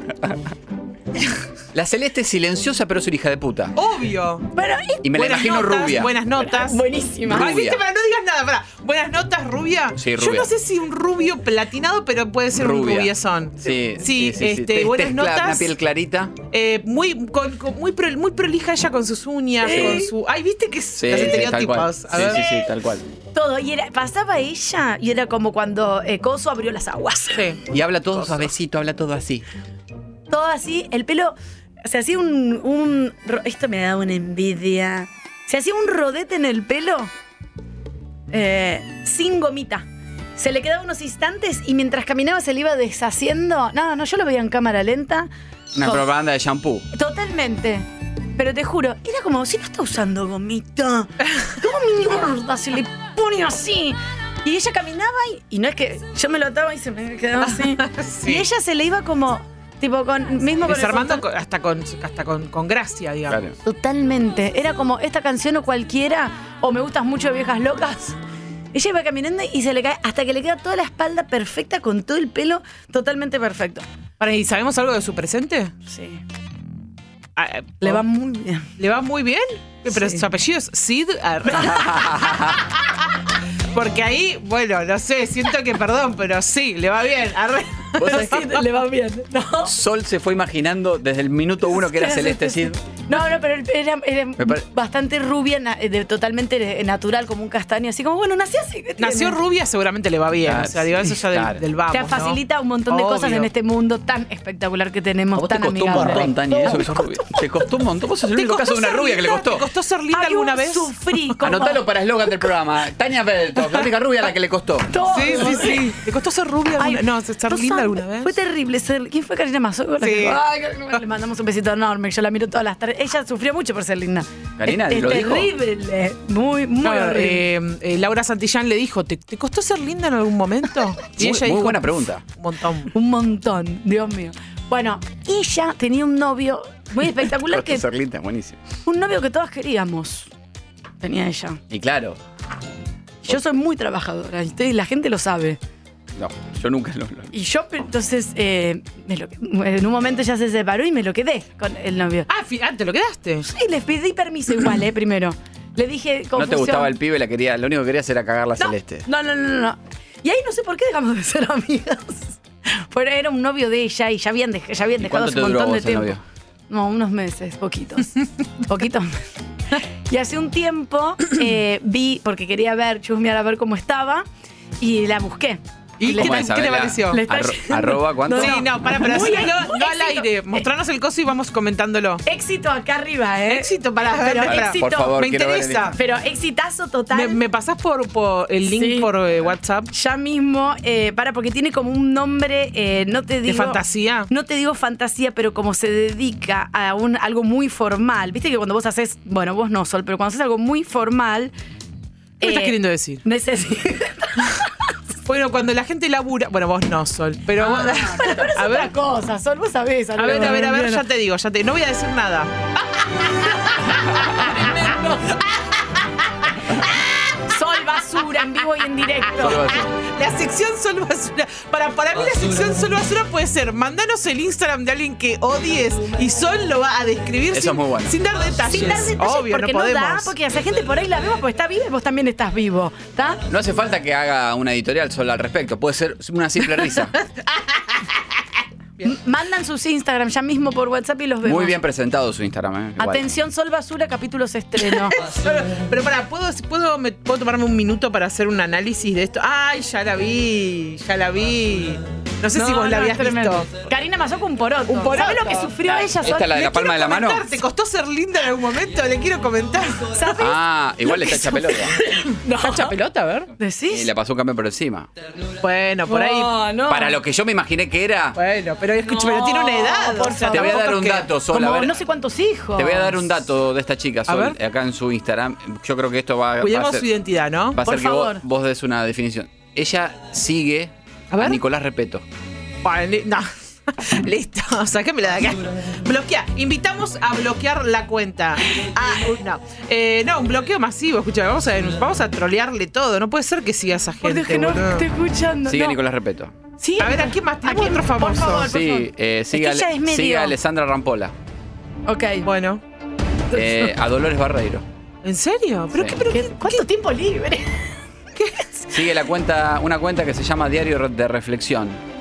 La Celeste es silenciosa, pero es una hija de puta.
Obvio.
Y me la
Buenas
imagino
notas,
rubia.
Buenas notas.
Buenísima.
Ay,
Rubia.
viste, pero no digas nada, pará. Buenas notas, rubia.
Sí,
Yo
rubia.
no sé si un rubio platinado, pero puede ser un rubiezón.
Sí,
Sí, este,
Tez-
buenas
tez clara,
notas.
Una piel clarita.
Eh, muy, con- con- muy, pro- muy prolija ella con sus uñas,
Sí.
con su. Ay, viste que
Sí,
los
sí, tal cual.
estereotipos.
Sí,
A ver.
sí, sí, tal cual.
Todo. Y era, pasaba ella y era como cuando eh, Coso abrió las aguas.
Y habla todo suavecito, habla todo así.
Todo así, el pelo. Se hacía un, un ro- Esto me da una envidia. Se hacía un rodete en el pelo eh, sin gomita. Se le quedaba unos instantes y mientras caminaba se le iba deshaciendo. No, no, yo lo veía en cámara lenta.
Una
Con-
propaganda de shampoo.
Totalmente. Pero te juro, era como si no está usando gomita. ¿Cómo mi gorda se le pone así? Y ella caminaba y, y no es que yo me lo ataba y se me quedaba
*laughs*
así. Y ella se le iba como, tipo, con mismo con el
Desarmando con- hasta, con, hasta con, con gracia, *laughs* digamos.
Totalmente. Era como esta canción o cualquiera, o me gustas mucho viejas locas. Ella iba caminando y se le cae hasta que le queda toda la espalda perfecta con todo el pelo totalmente perfecto.
Para, ¿Y sabemos algo de su presente?
Sí. Ah, eh, oh.
le va muy *laughs* bien. ¿Le va muy bien? Pero su apellido es Sid.
*laughs*
Arre. Porque ahí, bueno, no sé, siento que perdón, pero sí, le va bien.
*laughs*
Arre.
¿Vos sabés que- le va bien.
Sol se fue imaginando desde el minuto uno que era Celeste Cid.
No, no, pero era, era
pare-
bastante rubia, na- eh, de- totalmente natural, como un castaño, así como, bueno, nació así. ¿qué tiene?
Nació rubia, seguramente le va bien.
Claro,
o sea, digo, eso ya del,
Ah, claro.
del vamos.
Te facilita un montón de cosas en este mundo tan espectacular que tenemos,
Te
tan
costó un
amigable.
montón, Tani, eso que sos rubia. Te costó un montón. Vos sos el único caso de una rubia que le costó.
costó ser linda
Ay, un
alguna
*laughs*
vez?
Sufrí como-
Anotalo para eslogan del programa. Tania Beltoff, la única rubia a la que le costó.
Todo.
Sí, sí, sí. ¿Te costó ser rubia
Ay,
alguna No, ser
no
linda
sabe,
alguna vez.
Fue terrible. ser- ¿Quién fue Karina Mazó?
Sí.
Ay, Karina, le mandamos un besito enorme. Yo la miro todas las tardes. Ella sufrió mucho por ser linda.
Karina,
es, es
¿lo dijo?
terrible. Muy, muy
Claro,
horrible.
eh, eh, Laura Santillán le dijo, ¿te, te costó ser linda en algún momento?
*laughs* Muy-
Y ella
muy
dijo,
buena pregunta.
Un montón.
Un montón, Dios mío. Bueno, ella tenía un novio
*laughs*
muy espectacular
Costó
que
ser linda, buenísimo.
un novio que todas queríamos. Tenía ella.
Y claro,
Yo soy muy trabajadora y ustedes- la gente lo sabe.
no, yo nunca lo. lo-
Y yo, pero entonces, eh, me lo- en un momento ya se separó y me lo quedé con el novio.
Ah, fi- ah, te lo quedaste.
Sí, les pedí permiso igual, eh, primero. Le dije
No te
confusión.
gustaba el pibe, la quería, lo único que querías era cagarla a Celeste.
No, no, no, no, no. Y ahí no sé por qué dejamos de ser amigas. Pero era un novio de ella y ya habían, dej- ya habían
¿Y
dejado
cuánto
hace
te
un
duró
montón
vos
de
el
tiempo.
novio?
No, unos meses,
*laughs*
poquitos. poquitos meses. Y hace un tiempo eh, vi, porque quería ver, chusmear a ver cómo estaba, y la busqué.
¿Y
Le
qué,
está-
tal- qué te
Isabela?
pareció?
Le está
Arro-
yendo-
arroba, ¿cuánto?
No,
Sí, no, para, para,
Muy
no,
bien, muy
no al
éxito.
aire. Mostranos el coso y vamos comentándolo.
Éxito acá arriba, ¿eh?
Éxito, para,
Pero
Pará,
éxito.
por favor,
me
quiero ver este- el-
interesa.
Pero exitazo total.
¿Me, me pasás por, por el link
Sí.
por eh, WhatsApp?
Ya mismo, eh, para, porque tiene como un nombre, eh, no te digo.
¿De fantasía?
No te digo fantasía, pero como se dedica a un, algo muy formal. Viste que cuando vos haces, bueno, vos no, Sol, pero cuando haces algo muy formal.
¿Qué me
eh,
estás
*laughs*
queriendo decir?
No es así.
Bueno, cuando la gente labura. Bueno, vos no, Sol.
Ah,
Pero. vos- *laughs* a, ver,
cosa, Sol, vos sabés.
a ver, a ver, a ver, ya te digo, ya te. No voy a decir nada.
Sol basura en vivo y en directo.
Solo va a ser.
La sección Sol Basura. Para, para mí, la sección Sol Basura puede ser: mandanos el Instagram de alguien que odies y Sol lo va a describir
Eso
sin,
es muy bueno.
sin dar detalles.
Sin dar detalles
Obvio,
porque
no
no,
podemos.
da, porque esa gente por ahí la vemos porque está viva y vos también estás vivo. ¿Está?
No hace falta que haga una editorial solo al respecto, puede ser una
*laughs*
simple risa.
M- Mandan sus Instagram ya mismo por WhatsApp y los vemos.
Muy bien presentado su Instagram. ¿eh? Igual.
Atención, Sol Basura, capítulos estreno.
*laughs* Pero, pero pará, ¿puedo, puedo, me- ¿puedo tomarme un minuto para hacer un análisis de esto? ¡Ay, ya la vi! Ya la vi. No sé si vos la habías visto.
Karina Mazoco un poroto.
Un poroto.
¿Sabés lo que sufrió ella, Sol?
¿Esta la de la
Le
palma de
quiero
la mano?
comentar, ¿Te costó ser linda en algún momento? Le quiero comentar.
¿Sabés?
Ah, igual está hecha pelota.
¿Cacha pelota? A ver.
Y
¿Decís?
le pasó un cambio por encima.
Bueno, por ahí.
No, no.
Para lo que yo me imaginé que era,
Bueno, pero escúchame, pero tiene una edad.
por
o sea,
te voy a
tampoco
dar
es
un
que-
dato solo. a
Como
ver.
no sé cuántos hijos.
Te voy a dar un dato de esta chica, Sol,
ver.
acá en su Instagram. Yo creo que esto va, va a
Cuidemos
ser,
su identidad, ¿no?
va a
Por
ser que vos,
favor.
vos des una definición. Ella sigue
A
a,
ver.
Nicolás Repeto.
Bueno, li- no. *laughs* Listo, sáquemela de acá. Bloquea. Invitamos a bloquear la cuenta. Ah, uh, no. Eh, no, un bloqueo masivo. Escucha, vamos a, vamos a trolearle todo. No puede ser que siga esa gente.
Por Dios que no
boludo.
te escuchando.
Sigue
no.
Nicolás Repeto.
Sí,
A ver, ¿a quién más tenemos otro famoso?
Por favor, por
Sí,
favor.
eh, sigue,
Es que
a,
ella es medio-
sigue a
*laughs*
Alessandra Rampola.
Ok.
Bueno.
eh, a Dolores Barreiro.
¿En serio? ¿Pero
Sí.
qué? Pero
¿Qué-
qué-
¿Cuánto tiempo libre?
qué es?
Sigue la cuenta, una cuenta que se llama Diario de Reflexión.
*laughs*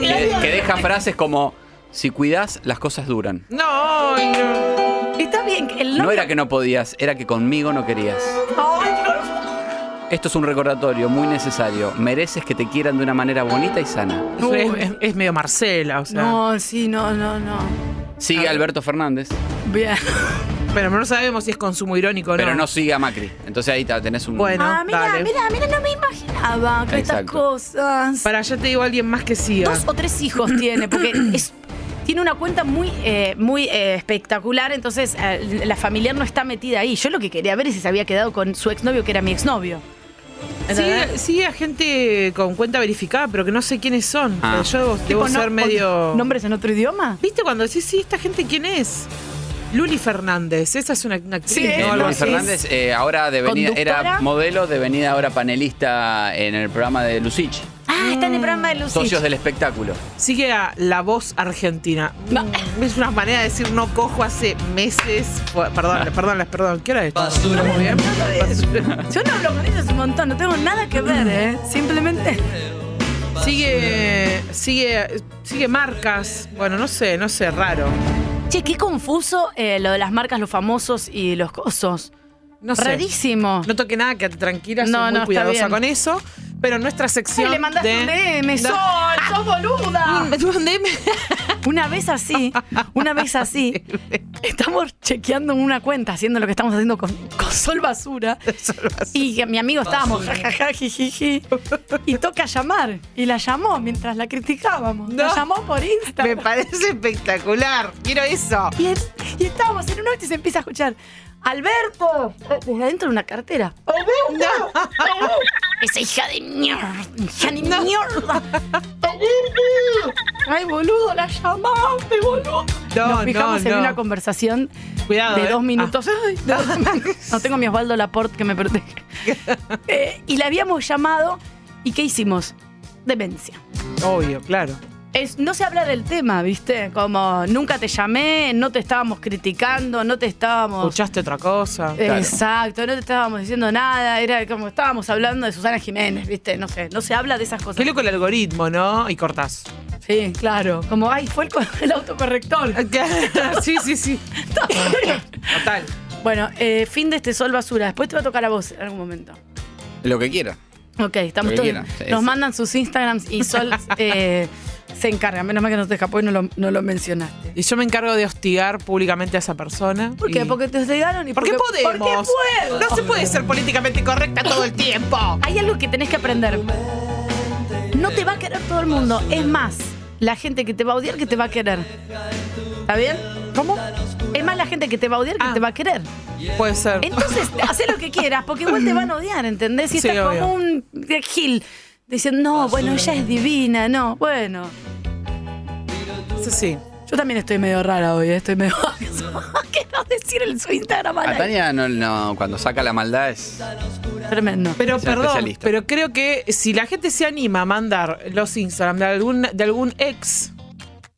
Que, que deja frases como: Si cuidas, las cosas duran.
No, ay, no.
Está bien. El
No
novio-
era que no podías, era que conmigo no querías.
Ay, por favor.
Esto es un recordatorio muy necesario. Mereces que te quieran de una manera bonita y sana.
Uy.
Es, es- es medio Marcela, o sea.
No, sí, no, no, no.
Sigue Alberto Fernández,
Bien.
Pero no sabemos si es consumo irónico o no.
pero no sigue a Macri. Entonces ahí ta- tenés un.
Bueno.
ah, mira,
dale.
mira, mira, no me imaginaba que estas
Exacto.
cosas.
Para allá te digo a alguien más que siga.
Dos o tres hijos tiene, *coughs* porque es- tiene una cuenta muy, eh, muy eh, espectacular, entonces eh, la familiar no está metida ahí. Yo lo que quería ver es si se había quedado con su exnovio, que era mi exnovio.
Sigue, sigue a gente con cuenta verificada, pero que no sé quiénes son.
Ah.
O sea, yo debo
Tipo, no-
ser medio.
¿Nombres en otro idioma?
¿Viste cuando decís, sí, esta gente quién es? Luli Fernández, esa es una, una actriz.
Eh,
¿no? Algo
Luli
así.
Fernández, eh, ahora devenida, era
¿Conductora?
modelo, devenida ahora panelista en el programa de Lucich.
Ah, está en el programa de Lucich.
Socios del espectáculo.
Sigue a La Voz Argentina. Mm, Es una manera de decir no cojo hace meses. Fue- Perdón,
Ah.
perdón, perdón. ¿Qué hora es? esto? ¿Estamos bien?
*laughs* Yo no hablo con ellos un montón, no tengo nada que ver, ¿eh? Simplemente.
Sigue, sigue, sigue marcas. Bueno, no sé, no sé, raro.
*laughs* Che, qué confuso eh, lo de las marcas, los famosos y los cosos.
No sé.
Rarísimo.
No toque nada, quédate tranquila,
No,
soy muy
no, está
cuidadosa
bien.
con eso. Pero nuestra sección.
Ay, le mandaste
de- Mm,
un DM, Sol, sos boluda. *laughs*
un DM.
Una vez así, una vez así, estamos chequeando una cuenta, haciendo lo que estamos haciendo con, con Sol Basura. Y que mi amigo estábamos, jajaja, jijiji. Y toca llamar. Y la llamó mientras la criticábamos. La
No.
llamó por Instagram.
Me parece espectacular. Quiero eso.
Y, es- y estábamos en un acto y se empieza a escuchar. Alberto, eh, desde adentro de una cartera. Alberto, Alberto. Esa hija de mierda, hija de mierda. Alberto. Ay, boludo, la llamaste, boludo.
No,
Nos fijamos
no,
en
no.
una conversación
Cuidado,
de
eh.
dos
*laughs*
minutos. Ay, no, no tengo mi Osvaldo Laporte que me protege. Eh, y la habíamos llamado y ¿qué hicimos? Demencia.
Obvio, claro.
Es- no se habla del tema, ¿viste? Como nunca te llamé, no te estábamos criticando, no te estábamos.
Escuchaste otra cosa.
Eh. Exacto, no te estábamos diciendo nada, era como estábamos hablando de Susana Jiménez, ¿viste? No sé, no se habla de esas cosas.
Qué loco el algoritmo, ¿no?
*laughs*
Y cortás.
Sí, claro. Como, ay, fue el, co- *laughs* el autocorrector.
sí,
*laughs*
sí, sí. Total.
Bueno, eh, fin de este sol basura. Después te va a tocar a vos en algún momento.
Lo que quiera.
Ok, estamos
Lo que
todos.
quieran, sí,
Nos
sí.
mandan sus Instagrams y
*laughs*
Sol eh, se encarga. Menos mal que no te escapó y no lo, no lo mencionaste.
Y yo me encargo de hostigar públicamente a esa persona.
¿Por qué?
y-
Porque te llegaron y
¿Por qué
porque-
podemos?
Porque puedo.
No se puede ser políticamente correcta todo el tiempo.
Hay algo que tenés que aprender. No te va a querer todo el mundo. Es más, la gente que te va a odiar que te va a querer. ¿Está bien? ¿Cómo? Ah. Es más la gente que te va a odiar que te va a querer.
Puede ser.
Entonces, haz lo que quieras, porque igual te van a odiar, ¿entendés? Si
Sí,
estás
obvio.
como un gil diciendo, no, bueno, ella es divina, no, bueno.
Sí, sí.
Yo también estoy medio rara hoy, ¿eh? estoy medio... *laughs* ¿Qué no decir en su Instagram? al
A
aire?
Tania no, no, cuando saca la maldad es.
Tremendo.
Pero
Es un
perdón,
especialista.
pero creo que si la gente se anima a mandar los Instagram de algún, de algún ex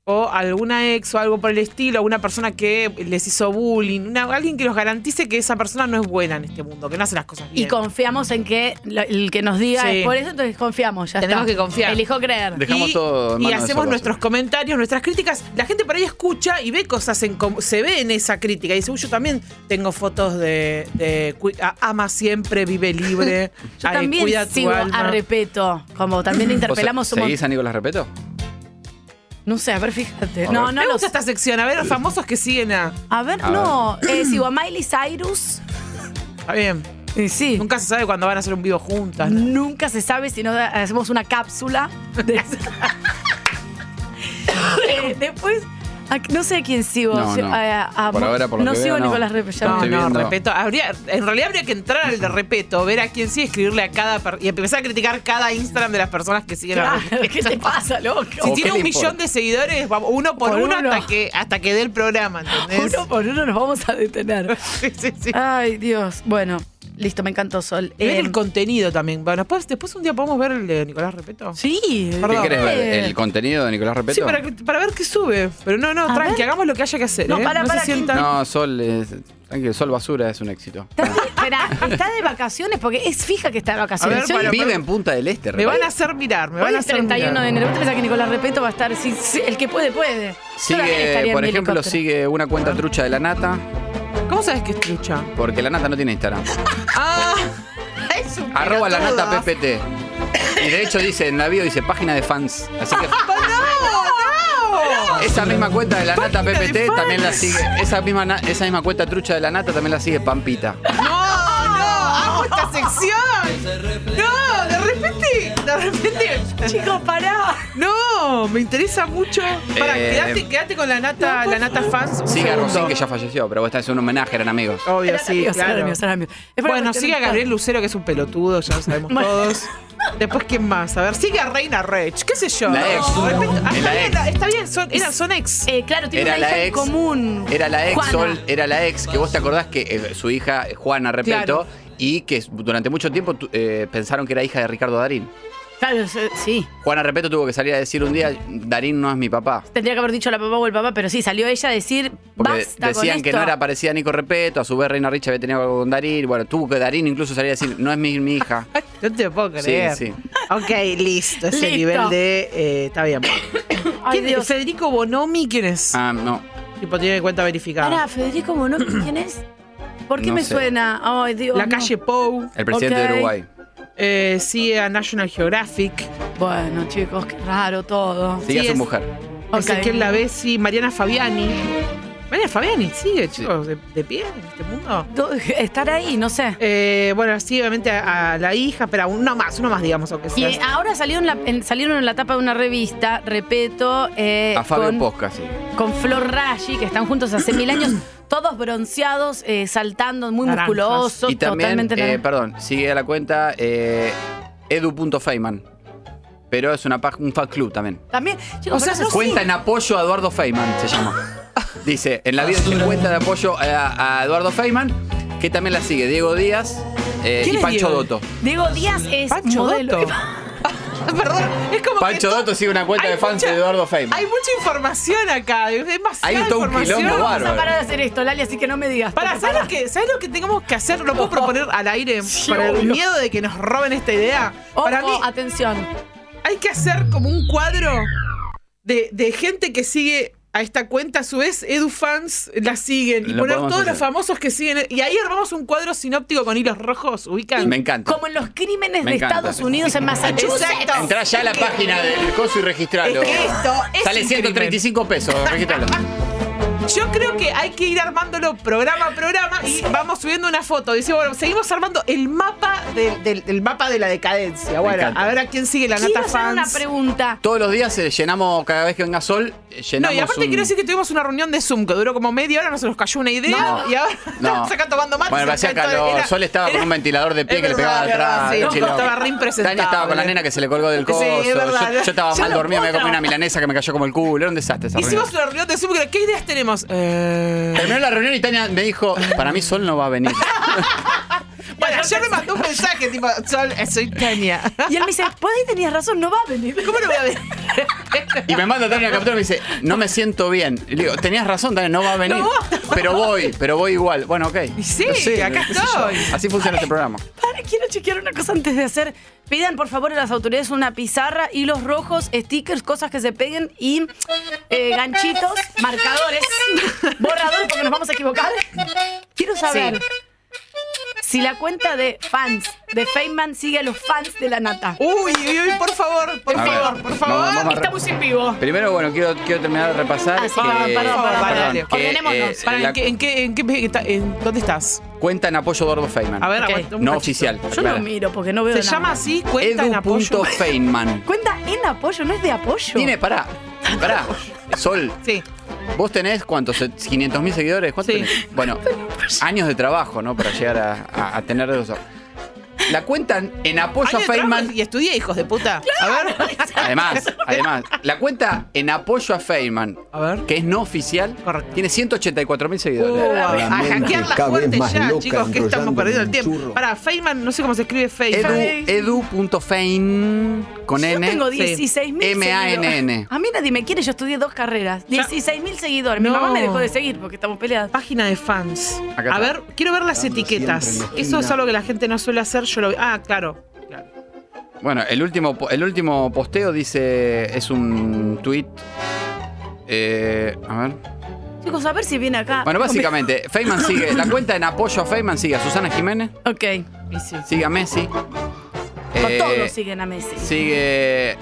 o alguna ex o algo por el estilo, una persona que les hizo bullying, una- alguien que los garantice que esa persona no es buena en este mundo, que no hace las cosas bien.
Y confiamos en que lo- el que nos diga
Sí.
es por eso, entonces confiamos, ya
Tenemos
está.
que confiar.
Elijo creer.
Dejamos
y,
todo en
y
manos de
hacemos
Sol
nuestros comentarios, nuestras críticas. La gente por ahí escucha y ve cosas, en com- se ve en esa crítica. Y dice, "Uy, yo también tengo fotos de, de cu- a- ama siempre, vive libre.
*laughs* Yo
ay,
también
cuida tu
sigo
alma".
a Repeto, como también interpelamos
¿Vos
un
se-
montón.
¿Seguís a Nicolás Repeto?
No sé, a ver, fíjate.
A
no,
ver.
no
Me
lo
gusta esta sección, a ver los famosos que siguen a.
A ver,
A
no, eh, sigo a Miley Cyrus.
Está bien.
sí.
Nunca se sabe cuándo van a hacer un video juntas. ¿no?
Nunca se sabe si no da- hacemos una cápsula. de- Eh, después, a- no sé a quién sigo.
No,
Yo-
no.
a- a- a-
Por ahora, por lo
no
que
sigo
veo,
a
no.
Nicolás Repe, ya
No,
me-
estoy
No,
viendo.
respeto. Habría, en realidad habría que entrar al de respeto, ver a quién sigue, escribirle a cada per- y empezar a criticar cada Instagram de las personas que siguen a
*laughs* Claro, *laughs*
Repeto.
¿Qué te pasa, loco?
Si tiene un millón de seguidores, vamos, uno por,
Por
uno,
uno.
Hasta, que, hasta que dé el programa, ¿entendés?
Uno por uno nos vamos a detener.
*laughs* sí, sí, sí.
Ay, Dios. Bueno, listo, me encantó Sol.
Ver
Eh,
el contenido también. Bueno, después, después un día podemos ver el de Nicolás Repeto.
sí.
¿Qué
Perdón.
querés ver?
Eh.
¿El contenido de Nicolás Repeto?
Sí, para, que- para ver qué sube. Pero no, no,
A
tranqui,
ver.
hagamos lo que haya que hacer.
No,
¿eh?
para,
se
para, que-
sientan-
No, Sol. es- tranquilo, Sol Basura es un éxito.
Espera, está de vacaciones porque es fija que está de vacaciones. Yo hoy-
Vive en Punta del Este,
Me
Repeto.
van a hacer mirar, me
hoy
van a
es
hacer
31
mirar.
de enero. ¿Vos te pensás que Nicolás Repeto va a estar? sí, sí, el que puede, puede. Yo también estaría
Sigue,
en
por
mi
ejemplo,
helicóptero.
sigue una cuenta trucha de la nata,
¿Cómo sabes que es trucha?
porque la nata no tiene Instagram.
*laughs* Ah, es un
Arroba la
pelotudo.
nata PPT. Y de hecho dice, en la bio dice página de fans. Así que
Oh, ¡No, no!
esa misma cuenta de la nata
Página de
PPT
fans.
también la sigue. Esa misma, na- esa misma cuenta trucha de la nata también la sigue Pampita.
¡No, no! ¡Amo esta sección! ¡No! ¡De repente! de repente, chicos, pará. No, me interesa mucho. Pará,
Eh,
quedate, quedate con la nata, la nata fans. un
Sigue a
segundo.
Rosín, que ya falleció, pero esta es un homenaje, eran amigos.
Obvio, sí,
amigos, eran
claro.
amigos, eran amigos. Es para
Bueno,
cuestión
sigue a
de-
Gabriel Lucero, que es un pelotudo, ya lo sabemos todos. Después, ¿quién más? A ver, sigue a Reina Rech, qué sé yo.
La ex.
De repente- ah,
Es la
está bien,
ex.
la- está bien, son, eran, son ex.
Eh, claro,
Era la ex. Era la ex,
Juana.
Sol, era la ex, que vos te acordás que eh, su hija, eh, Juana, repito,
Claro.
y que durante mucho tiempo tu- eh, pensaron que era hija de Ricardo Darín.
Claro, se- sí.
Juana, repito, tuvo que salir a decir un día, Darín no es mi papá.
Tendría que haber dicho la papá o el papá, pero sí, salió ella a decir,
Porque
basta
decían
con
que
esto.
no era parecida a Nico Repeto, a su vez Reina Richa había tenido algo con Darín. Bueno, tuvo que Darín incluso salir a decir, no es mi, mi
*laughs*
hija.
No te puedo
Sí,
creer.
sí.
Ok, listo. Ese
Listo.
nivel de. eh, está bien. ¿Quién es?
Dios.
¿Federico Bonomi? ¿Quién es?
Ah, no.
Tipo, tiene cuenta verificada.
Pará, Federico
*clears throat*
Monoki, ¿quién es? ¿Por qué
No
me
sé.
suena? Ay, Dios.
La
no.
calle Pou.
El presidente
Ok.
de Uruguay.
Eh, sigue a National Geographic.
Bueno, chicos, qué raro todo.
Sigue a su
es-
mujer.
Ok.
Ezequiel Lavesi, Mariana Fabiani. Mariana Fabiani sigue, chicos, de, de pie en este mundo. Eh,
Estar ahí, no sé.
bueno, sí, obviamente a, a la hija, pero a uno más, uno más, digamos, aunque
Y
sea.
eh, ahora salieron, en la- en- salieron en la tapa de una revista, repeto, eh,
A Fabio
con,
Posca, sí.
con Flor Raggi, que están juntos hace mil años, todos bronceados, eh, saltando, muy
Naranjas.
musculosos,
Y también,
totalmente
eh,
naranjas.
perdón, sigue a la cuenta eh, edu.feyman. Pero es una, pag- un fan club también.
También, chicos, pero no
cuenta
sé.
en apoyo a Eduardo Feynman, se llama. *laughs* Dice, en la vida tiene cuenta de apoyo a, a Eduardo Feynman, que también la sigue Diego Díaz eh,
¿Quién
y
es
Pancho
Diego?
Dotto.
Diego Díaz es modelo. *laughs*
Perdón, es como
Pancho
que. to-
Dotto sigue una cuenta de fans de Eduardo Feynman.
Hay mucha información acá, es demasiada
Hay todo un
información.
quilombo
Vamos a
bárbaro.
parar de hacer esto, Lali, así que no me digas.
Pará,
porque
¿sabes
pará.
lo, que, ¿sabes lo que tengamos que hacer? ¿Lo puedo proponer al aire? para el
obvio.
miedo de que nos roben esta idea. para mí,
atención.
Hay que hacer como un cuadro de, de gente que sigue a esta cuenta. A su vez, EduFans la siguen. Y
Lo
poner
podemos
todos
hacer.
los famosos que siguen. Y ahí armamos un cuadro sinóptico con hilos rojos. Ubican.
Me encanta.
Como en los crímenes
Me
de
encanta.
Estados Unidos en Massachusetts.
Exacto.
Entrá ya a la página del coso y registralo.
Es que esto es
Sale
un
135 pesos,
*laughs*
registralo.
Yo creo que hay que ir armándolo programa a programa y vamos subiendo una foto. Dice, bueno, seguimos armando el mapa del, del- del mapa de la decadencia. Bueno,
encanta.
a ver a quién sigue la
Quiero
nata
hacer una
fans.
pregunta.
*laughs* Todos los días eh, llenamos, cada vez que venga sol, eh,
No,
llenamos
y aparte
un-
quiero decir que tuvimos una reunión de Zoom que duró como media hora, nos nos cayó una idea
No,
y ahora
no.
*laughs* estamos acá tomando mate.
Bueno, me hacía calor. Sol estaba con un ventilador de pie que le pegaba atrás.
Sí,
un
no,
quilombo.
estaba re impresentable.
Tania estaba con
eh.
la nena que se le colgó del
Sí,
coso.
es verdad.
yo, yo estaba
Yo
mal
no
dormida, me
puedo
comí una
trabajar.
milanesa que me cayó como el culo. Era un desastre esa reunión.
Hicimos una reunión de Zoom, que era, ¿qué ideas tenemos? Eh,
Terminó la reunión y Tania me dijo, para mí Sol no va a venir.
Bueno, ayer me mandó un mensaje tipo, Sol, eh, soy Tania. *laughs*
Y él me dice, por ahí tenías razón, no va a venir.
¿Cómo no voy a ver? *laughs*
Y me manda Tania una captura y me dice, no me siento bien. Y le digo, tenías razón, Tania, no va a venir. pero voy, pero voy igual. Bueno, ok.
Y sí,
Lo sé,
acá
qué sé yo.
estoy.
Así funciona este programa.
Para, quiero chequear una cosa antes de hacer. Pidan, por favor, a las autoridades una pizarra, hilos rojos, stickers, cosas que se peguen y eh, ganchitos, marcadores, borradores, porque nos vamos a equivocar. Quiero saber si la cuenta de fans de Feynman sigue a los fans de la nata.
Uy, uy, uy, por favor, por
A ver,
favor, por
vamos,
favor.
vamos a-
Estamos en vivo.
Primero, bueno, quiero, quiero terminar de repasar.
Ah, sí, perdón, perdón, perdón, perdón.
que,
Ordenémonos.
eh,
Pará,
la
¿en, qué, en, qué, en, qué- está- en- ¿Dónde estás?
Cuenta en apoyo a Eduardo Feynman.
A ver,
Ok.
aguanta un
No
cachito.
oficial.
Yo no miro porque no veo
Se
nada.
llama así, cuenta en *laughs* apoyo.
Edu.Feynman.
Cuenta en apoyo, no es de apoyo.
Tiene, pará,
*laughs*
pará. Sol, *laughs*
Sí.
vos tenés cuántos, 500 mil seguidores, ¿cuántos
Sí.
tenés?
*laughs*
Bueno, años de trabajo, ¿no? Para llegar a, a- a tener eso. La cuentan en apoyo
Año
a
de trabajo
Feynman.
Y estudié, hijos de puta. A ver. *laughs*
Además, además, la cuenta en apoyo a Feynman, *laughs* que es no oficial, tiene 184 mil seguidores.
Uh, a ver, a
Realmente.
hackear la
Cada vez
fuerte
más
ya,
loca,
chicos, que estamos
enrollándome
perdiendo el
un
tiempo.
churro.
Para Feynman, no sé cómo se escribe Feynman.
Edu, edu.fein con
Yo
N.
tengo 16 mil
M-A-N-N.
A mí nadie me quiere, yo estudié dos carreras. 16 mil seguidores. Mi
No.
mamá me dejó de seguir porque estamos peleadas.
Página de fans.
Acá está.
A ver, quiero ver las etiquetas.
esquina.
Eso es algo que la gente no suele hacer. Yo lo Ah, claro.
Bueno, el último, po- el último posteo dice. Es un tweet. eh, a ver.
Chicos, a ver si viene acá.
Bueno, básicamente, Feynman sigue. La cuenta en apoyo a Feynman sigue a Susana Jiménez,
Ok.
Y sí.
sigue a Messi.
Con
eh,
todos siguen a Messi.
Sigue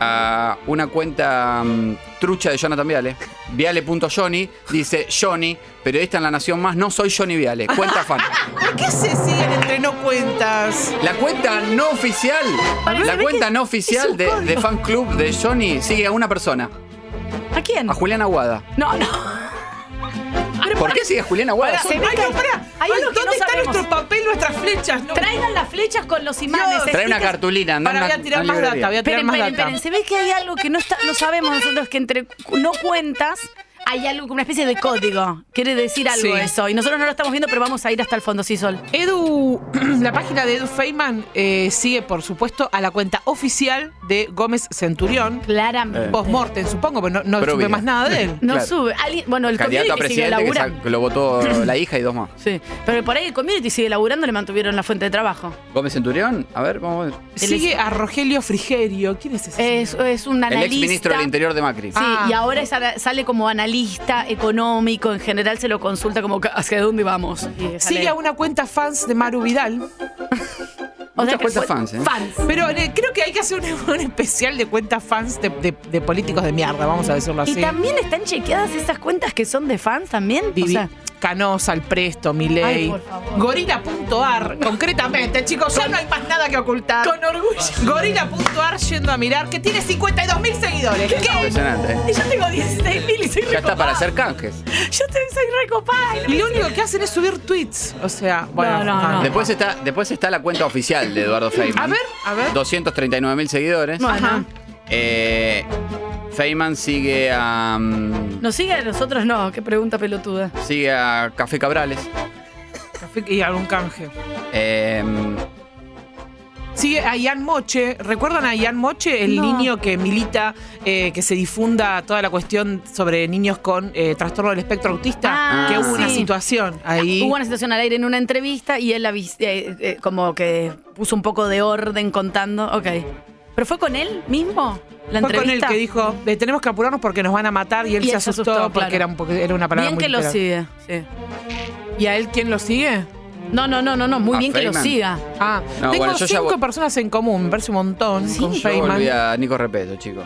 a una cuenta mm, trucha de Jonathan Viale, viale.johnny, dice Johnny, periodista en La Nación Más, no soy Johnny Viale, cuenta fan.
¿Por qué se siguen entre no cuentas?
La cuenta no oficial, la cuenta no oficial de, de fan club de Johnny sigue a una persona.
¿A quién?
A Julián Aguada.
No, no.
¿Por qué sigue a Julián Aguada?
Pará,
*laughs*
se ve
Ay,
que-
no, pará.
hay algo que
¿Dónde
no
está
sabemos.
nuestro papel, nuestras flechas? No.
Traigan las flechas con los imanes.
Trae una
expliquen-
cartulina, anda
Pará,
a una-
voy a tirar
una
más data,
librería.
voy a tirar
Esperen,
más
esperen,
data.
esperen. Se ve que hay algo que no, está, no sabemos nosotros, que entre no cuentas hay algo, como una especie de código. Quiere decir algo
Sí.
eso. Y nosotros no lo estamos viendo, pero vamos a ir hasta el fondo, sí, Sol.
Edu, *clears throat* la página de Edu Feynman eh, sigue, por supuesto, a la cuenta oficial de Gómez Centurión.
Claramente.
Eh.
Postmortem, supongo, pero no, no
Pero
supe
bien.
más nada de
*laughs*
él.
No
Claro.
sube. Alguien- bueno, el
Candidato a
community sigue
presidente que
laburando.
sa- que lo votó
*clears throat*
la hija y dos más.
Sí. Pero por ahí el community sigue laburando, le mantuvieron la fuente de trabajo.
Gómez Centurión, a ver, vamos a ver.
Sigue a Rogelio Frigerio. ¿Quién es ese?
Es, es un
El
analista.
ex ministro del Interior de Macri.
Ah.
Sí, y ahora es ara- sale como analista económico. En general se lo consulta como ca- hacia dónde vamos. Y sale-
Sigue a una cuenta fans de Maru Vidal.
o sea
Muchas
que
cuentas
fue-
fans, ¿eh?
Fans.
Pero eh, creo que hay que hacer un, *laughs* un especial de cuentas fans de, de- de políticos de mierda, vamos a decirlo así.
Y también están chequeadas esas cuentas que son de fans también. O
Vivi-
sea,
Canosa, el presto,
Ay,
Milei.
por favor.
Gorila.ar, concretamente, chicos, ya no hay más nada que ocultar. Con orgullo. Gorila.ar yendo a mirar, que tiene 52 mil seguidores. ¿Qué?
Impresionante, ¿eh?
y yo tengo 16 mil y soy
Ya está
recopada.
para hacer canjes.
Yo te- soy recopada.
Y lo único que hacen es subir tweets. O sea, bueno. ah,
no, no.
Después está, después está la cuenta oficial de Eduardo Feynman.
A ver, a ver.
239 mil seguidores.
Bueno,
Eh, Feynman sigue a. mm,
nos sigue a nosotros no. Qué pregunta pelotuda.
Sigue a Café Cabrales.
Café Y algún canje.
Eh,
Sigue a Ian Moche. ¿Recuerdan a Ian Moche? El
No.
niño que milita, eh, que se difunda toda la cuestión sobre niños con eh, trastorno del espectro autista.
Ah,
que hubo una
sí.
situación ahí.
Hubo una situación al aire en una entrevista y él avis- eh, eh, como que puso un poco de orden contando. Ok. ¿Pero fue con él mismo la
Fue con él
entrevista?
que dijo, "Eh, tenemos que apurarnos porque nos van a matar y él, se, asustó porque
claro.
era, un, poco- era una palabra
Bien
muy
que lo
literal.
sigue. sí.
¿Y a él quién lo sigue?
No, no, no, no, no. Muy
¿A
bien que lo
Feynman?
siga.
Ah,
No,
tengo
bueno, yo ya
cinco
vo-
personas en común, me parece un montón
Sí.
con
Yo
yo
Feynman.
volví a Nico Repeto, chicos.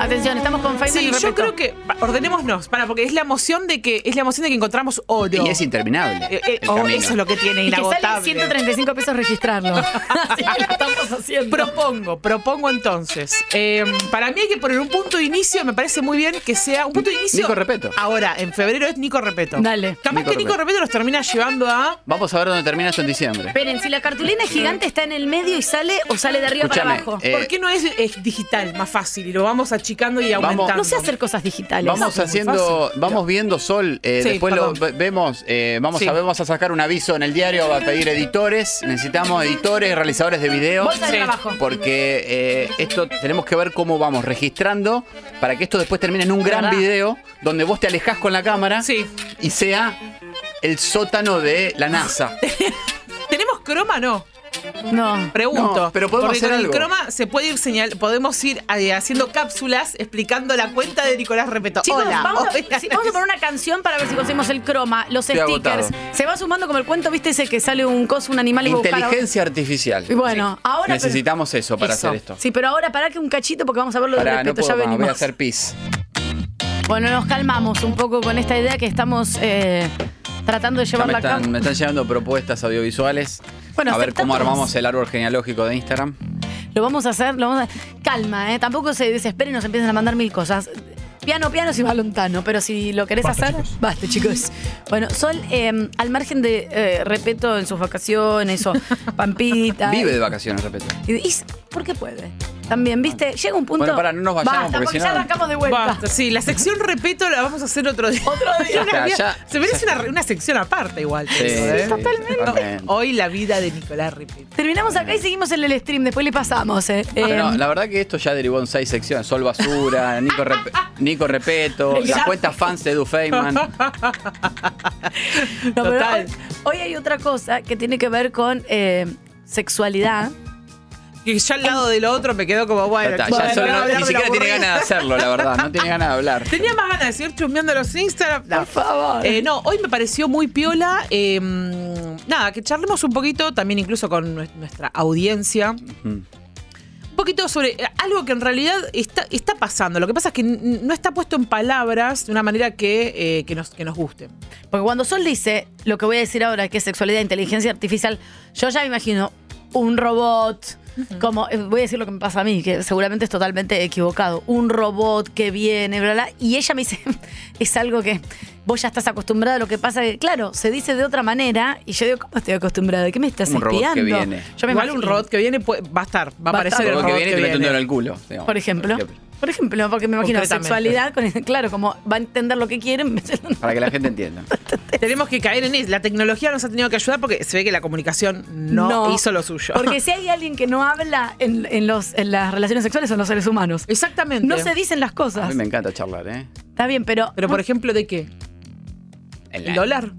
Atención, estamos con Feynman.
Sí,
y
yo
Repeto.
creo que pa- ordenémonos, para porque es la emoción de que es la emoción de que encontramos oro.
Y es interminable.
Eh, eh,
el
oh,
camino.
eso es lo que tiene
Y que sale
inagotable.
135 pesos registrarlo. *laughs* Así que lo estamos haciendo.
Propongo, propongo entonces. eh, para mí hay que poner un punto de inicio, me parece muy bien que sea un punto de inicio.
Nico Repetto.
Ahora, en febrero es Nico Repeto.
Dale.
Capaz
Nico
que Nico
Repetto.
Repeto nos termina llevando a.
Vamos a ver dónde termina esto en diciembre.
Esperen, si la cartulina gigante está en el medio y sale o sale de arriba
Escúchame,
para abajo.
eh,
¿Por qué no es, es digital más fácil y lo vamos achicando y
Vamos-
aumentando?
no sé hacer cosas digitales.
Vamos
muy
haciendo,
fácil.
vamos viendo Sol, eh,
Sí,
después lo
perdón.
ve- vemos, eh, vamos,
Sí.
a, vamos a sacar un aviso en el diario, va a pedir editores, necesitamos editores, realizadores de videos,
Bolsa de trabajo.
porque eh, esto tenemos que ver cómo vamos registrando para que esto después termine en un gran
¿Verdad?
video donde vos te alejás con la cámara
Sí.
y sea el sótano de la NASA.
¿Tenemos croma no?
No.
Pregunto.
No, pero podemos
Porque
hacer
con
algo.
el croma se puede ir señal, podemos ir eh, haciendo cápsulas explicando la cuenta de Nicolás Repeto.
Chicos,
Hola.
vamos,
hola.
a, sí, vamos a poner una canción para ver si conseguimos el croma, los
Estoy
stickers.
agotado.
Se va sumando como el cuento, viste, ese que sale un coso, un animal y vos buscás la-
Inteligencia artificial.
Y bueno, ahora. pero-
Necesitamos eso para
Eso.
hacer esto.
sí, pero ahora pará que un cachito porque vamos a verlo de
Pará, no
respeto.
puedo
ya
más,
venimos.
voy a hacer pis.
Bueno, nos calmamos un poco con esta idea que estamos eh, tratando de
Ya me
llevarla a cabo.
están, me están llegando propuestas audiovisuales.
Bueno,
a ver
aceptá
cómo
todas.
armamos el árbol genealógico de Instagram.
Lo vamos a hacer, lo vamos a... Calma, ¿eh? Tampoco se desesperen y nos empiezan a mandar mil cosas. Piano, piano, si va lontano, pero si lo querés hacer, basta, chicos. Bueno, Sol, eh, al margen de, eh, repeto, en sus vacaciones
*laughs*
o Pampita. eh,
Vive de vacaciones, repito.
Y, y- ¿Por qué puede? También, ¿viste? Llega un punto.
Bueno, pará, no nos vayamos,
Basta,
porque si
ya
no-
arrancamos de vuelta.
Basta, sí, la
*laughs*
sección Repeto la vamos a hacer otro día.
Otro
*laughs*
día.
Una
Ya,
vida-
ya.
se merece una, una sección aparte igual. te digo, ¿eh?
totalmente.
Hoy la vida de Nicolás Repeto.
Terminamos acá y seguimos en el stream, después le pasamos, ¿eh?
Ah, Pero
Eh,
la verdad que esto ya derivó en seis secciones. Sol Basura, Nico, Rep- Nico Repeto, las cuentas fans de Edu Feynman.
*laughs* No, pero
Total.
Hoy, hoy hay otra cosa que tiene que ver con eh, sexualidad.
Que ya al lado de lo otro me quedó como bueno.
Ya está,
bueno,
ya Sol
no,
no-
hablar de
ni
lo
siquiera tiene
aburrido.
ganas de hacerlo, la verdad. No tiene ganas de hablar.
Tenía más ganas de seguir chusmeando los Instagram. No.
Por favor.
Eh, no, hoy me pareció muy piola. eh, nada, que charlemos un poquito, también incluso con nue- nuestra audiencia, poquito sobre eh, algo que en realidad está, está pasando. Lo que pasa es que n- no está puesto en palabras de una manera que, eh, que, nos, que nos guste.
Porque cuando Sol dice lo que voy a decir ahora, que es sexualidad e inteligencia artificial, yo ya me imagino un robot, como eh, voy a decir lo que me pasa a mí, que seguramente es totalmente equivocado, un robot que viene, bla, bla, y ella me dice, *laughs* es algo que vos ya estás acostumbrada, lo que pasa que, claro, se dice de otra manera, y yo digo, ¿cómo estoy acostumbrada? ¿Qué me estás
Un robot que
espiando?
viene.
Yo me
Igual
imagino-
un robot que viene puede- va a estar, va, a
Va a estar.
aparecer el
Algo
robot
que viene y te mete un dedo en
viene.
el culo. digamos.
Por ejemplo. Por ejemplo, porque me imagino
Concretamente.
sexualidad, con, *laughs* claro, como va a entender lo que quiere. en vez de-
Para que la gente entienda.
Tenemos que caer en eso. La tecnología nos ha tenido que ayudar porque se ve que la comunicación no,
No.
hizo lo suyo.
Porque si hay alguien que no habla en, en los, en las relaciones sexuales son los seres humanos.
*laughs* Exactamente.
No se dicen las
A
cosas.
mí me encanta charlar, ¿eh?
Está bien, pero.
Pero por ejemplo, ¿de qué?
El
dólar?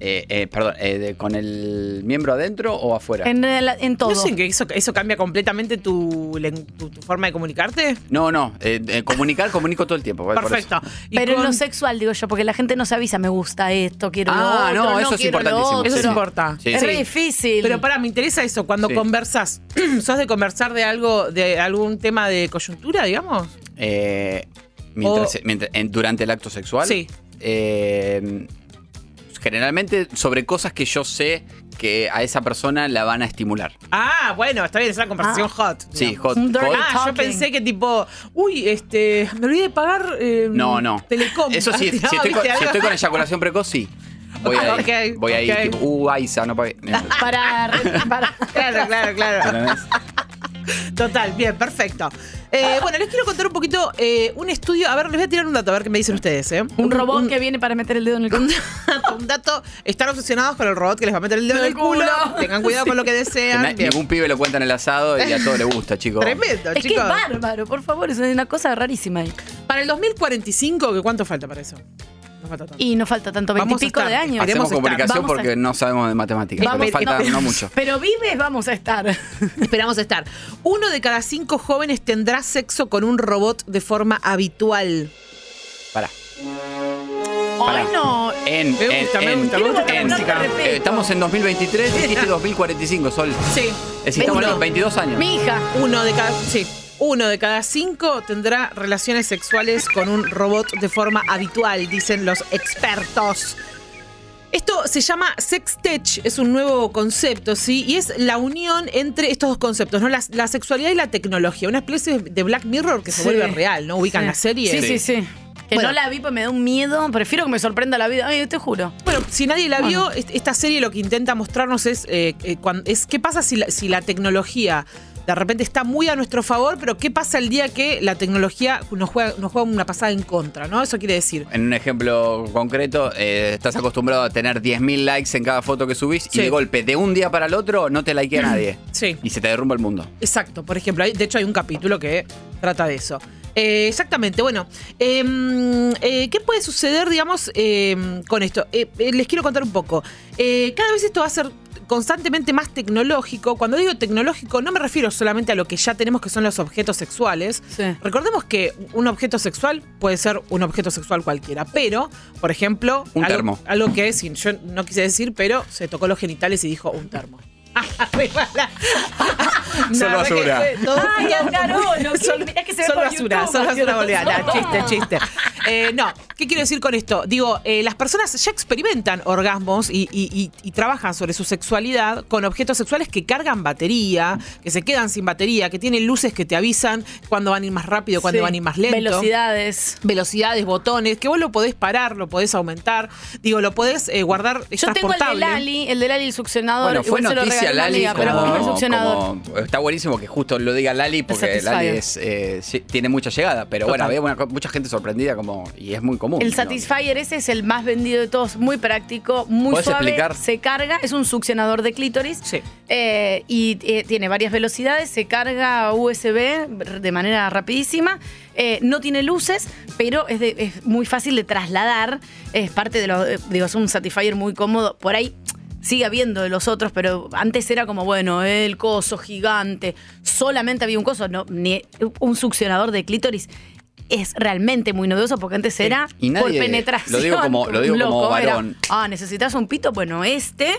Eh, eh, perdón, eh, de- ¿con el miembro adentro o afuera?
¿No dicen que eso, eso cambia completamente tu, len- tu- tu forma de comunicarte?
No, no. eh, eh, comunicar, comunico todo el tiempo. por eso.
Perfecto.
Pero en lo sexual, digo yo, porque la gente no se avisa, me gusta esto, quiero
Ah,
lo otro,
no,
no
eso es
quiero lo
importantísimo,
otro.
Eso
Sí.
importa.
Sí, Es sí. re
difícil.
Pero para, me interesa eso. Cuando
Sí.
conversas, *clears throat* ¿sos de conversar de algo, de algún tema de coyuntura, digamos?
Eh, mientras-
O-
mientras- en- durante el acto sexual.
Sí.
eh, generalmente sobre cosas que yo sé que a esa persona la van a estimular.
Ah, bueno, está bien, es una
Ah.
conversación hot.
Sí, hot.
Un dirty
hot.
Ah, yo pensé que tipo, uy, este, me olvidé de pagar eh,
No, no.
Telecom.
Eso
*laughs*
sí, si
Tiraba,
estoy, con,
¿viste?
si
Algo-
estoy con eyaculación precoz, sí. Voy
Ok,
ahí.
ok,
voy ahí,
ok.
tipo, uh, Aiza, no pagué.
Para,
*laughs*
para.
Claro, claro, claro.
¿Entendés?
*laughs* Total, bien, perfecto. Eh, bueno, les quiero contar un poquito eh, un estudio. A ver, les voy a tirar un dato, a ver qué me dicen ustedes. ¿eh?
Un robot que viene para meter el dedo en el
*laughs*
culo.
un dato, están obsesionados con el robot que les va a meter el dedo en el culo. Tengan cuidado con lo que desean.
Na-
Bien.
ningún pibe lo cuenta en el asado y a todo le gusta, chicos.
Tremendo,
Es que es
chicos.
bárbaro, por favor, es una cosa rarísima ahí.
Para el 2045, ¿qué ¿cuánto falta para eso? Nos falta tanto.
Y nos falta tanto,
Vamos a
veintipico
estar.
de años.
Hacemos
Queremos estar.
comunicación
Vamos a-
porque no sabemos de matemáticas.
Vamos-
Nos falta
no.
no mucho.
Pero vives, vamos a estar.
Esperamos estar. Uno de cada cinco jóvenes tendrá sexo con un robot de forma habitual.
Pará.
Ay, no. eh,
En,
Me
en-
gusta, me
en-
gusta, me gusta esta
en-
música.
eh, estamos en 2023,
*laughs*
dijiste 2045, Sol.
Sí.
Es decir, estamos en los 22 años.
Mi hija.
Uno de cada. Sí. Uno de cada cinco tendrá relaciones sexuales con un robot de forma habitual, dicen los expertos. Esto se llama sextech, es un nuevo concepto, ¿sí? Y es la unión entre estos dos conceptos, ¿no? La, la sexualidad y la tecnología. Una especie de Black Mirror que se
Sí.
vuelve real, ¿no? Ubican
Sí.
la serie.
Sí, sí, sí. Que
Bueno.
no la vi, pues me da un miedo. Prefiero que me sorprenda la vida. Ay, te juro.
Bueno, si nadie la vio, est- esta serie lo que intenta mostrarnos es, eh, eh, cuan- es qué pasa si la, si la tecnología de repente está muy a nuestro favor, pero qué pasa el día que la tecnología nos juega, nos juega una pasada en contra, ¿no? Eso quiere decir.
En un ejemplo concreto, eh, estás acostumbrado a tener 10.000 likes en cada foto que subís
Sí.
y de golpe, de un día para el otro, no te
Mm.
likea nadie.
Sí.
Y se te derrumba el mundo.
Exacto, por ejemplo, hay- de hecho hay un capítulo que trata de eso. Eh, exactamente, bueno, em, eh, ¿qué puede suceder, digamos, em, con esto? Eh, eh, les quiero contar un poco. Eh, cada vez esto va a ser constantemente más tecnológico. Cuando digo tecnológico, no me refiero solamente a lo que ya tenemos, que son los objetos sexuales. Recordemos que un objeto sexual puede ser un objeto sexual cualquiera, pero, por ejemplo,
Un
algo-
termo.
Algo, que sin- yo no quise decir, pero se tocó los genitales y dijo un termo. *laughs*
Solo
la verdad que
basura.
fue todo-
Ay, Angarolo, ¿qué?
*laughs* Solo-
Mirá que se ve
solo
por
basura,
YouTube,
solo basura
Angarolo. *laughs*
boliviana. Chiste, chiste. Eh, no, ¿qué quiero decir con esto? Digo, eh, las personas ya experimentan orgasmos y, y- y- y trabajan sobre su sexualidad con objetos sexuales que cargan batería, que se quedan sin batería, que tienen luces que te avisan cuándo van a ir más rápido, cuándo
Sí.
van a ir más lento.
Velocidades.
Velocidades, botones, que vos lo podés parar, lo podés aumentar, digo, lo podés eh, guardar. es
Yo tengo el de
transportable.
Lali, el de Lali, el succionador.
Bueno, fue
igual se lo
noticia
regalé a una
Lali
amiga, pero
como-
compré el succionador.
como- Está buenísimo que justo lo diga Lali porque
Satisfyer.
Lali es, eh, sí, tiene mucha llegada, pero
Total.
bueno, había una co- mucha gente sorprendida como y es muy común.
El
¿no?
Satisfyer ese es el más vendido de todos, muy práctico, muy
¿Podés
suave,
explicar?
se carga, es un succionador de clítoris eh, y eh, tiene varias velocidades, se carga USB de manera rapidísima, eh, no tiene luces, pero es, de- es muy fácil de trasladar, es parte de los, eh, digo, es un Satisfyer muy cómodo, por ahí sigue habiendo de los otros, pero antes era como, bueno, el coso gigante, solamente había un coso, no, ni un succionador de clítoris es realmente muy novedoso porque antes era
Y nadie-
por penetración.
lo digo como- lo digo
un
como
era,
varón.
ah, necesitas un pito, bueno, este.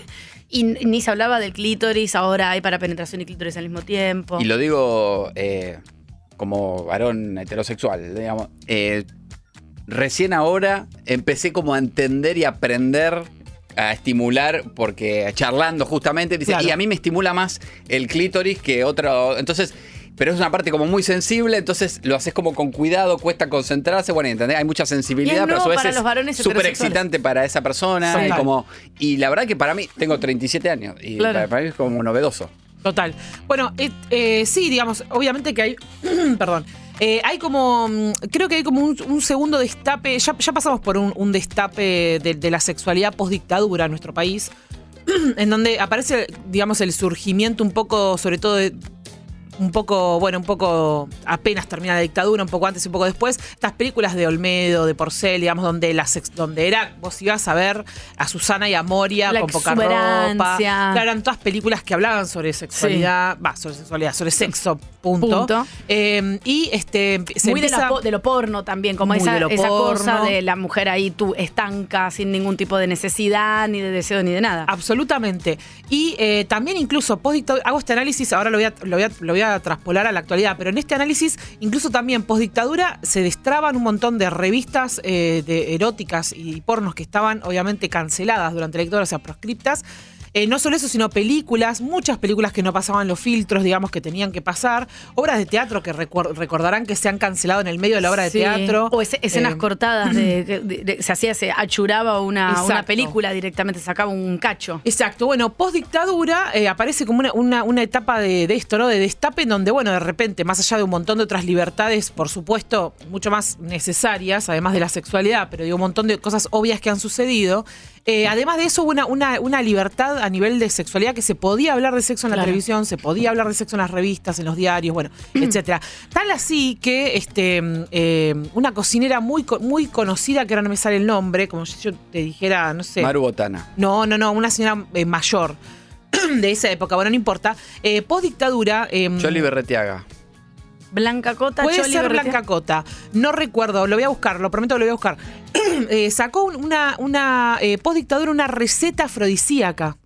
Y n- ni se hablaba del clítoris, ahora hay para penetración y clítoris al mismo tiempo.
Y lo digo eh, como varón heterosexual, digamos. Eh, recién ahora empecé como a entender y aprender a estimular, porque charlando justamente, dice,
Claro.
y a mí me estimula más el clítoris que otro. Entonces. Pero es una parte como muy sensible, entonces lo haces como con cuidado, cuesta concentrarse, bueno, ¿entendés? Hay mucha sensibilidad, pero a
nuevo
su vez
para
es
los varones
súper
heterosexuales.
excitante para esa persona.
Sí.
Y, como, y la verdad que para mí, tengo 37 años, y
Claro.
para- para mí es como novedoso.
Total. Bueno, et- eh, sí, digamos, obviamente que hay. *clears throat* perdón. Eh, hay como. mm, Creo que hay como un, un segundo destape. Ya, ya pasamos por un, un destape de, de la sexualidad postdictadura en nuestro país. *clears throat* en donde aparece, digamos, el surgimiento un poco, sobre todo de. Un poco, bueno, un poco apenas termina la dictadura, un poco antes y un poco después. Estas películas de Olmedo, de Porcel, digamos, donde la sex- donde era, vos ibas a ver a Susana y a Moria
La
con poca ropa.
exuberancia.
Claro, eran todas películas que hablaban sobre sexualidad, va, sobre sexualidad, sobre sexo, punto.
Punto.
Eh, y este se
muy de, la
empieza-
po- de lo porno también, como
Muy
esa,
de lo
esa cosa
porno.
de la mujer ahí tú estanca sin ningún tipo de necesidad, ni de deseo, ni de nada.
Ah, Absolutamente. Y eh, también incluso, postdictadura, hago este análisis, ahora lo voy, a, lo, voy a, lo voy a traspolar a la actualidad, pero en este análisis, incluso también postdictadura, se destraban un montón de revistas eh, de eróticas y pornos que estaban obviamente canceladas durante la dictadura, o sea, proscriptas. Eh, no solo eso, sino películas, muchas películas que no pasaban los filtros, digamos, que tenían que pasar, obras de teatro que recuer- recordarán que se han cancelado en el medio de la obra de
Sí.
teatro.
O ese- escenas
Eh,
cortadas
*clears throat*
de, que- de- de- se hacía, se achuraba una, una
Exacto.
película directamente, sacaba un cacho.
Exacto, bueno, post dictadura aparece como una, una- una etapa de, de esto, ¿no? De destape en donde, bueno, de repente, más allá de un montón de otras libertades, por supuesto, mucho más necesarias, además de la sexualidad, pero digo, un montón de cosas obvias que han sucedido. eh, además de eso, hubo una, una, una libertad a nivel de sexualidad que se podía hablar de sexo en la
Claro.
televisión, se podía hablar de sexo en las revistas, en los diarios, bueno, etcétera. Tal así que este, mm, eh, una cocinera muy, co- muy conocida, que ahora no me sale el nombre, como si yo te dijera, no sé.
Maru Botana.
No, no, no, una señora eh, mayor *clears throat* de esa época, bueno, no importa. Eh, post dictadura.
Choli Berretiaga.
Blanca Cota,
Puede
Choli
ser
Berrete-
Blanca Cota. No recuerdo, lo voy a buscar, lo prometo que lo voy a buscar. *clears throat* Eh, sacó un- una, una post dictadura, una receta afrodisíaca.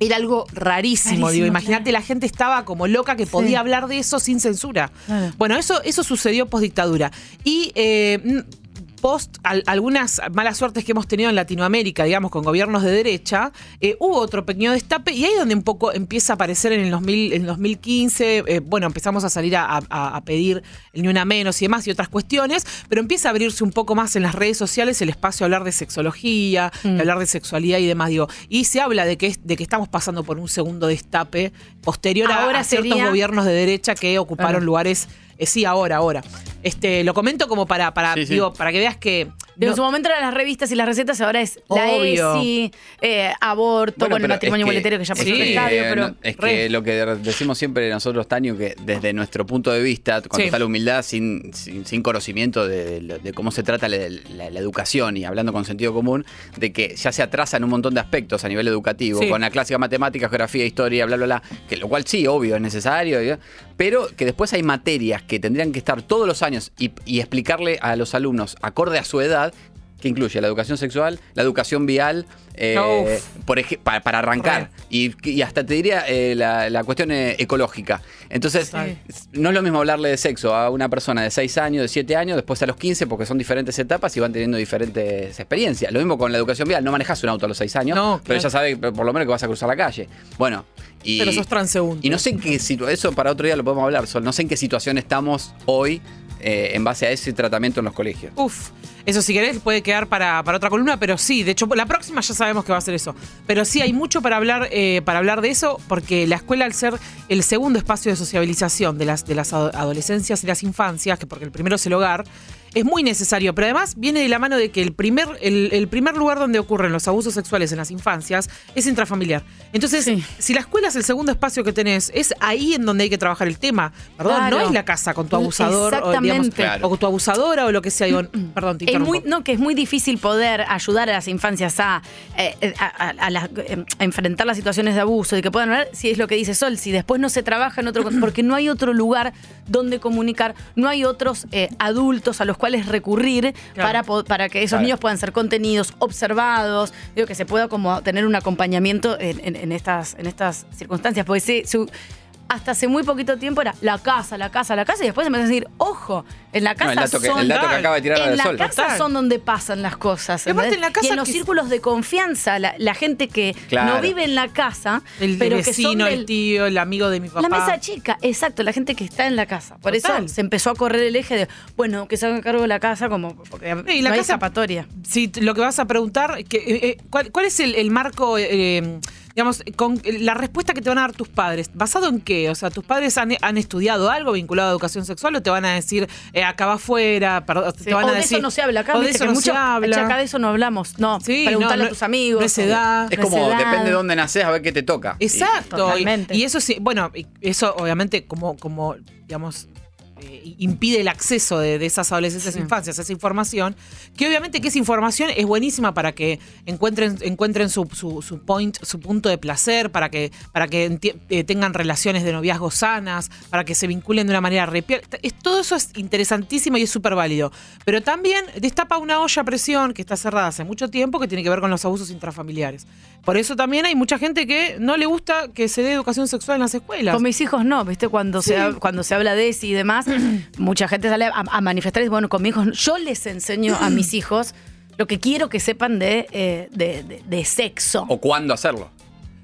Era algo rarísimo,
Rarísimo,
digo, imagínate, la gente estaba como loca que podía hablar de eso sin censura.
Claro.
*laughs* Bueno, eso, eso sucedió post dictadura. Y eh, mm, post al- algunas malas suertes que hemos tenido en Latinoamérica, digamos, con gobiernos de derecha, eh, hubo otro pequeño destape y ahí es donde un poco empieza a aparecer en el 2000, en 2015, eh, bueno, empezamos a salir a, a- a pedir el ni una menos y demás y otras cuestiones, pero empieza a abrirse un poco más en las redes sociales el espacio a hablar de sexología, de hablar de sexualidad y demás, digo, y se habla de que, es- de que estamos pasando por un segundo destape posterior a-
Ahora
a ciertos
sería-
gobiernos de derecha que ocuparon
Claro.
lugares. eh, sí, ahora, ahora. Este, lo comento como para, para,
Sí, sí.
digo, para que veas que.
De
no-
su momento eran las revistas y las recetas, ahora es
Obvio.
la ESI, eh, aborto, bueno, el
pero
matrimonio
es que-
igualitario que ya
es
pasó
que,
el estadio,
eh,
pero
no, es
re-
que lo que decimos siempre nosotros, Taño, que desde nuestro punto de vista, con
Sí.
total humildad, sin, sin, sin conocimiento de, de lo- de cómo se trata la, la- la educación y hablando con sentido común, de que ya se atrasan un montón de aspectos a nivel educativo,
Sí.
con la clásica matemática, geografía, historia, bla, bla, bla, que lo cual sí, obvio, es necesario, ¿ya? pero que después hay materias que tendrían que estar todos los años y, y explicarle a los alumnos, acorde a su edad, que incluye la educación sexual, la educación vial, eh,
Uf.
por ej- pa- para, arrancar. Y, y hasta te diría eh, la, la cuestión eh, ecológica. Entonces, no es lo mismo hablarle de sexo a una persona de 6 años, de 7 años, después a los 15, porque son diferentes etapas y van teniendo diferentes experiencias. Lo mismo con la educación vial. No manejas un auto a los 6 años, pero
claro.
ya sabes por lo menos que vas a cruzar la calle. Bueno, y.
Pero sos transeúnte.
Y no sé en qué situación, eso para otro día lo podemos hablar, Sol. No sé en qué situación estamos hoy eh, en base a ese tratamiento en los colegios.
Uf, eso si querés puede quedar para, para otra columna, pero sí, de hecho, la próxima ya sabemos que va a ser eso. Pero sí, hay mucho para hablar, eh, para hablar de eso, porque la escuela, al ser el segundo espacio de sociabilización de las, de las ado- adolescencias y las infancias, que porque el primero es el hogar, es muy necesario, pero además viene de la mano de que el primer, el, el primer lugar donde ocurren los abusos sexuales en las infancias es intrafamiliar. Entonces, si la escuela es el segundo espacio que tenés, es ahí en donde hay que trabajar el tema. Perdón,
Claro.
no es la casa con tu abusador o, digamos,
Exactamente. Claro.
o con tu abusadora o lo que sea. digo, perdón, te
Mm, Es
interrumpo.
muy, no, que es muy difícil poder ayudar a las infancias a, eh, eh, a- a- a las- eh, a enfrentar las situaciones de abuso y que puedan ver si es lo que dice Sol, si después no se trabaja en otro, con- porque no hay otro lugar donde comunicar, no hay otros eh, adultos a los cuales recurrir
Claro.
para, po- para que esos
Claro.
niños puedan ser contenidos, observados, digo, que se pueda como tener un acompañamiento en, en- en estas, en estas circunstancias, porque sí, su- hasta hace muy poquito tiempo era la casa, la casa, la casa, y después se me a decir, ojo, en la
No,
casa
el dato que-
son.
el dato que acaba de tirar la
en
de
la
Sol.
casa
Total.
son donde pasan las cosas.
Y aparte
¿entendés?
en la casa
Y en los
que-
círculos de confianza, la, la gente que
Claro.
no vive en la casa,
El
pero que son
vecino,
del-
el tío, el amigo de mi papá.
la mesa chica, exacto, la gente que está en la casa. Por
Total.
eso se empezó a correr el eje de, bueno, que se hagan cargo de la casa como porque
Y
no
la
hay
casa-
escapatoria.
Si t- lo que vas a preguntar, que, eh, eh, ¿cuál, cuál es el, el marco, eh, digamos, con la respuesta que te van a dar tus padres? ¿Basado en qué? O sea, ¿tus padres han, han estudiado algo vinculado a educación sexual o te van a decir, eh, acá va afuera? perdón,
Sí,
te van
o
a
de
decir,
eso no se habla acá,
o de
viste
eso
que
no
mucho-
se habla.
che, acá de eso no hablamos. No,
Sí,
preguntale
no,
a
no-
tus amigos. eh,
no es edad.
Es como, depende de dónde naces, a ver qué te toca.
Ah, Exacto. Y,
Totalmente.
y eso sí, bueno, y eso obviamente como, como digamos, eh, impide el acceso de, de esas adolescentes
Sí.
infancias, a esa información, que obviamente que esa información es buenísima para que encuentren, encuentren su, su, su point, su punto de placer, para que, para que enti- eh, tengan relaciones de noviazgo sanas, para que se vinculen de una manera repiel. Es, todo eso es interesantísimo y es súper válido. Pero también destapa una olla a presión que está cerrada hace mucho tiempo que tiene que ver con los abusos intrafamiliares. Por eso también hay mucha gente que no le gusta que se dé educación sexual en las escuelas.
Con mis hijos no, ¿viste? Cuando,
Sí.
se, hab- cuando se habla de eso y
*clears throat*
demás, mucha gente sale a, a manifestar y dice, bueno, con mis hijos, no. yo les enseño a
*clears throat*
mis hijos lo que quiero que sepan de, eh, de, de- de sexo.
O cuándo hacerlo.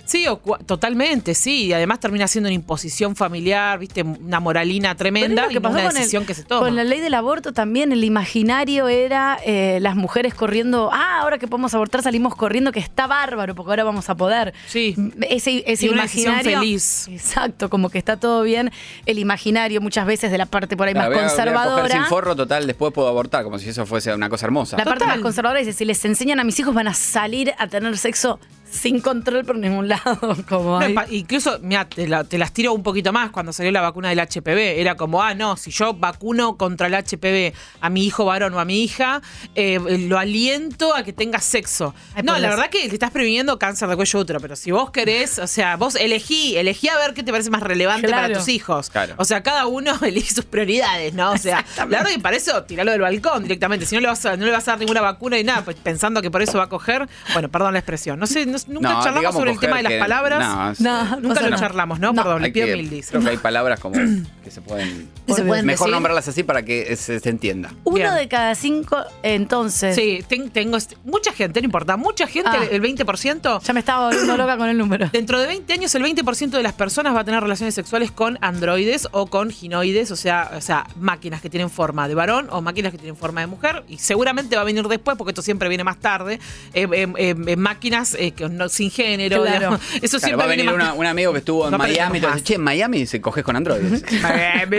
Sí, o cua- totalmente, sí. Y además termina siendo una imposición familiar, viste, una moralina tremenda
Pero
y
es lo
no
pasó
una
con el-
decisión que se toma.
Con la ley del aborto también el imaginario era eh, las mujeres corriendo, ah, ahora que podemos abortar salimos corriendo, que está bárbaro, porque ahora vamos a poder. Mm,
Sí.
Ese, ese
Y una decisión
imaginario.
feliz.
Exacto, como que está todo bien. El imaginario muchas veces de la parte por ahí
Claro,
más
voy a- voy a coger
conservadora.
sin forro, total, después puedo abortar, como si eso fuese una cosa hermosa.
La parte más conservadora dice, si les enseñan a mis hijos van a salir a tener sexo sin control por ningún *laughs* lado. Como
No,
hay.
pa- incluso, mira, te, la- te las tiro un poquito más cuando salió la vacuna del HPV. Era como, ah, no, si yo vacuno contra el HPV a mi hijo varón o a mi hija, eh, lo aliento a que tenga sexo.
Ay,
no,
por
la
las-
verdad que te estás previniendo cáncer de cuello útero, pero si vos querés, o sea, vos elegí, elegí a ver qué te parece más relevante para
Claro.
tus hijos.
Claro.
O sea, cada uno *laughs* elige sus prioridades, ¿no? O sea, la verdad que para eso tiralo del balcón directamente. Si no le vas a, no le vas a dar ninguna vacuna y nada, pues pensando que por eso va a coger, bueno, perdón la expresión. No sé, no- nunca
No,
charlamos
digamos
sobre el
coger
tema de las
que-
palabras.
no, es-
nunca
o sea,
lo
no.
charlamos, ¿no? Perdón, le
Hay
pido
que-
mil dis.
Creo que hay palabras como
Mm.
que se pueden.
Que se pueden
mejor
decir.
nombrarlas así para que se, se entienda.
Uno de cada cinco, entonces.
Sí, ten- tengo este- mucha gente, no importa, mucha gente,
Ah.
el 20%.
Ya me estaba volviendo loca con el número.
Dentro de 20 años, el 20% de las personas va a tener relaciones sexuales con androides o con ginoides, o sea, o sea, máquinas que tienen forma de varón o máquinas que tienen forma de mujer. Y seguramente va a venir después, porque esto siempre viene más tarde. eh, eh, eh, eh, máquinas eh, que no- sin género.
Claro.
digamos. Eso
Claro,
siempre
va a
viene
venir
más
una-
tarde.
un amigo que estuvo en
No aprendemos
Miami y te dice,
más.
che, en Miami se coges con
*laughs*
androides.
Miami.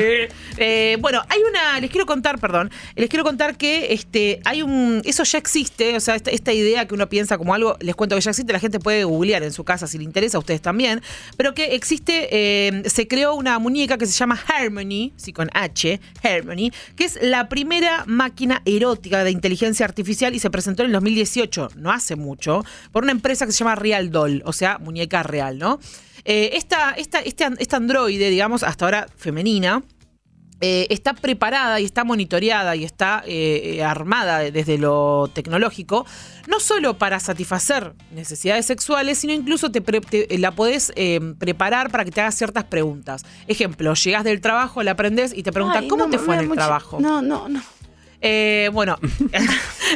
Eh, bueno, hay una. Les quiero contar, perdón. Les quiero contar que este, hay un. Eso ya existe. O sea, esta, esta idea que uno piensa como algo. Les cuento que ya existe. La gente puede googlear en su casa si le interesa, a ustedes también. Pero que existe. eh, se creó una muñeca que se llama Harmony. Sí, con H. Harmony. Que es la primera máquina erótica de inteligencia artificial y se presentó en el 2018. No hace mucho. Por una empresa que se llama Real Doll. O sea, muñeca real, ¿no? Eh, esta, esta, este, an- esta androide, digamos, hasta ahora femenina, eh, está preparada y está monitoreada y está eh, eh, armada desde lo tecnológico, no solo para satisfacer necesidades sexuales, sino incluso te pre- te- eh, la podés eh, preparar para que te hagas ciertas preguntas. Ejemplo, llegás del trabajo, la aprendés y te pregunta,
Ay,
¿cómo
no,
te
me
fue en
da
el
mucho-
trabajo?
*laughs* No, no, no.
Eh, bueno,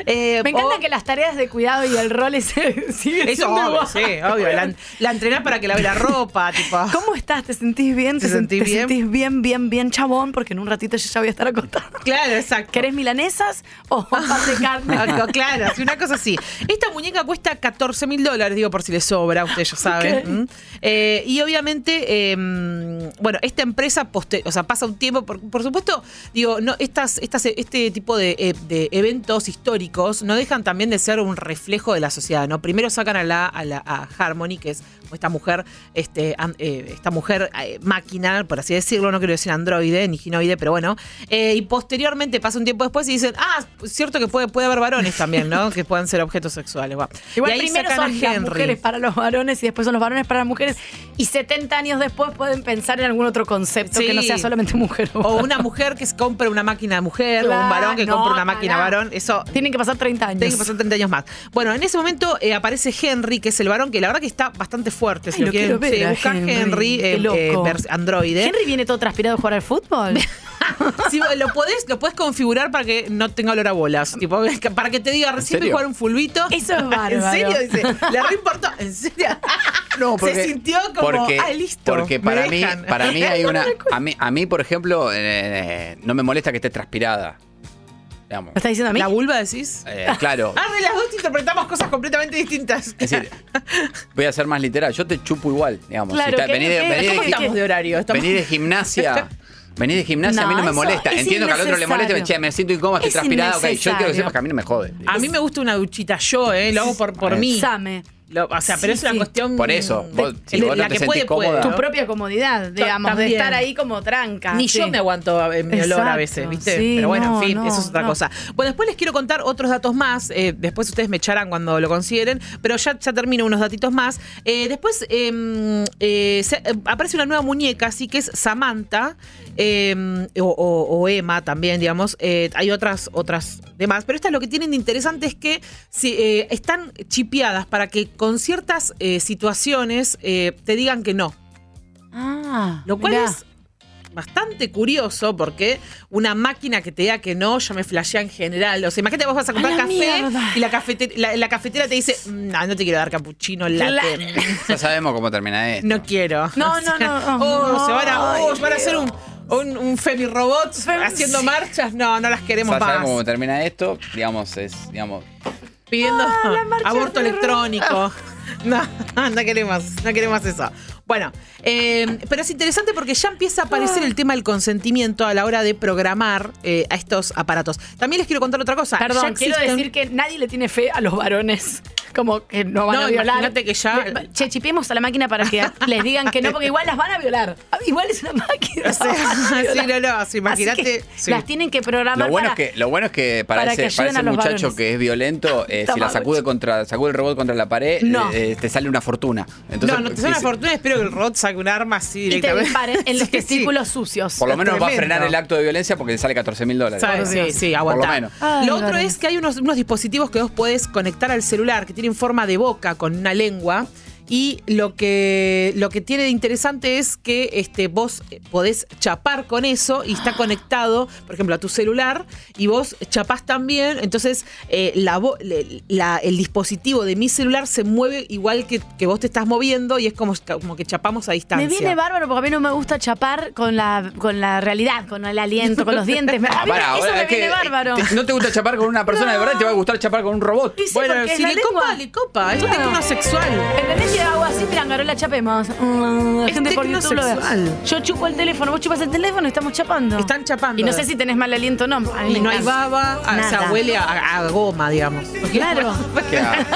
Me encanta que las tareas de cuidado y el rol *laughs* ese sigue *laughs*
Eso
siendo
obvio,
igual.
sí, obvio. La, la entrenás para que lave la ropa, tipo.
¿Cómo estás? ¿Te sentís bien?
¿Te
sen-
sentís bien?
sentís bien, bien, bien, chabón? Porque en un ratito yo ya voy a estar acostada.
*laughs* Claro, exacto.
¿Querés milanesas o papas de
*laughs*
carne?
Ah, claro, sí, una cosa así. Esta muñeca cuesta 14 mil dólares, digo por si le sobra, ustedes ya saben.
Ok.
¿Mm? Eh, y obviamente, eh, bueno, esta empresa, poste- o sea, pasa un tiempo, por, por supuesto, digo, no, estas, estas, este tipo de, eh, de eventos históricos no dejan también de ser un reflejo de la sociedad, ¿no? Primero sacan a la, a la a Harmony, que es esta mujer, este, an- eh, esta mujer eh, máquina, por así decirlo, no quiero decir androide ni ginoide, pero bueno. Eh, y posteriormente pasa un tiempo después y dicen, ah, cierto que puede, puede haber varones también, ¿no? *laughs* que puedan ser objetos sexuales. va.
Igual
Y ahí
primero
sacan a
son las
Henry.
mujeres para los varones y después son los varones para las mujeres. Y 70 años después pueden pensar en algún otro concepto que no
Sí.
sea solamente mujer.
O una mujer que se compra una máquina de mujer, o un
Claro,
varón que
no,
compra una máquina
pará.
varón. Eso.
Tienen que pasar 30 años.
Tienen que pasar 30 años más. Bueno, en ese momento eh, aparece Henry, que es el varón que la verdad que está bastante fuerte. Si
Ay,
lo,
lo
quieren
quiero ver
sí,
a
buscan Henry,
Henry, qué
eh, eh,
loco.
vers- androide. *laughs*
Henry viene todo transpirado a jugar al *laughs* fútbol.
Sí, lo podés, lo podés configurar para que no tenga olor a bolas. Tipo, *laughs* que- para que te diga, recién me
serio?
jugaron un fulbito.
Eso es bárbaro.
*laughs* ¿En serio? Dice, le reimportó. *laughs* ¿En serio?
No, porque-
Se sintió como,
porque,
ah, listo.
Porque
me
para mí,
dejan".
para mí
*laughs*
hay una. A mí, a mí por ejemplo, eh, no me molesta que esté transpirada.
*laughs*
Digamos.
¿Me estás diciendo a mí?
¿La vulva decís?
Eh, claro.
Ah, de las dos interpretamos cosas completamente distintas.
Es decir, voy a ser más literal. Yo te chupo igual, digamos.
Claro,
está-
que-
vení de,
que-
vení de
¿cómo
gi-
estamos de horario? Estamos-
vení de
*laughs*
gimnasia. Vení de gimnasia, a mí
No,
no me
eso
molesta.
es
Entiendo que al otro le moleste, pero,
innecesario.
che, me siento incómodo, estoy
Es
transpirada. ok, yo quiero que
innecesario.
sepas que a mí no me jode.
*laughs* A mí me gusta una duchita yo, ¿eh? Lo hago por, por mí.
Same.
Lo- o sea, pero
Sí,
es una
sí.
cuestión.
Por eso, vos- si
de-
vos no
la
te
que
sentís
puede, puede,
cómoda.
¿no?
Tu propia comodidad, digamos, de
también.
estar ahí como tranca.
Ni yo
sí.
me aguanto eh, mi olor a
Exacto,
veces, ¿viste?
sí,
Pero bueno,
no,
en fin,
no,
eso es otra
no.
cosa. Bueno, después les quiero contar otros datos más. eh, después ustedes me echarán cuando lo consideren. Pero ya, ya termino unos datitos más. Eh, después eh, eh, se- eh, aparece una nueva muñeca, así que es Samantha. eh, o, o- o Emma también, digamos. Eh, hay otras, otras demás. Pero estas lo que tienen de interesante es que si, eh, están chipeadas para que con ciertas eh, situaciones eh, te digan que no.
Ah,
Lo cual
mirá.
es bastante curioso porque una máquina que te diga que no, ya me flashea en general. O sea, imagínate vos vas a comprar
la
café
mierda.
y la, cafete- la, la cafetera te dice, "Mm, no, no te quiero dar capuchino, latte. mm,
Ya sabemos cómo termina
*laughs*
esto.
No quiero.
*laughs* No,
O sea,
no, no,
Oh,
no.
se van a, oh,
Ay,
se van a hacer un, un, un femirrobot haciendo marchas. No, no las queremos
ya
más.
sabemos cómo termina esto. Digamos, es, digamos,
pidiendo
Ah,
aborto electrónico. *laughs* No, no queremos, no queremos eso. Bueno, eh, pero es interesante porque ya empieza a
Ah.
aparecer el tema del consentimiento a la hora de programar eh, a estos aparatos. También les quiero contar otra cosa.
Perdón,
Ya
quiero
existen-
decir que nadie le tiene fe a los varones. Como que no van
No,
a violar.
imagínate que ya-
Le- che, chipemos a la máquina para
*laughs*
que les digan que no, porque igual las van a violar. Ah, Igual es una máquina.
O sea,
la van a
*laughs* sí,
violar.
no, no, sí, imagínate,
Así que
sí.
Las tienen que programar.
Lo bueno,
para-
es que, lo bueno es que para,
para
ese,
que ayuden
para ese
a los
muchacho
varones.
que es violento, eh, si la
Tamagotchi.
sacude contra, sacude el robot contra la pared,
No.
eh, eh, te sale una fortuna. Entonces,
no, no te sale una
si-
fortuna, espero que el robot saque un arma así
Y te
directamente.
disparen en *laughs* los
*laughs* Sí, sí.
testículos sucios.
Por lo menos va a
Tremendo.
frenar el acto de violencia porque le sale 14 mil dólares.
Sabe, Sí, sí, aguantá.
Por lo menos.
lo otro es que hay unos, unos dispositivos que vos podés conectar al celular que tienen forma de boca con una lengua. Y lo que, lo que tiene de interesante es que este, vos podés chapar con eso y está conectado, por ejemplo, a tu celular y vos chapás también. Entonces, eh, la, bo- le- la- el dispositivo de mi celular se mueve igual que, que vos te estás moviendo y es como, como que chapamos a distancia.
Me viene bárbaro porque a mí no me gusta chapar con la, con la realidad, con el aliento, con los
*laughs*
dientes. Me- a
Ah,
mí
pará,
eso
es
me
que,
viene bárbaro.
te- no te gusta chapar con una persona de verdad, te va a gustar chapar con un robot.
Y sí,
Bueno,
porque es
si
la
le
lengua.
copa, le copa. Es
Claro.
tecnosexual.
¿Entendés que hago así? Mira, Garola, chapemos. Mm, la
Es
gente por YouTube lo ve.
tecnosexual.
Yo chupo el teléfono, vos chupas el teléfono y estamos chapando.
Están chapando.
Y no sé si tenés mal aliento o no. A mí
Y
me
no hay
encanta.
baba, ah, o sea,
Nada.
huele a, a goma, digamos.
*laughs* Claro.
Qué asco.
*laughs*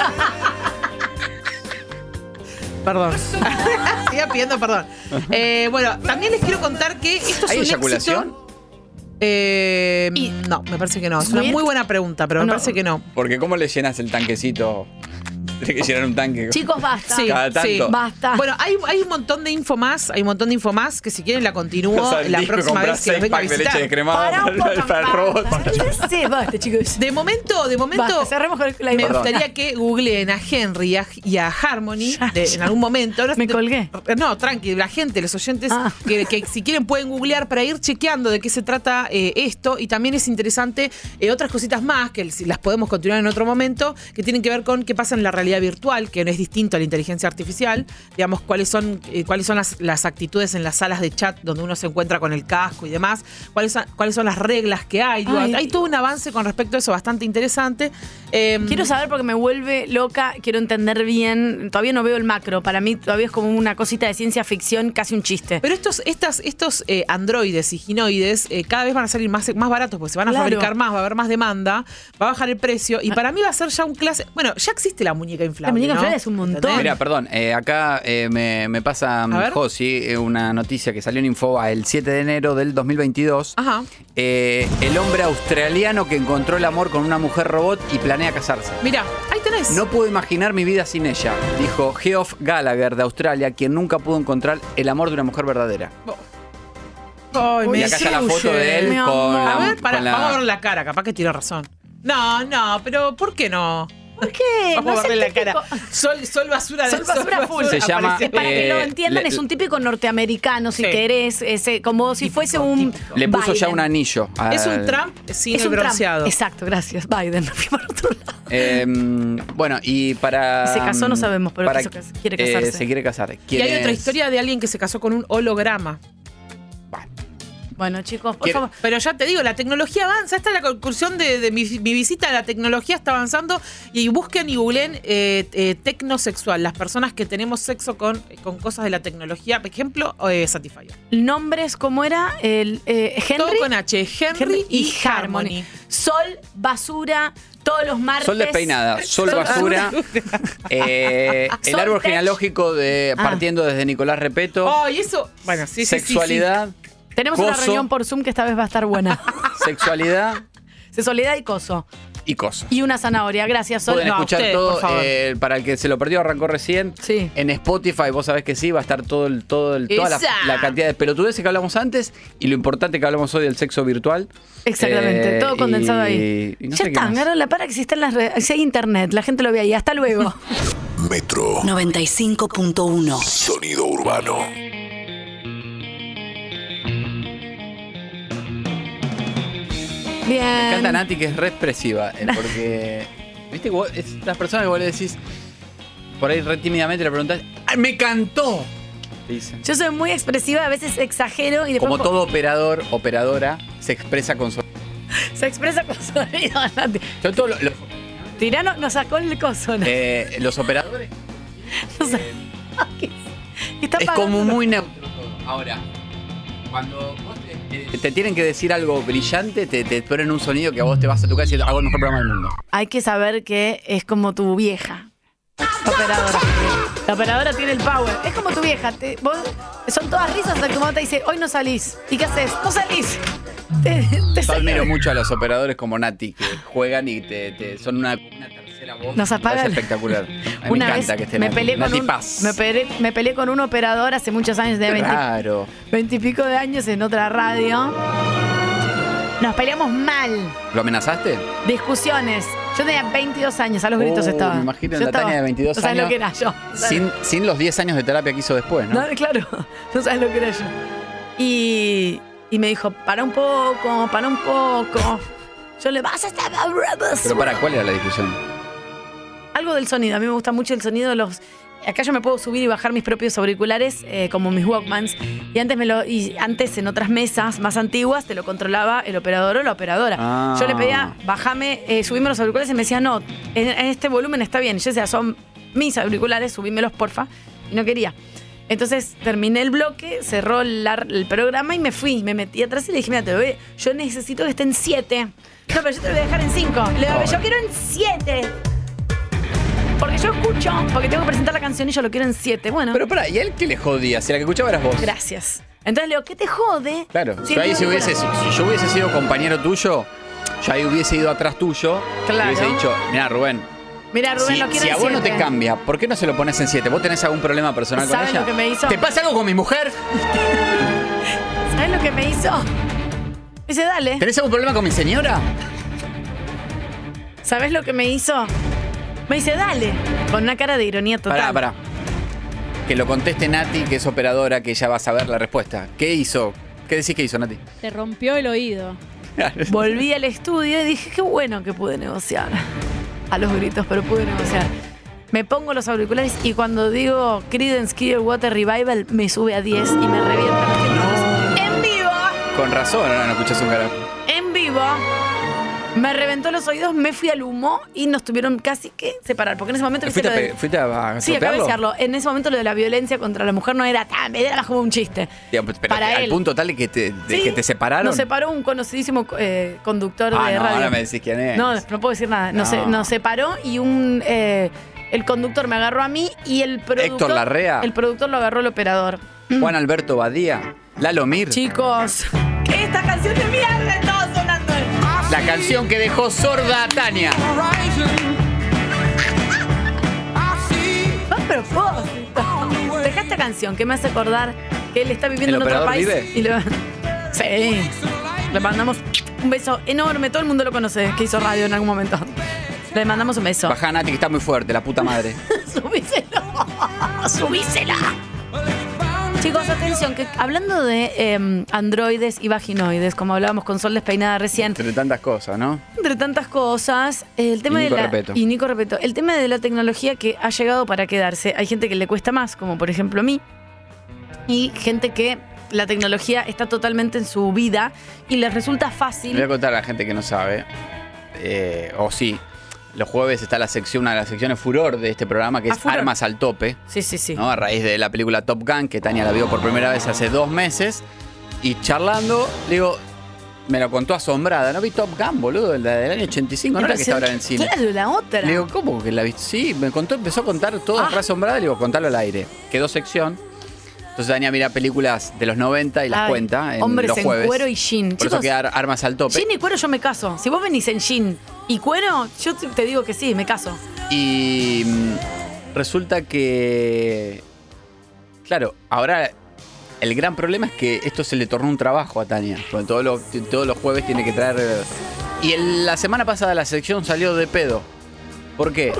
Perdón. *laughs* Siga pidiendo perdón. Eh, bueno, también les quiero contar que esto es
¿Hay
un
eyaculación?
éxito. Eh, no, me parece que no. Es una
¿Squirt?
muy buena pregunta, pero me
No.
parece que no.
Porque ¿cómo le llenas el tanquecito? Tiene que llenar un tanque. *laughs*
Chicos, basta.
Sí,
Cada tanto.
sí. Bueno, hay, hay un montón de info más, hay un montón de info más que si quieren la continúo
*laughs* O sea, el
la
disco,
próxima
comprás
vez que los
seis
venga a
packs de
visitar.
leche descremada Pará un para *laughs* el- poco, para el robot.
Sí, basta, chicos.
De momento, de momento,
Basta, cerremos con la
me
imagen.
gustaría que googleen a Henry y a, y a Harmony de- en algún momento. me colgué. No, tranqui, la gente, los oyentes, que, que si quieren pueden googlear para ir chequeando de qué se trata eh, esto. Y también es interesante eh, otras cositas más que si las podemos continuar en otro momento, que tienen que ver con qué pasa en la realidad virtual, que no es distinto a la inteligencia artificial. Digamos, cuáles son, eh, cuáles son las, las actitudes en las salas de chat donde uno se encuentra con el casco y demás. Cuáles son, cuáles son las reglas que hay. Digo,
Ay.
hay todo un avance con respecto a eso bastante interesante. Em,
Quiero saber porque me vuelve loca, quiero entender bien. Todavía no veo el macro, para mí todavía es como una cosita de ciencia ficción, casi un chiste.
Pero estos, estas, estos eh, androides y ginoides eh, cada vez van a salir más, más baratos porque se van a
Claro. Ah.
fabricar más, va a haber más demanda, va a bajar el precio y para mí va a ser ya un clase. Bueno, ya existe la muñeca inflable.
La muñeca
¿no?
inflable es un montón.
¿Entendés?
Mira, perdón, eh, acá eh, me, me pasa
A
mm,
ver.
Josi eh, una noticia que salió en Infoba el 7 de enero del 2022.
Ajá.
Eh, el hombre australiano que encontró el amor con una mujer robot y planea casarse.
Mira, ahí tenés.
No puedo imaginar mi vida sin ella, dijo Geoff Gallagher de Australia, quien nunca pudo encontrar el amor de una mujer verdadera.
Ay,
Y acá está la foto de él
Mi
con
amor.
la-
A ver, para,
con la-
vamos a ver la cara, capaz que tiene razón. No, no, pero ¿por qué no?
¿Por qué?
Vamos
Eh, No
a
es el
verle la cara.
típico-
Sol, sol basura de
Sol basura full.
Se llama,
Eh, para que lo
eh,
entiendan,
le-
es un típico norteamericano, si querés, ese, como si fuese un.
Le puso ya
Biden.
un anillo.
Es un
al-
Trump
sin
Es
el
un Trump.
bronceado.
Exacto, gracias. Biden. *laughs*
Eh, bueno, y
*laughs*
para.
Se casó, no sabemos, pero
Ah, para- eh,
quiso cas- quiere casarse.
se quiere casar.
Y
¿Quién
hay otra
es?
historia de alguien que se casó con un holograma.
Bueno, chicos, por
Quiere-
favor.
Pero ya te digo, la tecnología avanza. Esta es la conclusión de, de mi, mi visita. La tecnología está avanzando. Y busquen y googleen eh, eh, tecnosexual. Las personas que tenemos sexo con, con cosas de la tecnología. Por ejemplo, eh, Satisfyer.
Nombres, ¿cómo era? El, eh, Henry.
Todo con H. Henry, y Harmony.
Sol, basura, todos los martes.
Sol despeinada, sol
*laughs*
basura. *laughs* Eh, el
Sol
árbol
tech.
genealógico de
Ah.
partiendo desde Nicolás Repeto.
Ay, eso. Bueno, Oh, sí, sí, sí,
sexualidad,
Tenemos una
Coso.
reunión por Zoom que esta vez va a estar
*laughs*
buena.
sexualidad
Sexualidad y coso.
y cosas.
Y una zanahoria. Gracias, Sol.
Pueden
No, a
escuchar
ustedes, por
todo.
favor.
eh, para el que se lo perdió, arrancó recién. En Spotify, vos sabés que sí, va a estar todo el, todo el- toda la,
Esa.
la cantidad de pelotudeces que hablamos antes y lo importante que hablamos hoy del sexo virtual.
Exactamente,
Eh,
todo condensado
y-
ahí.
y no
ya
sé qué
está,
más.
agarra la para que existen las redes. Si hay internet, la gente lo ve ahí. Hasta luego.
Metro.
95.1.
Sonido urbano.
Bien.
*laughs* Me encanta Nati que es re expresiva, eh, porque. *laughs* ¿Viste? Vos- es las personas que vos le decís. Por ahí re tímidamente le preguntás. "Ay, ¡Me cantó! Te dice.
Yo soy muy expresiva, a veces exagero y después
Como
po-
todo operador, operadora, se expresa con sonido.
se expresa con *laughs* sonido. Nati.
Yo todo lo- lo-
Tirano nos sacó el coso. ¿no?
eh, los
*laughs*
operadores. Eh,
Nos sa- Está
es
apagando.
como muy neutro todo. Ahora, cuando vos te, te tienen que decir algo brillante, te, te ponen un sonido que a vos te vas a tu casa y hago el mejor programa del mundo.
Hay que saber que es como tu vieja. La operadora. La operadora tiene el power. Es como tu vieja. te- vos- son todas risas hasta que tu mamá te dice, hoy no salís. ¿Y qué haces? No salís. Te- te
Yo
saca-
admiro mucho a los operadores como Nati, que juegan y te, te- son una, una tercera voz.
Nos
Me parece
apagan.
espectacular. A mí
Una
me
vez
encanta que esté
me
Nati.
peleé, con
Nati
un,
Paz. Ah.
me, peleé, me peleé con un operador hace muchos años, de 20,
Claro.
20 y pico de años en otra radio. Nos peleamos mal.
¿Lo amenazaste?
Discusiones. Yo tenía 22 años, a los gritos
Oh,
estaba.
Me imagino
Yo
la
estaba-
Tania de 22
No sabes
años.
lo que era yo. No sabes-
Sin, sin los 10 años de terapia que hizo después, ¿no?
No, claro, *laughs* no sabes lo que era yo. Y, y me dijo, para un poco, para un poco. Yo le vas a estar...
Pero para, ¿cuál era la discusión?
Algo del sonido, a mí me gusta mucho el sonido de los... Acá yo me puedo subir y bajar mis propios auriculares, eh, como mis Walkmans. Y antes, me lo, y antes en otras mesas más antiguas te lo controlaba el operador o la operadora.
Ah.
Yo le pedía, bájame, eh, subime los auriculares y me decía, no, en, en este volumen está bien. Yo decía, son mis auriculares, subímelos porfa. Y no quería. Entonces terminé el bloque, cerró la- el programa y me fui. Me metí atrás y le dije, mira, te voy- yo necesito que esté en 7. No, pero yo te lo voy a dejar en 5. Le digo, yo quiero en 7. Porque yo escucho, porque tengo que presentar la canción y yo lo quiero en 7. Bueno.
Pero para, ¿y él qué le jodía? Si la que escuchaba eras vos.
Gracias. Entonces le digo, ¿qué te jode?
Claro.
Sí,
Yo ahí
no,
si,
no,
hubiese, si
no.
yo hubiese sido compañero tuyo, yo ahí hubiese ido atrás tuyo. y
Claro.
hubiese dicho, mirá, Rubén,
Mira, Rubén,
si,
lo quiero
si a vos no te
siete.
cambia, ¿por qué no se lo pones en 7? ¿Vos tenés algún problema personal con
¿Saben
ella?
lo que me hizo?
¿Te pasa algo con mi mujer?
¿Sabes lo que me hizo? Me dice, dale.
¿Tenés algún problema con mi señora?
¿Sabes lo que me hizo? Me dice, dale. Con una cara de ironía
Pará,
total.
pará. Que lo conteste Nati, que es operadora, que ella va a saber la respuesta. ¿Qué hizo? ¿Qué decís que hizo, Nati? *laughs*
Te rompió el oído.
Volví al estudio y dije, qué bueno que pude negociar. A los gritos, pero pude negociar. Me pongo los auriculares y cuando digo Creedence Clearwater Revival, me sube a 10 y me revienta los tímpanos. En vivo,
Con razón, ahora no escuchás un carajo.
en vivo. Me reventó los oídos, me fui al humo y nos tuvieron casi que separar. Porque en ese momento...
¿Fuiste
¿viste
a,
lo
pe-
del-
fuiste a- a
Sí, acabo de
golpearlo?
decirlo. En ese momento lo de la violencia contra la mujer no era tan... Era como un chiste.
Digo, pero
Para
al
él.
punto tal de que te, de
Sí,
que te separaron.
Nos separó un conocidísimo eh, conductor
ah,
de
no,
radio.
ahora me decís quién es.
No, no puedo decir nada. Nos,
No.
nos separó y un eh, el conductor me agarró a mí y el productor.
Héctor Larrea.
El productor lo agarró el operador.
Juan Alberto Badía. Lalo Mir.
Chicos. Esta canción de mierda estaba sonando.
La canción que dejó sorda a Tania.
No, pero propósito. Dejá esta canción que me hace acordar que él está viviendo
¿El
en otro
operador
país.
vive?
Y lo- sí. Le mandamos un beso enorme. Todo el mundo lo conoce que hizo radio en algún momento. Le mandamos un beso.
Bajá Nati que está muy fuerte, la
*laughs*
puta madre.
Subíselo. *laughs* Subísela. Chicos, atención, que hablando de eh, androides y vaginoides, como hablábamos con Sol Despeinada recién,
Entre tantas cosas, ¿no?
entre tantas cosas, el tema
Y Nico
de la.
Repetto.
Y Nico Repeto. El tema de la tecnología que ha llegado para quedarse. Hay gente que le cuesta más, como por ejemplo a mí. Y gente que la tecnología está totalmente en su vida y les resulta
Le voy a
fácil.
contar a la gente que no sabe. eh, o sí. Los jueves está la sección, una de las secciones furor de este programa, que
Ah,
es
furor.
Armas al Tope.
Sí, sí, sí.
¿no? A raíz de la película Top Gun, que Tania la vio por primera vez hace dos meses. Y charlando, le digo, me lo contó asombrada. No vi Top Gun, boludo, la del año 85, no la que está ahora en el cine.
Claro, la otra.
Le digo, ¿cómo que la viste? Sí, me contó, empezó a contar todo,
Ah.
fue asombrada, le digo, contalo al aire. Quedó sección. Entonces Tania mira películas de los 90 y las
Ay,
cuenta en
hombres
los
en
jueves.
cuero y jean.
Por
Chicos,
eso queda ar- armas al tope.
Jean y cuero yo me caso. Si vos venís en jean y cuero, yo te- te digo que sí, me caso.
Y mm, resulta que. Claro, ahora el gran problema es que esto se le tornó un trabajo a Tania. Porque todos los, todos los jueves tiene que traer. eh, Y el- la semana pasada la sección salió de pedo. ¿Por qué?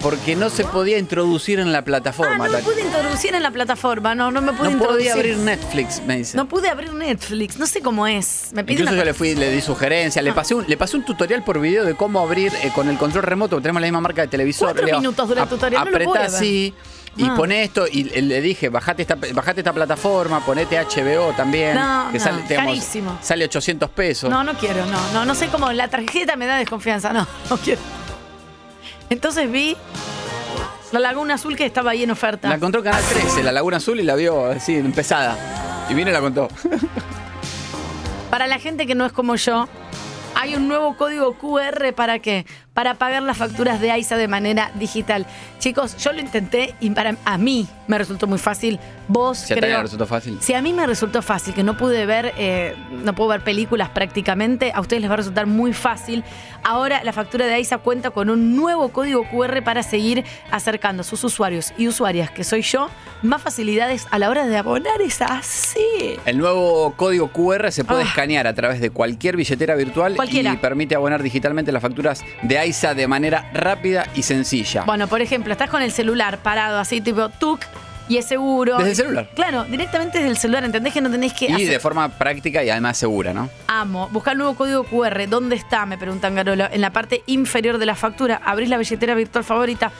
Porque no se podía introducir en la plataforma.
Ah, No pues me
Tania.
pude introducir en la plataforma, no, no me pude
No
introducir.
podía abrir Netflix, me dice.
No pude abrir Netflix, no sé cómo es. Me pide Ah.
Incluso
una-
yo le fui, le di sugerencias, le pasé un, le pasé un tutorial por video de cómo abrir eh, con el control remoto, porque tenemos la misma marca de televisor.
Cuatro
Le digo,
minutos dura el
ap-
tutorial, no lo
apretá
puedo ver.
así y
Ah.
pone esto y le le dije, bajate esta, bajate esta plataforma, ponete HBO también,
No,
que
no,
sale, digamos,
carísimo.
sale 800 pesos.
No, no quiero, no, no, no sé cómo. La tarjeta me da desconfianza, no, *laughs* no quiero. Entonces vi la Laguna Azul que estaba ahí en oferta.
La encontró Canal 13, la Laguna Azul, y la vio así, empezada. Y vino y la contó.
Para la gente que no es como yo, hay un nuevo código QR para qué? Para pagar las facturas de AISA de manera digital. Chicos, yo lo intenté y para a mí me resultó muy fácil. Vos
Si a Tania
creo,
le resultó fácil.
Si a mí me resultó fácil, que no pude ver, eh, no puedo ver películas prácticamente, a ustedes les va a resultar muy fácil. Ahora la factura de AISA cuenta con un nuevo código QR para seguir acercando a sus usuarios y usuarias, que soy yo, más facilidades a la hora de abonar esa así.
El nuevo código QR se puede escanear a través de cualquier billetera virtual
Ah. Cualquiera.
y permite abonar digitalmente las facturas de AISA de manera rápida y sencilla.
Bueno, por ejemplo, estás con el celular parado así, tipo tuk, y es seguro.
Desde el celular.
Claro, directamente desde el celular, ¿entendés que no tenés que
y
hacer-
de forma práctica y además segura, ¿no?
Amo. Buscar el nuevo código QR. ¿Dónde está? Me preguntan Garola. En la parte inferior de la factura. Abrís la billetera virtual favorita.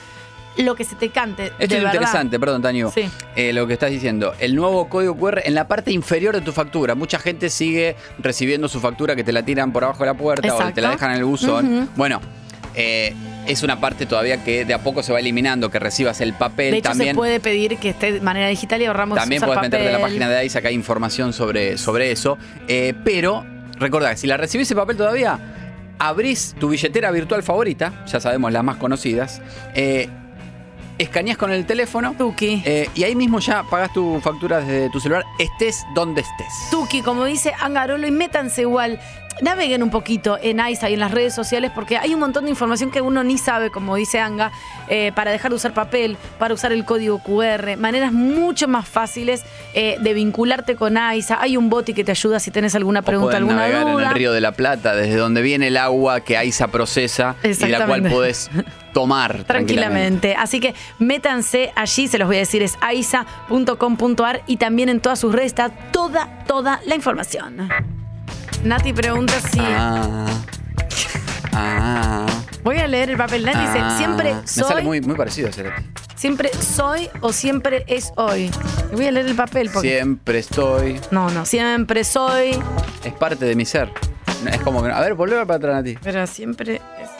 Lo que se te cante.
Esto
de
es
verdad.
interesante, perdón, Tanio.
Sí.
Eh, lo que estás diciendo. El nuevo código QR en la parte inferior de tu factura. Mucha gente sigue recibiendo su factura que te la tiran por abajo de la puerta o te
Exacto.
la dejan en el buzón.
Ujú.
Bueno, eh, es una parte todavía que de a poco se va eliminando, que recibas el papel
De hecho,
también.
se puede pedir que esté de manera digital y ahorramos
También
usar
podés meterte a la
papel.
página de AISA, que hay información sobre, sobre eso. Eh, pero, recordá, que si la recibís en papel todavía, abrís tu billetera virtual favorita, ya sabemos las más conocidas, eh, escaneás con el teléfono. eh, y ahí mismo ya pagás tu factura desde tu celular, estés donde estés.
Tuki, como dice Angarolo, y métanse igual. Naveguen un poquito en AISA y en las redes sociales porque hay un montón de información que uno ni sabe, como dice Anga, eh, para dejar de usar papel, para usar el código QR, maneras mucho más fáciles eh, de vincularte con AISA. Hay un boti que te ayuda si tenés alguna pregunta,
Podés
alguna
navegar en
duda.
el río de la Plata, desde donde viene el agua que AISA procesa y de la cual
Exactamente.
podés tomar tranquilamente.
*laughs* Tranquilamente. Así que métanse allí, se los voy a decir, es aisa.com.ar y también en todas sus redes está toda, toda la información. Nati pregunta si.
Ah, ah,
Voy a leer el papel. Nati
ah.
dice: siempre
Me sale
soy,
muy, muy parecido a Cerati.
siempre soy o siempre es hoy. Voy a leer el papel porque.
Siempre estoy.
No, no, siempre soy.
Es parte de mi ser. No, Es como que. no- A ver, volver para atrás, Nati.
Pero siempre es.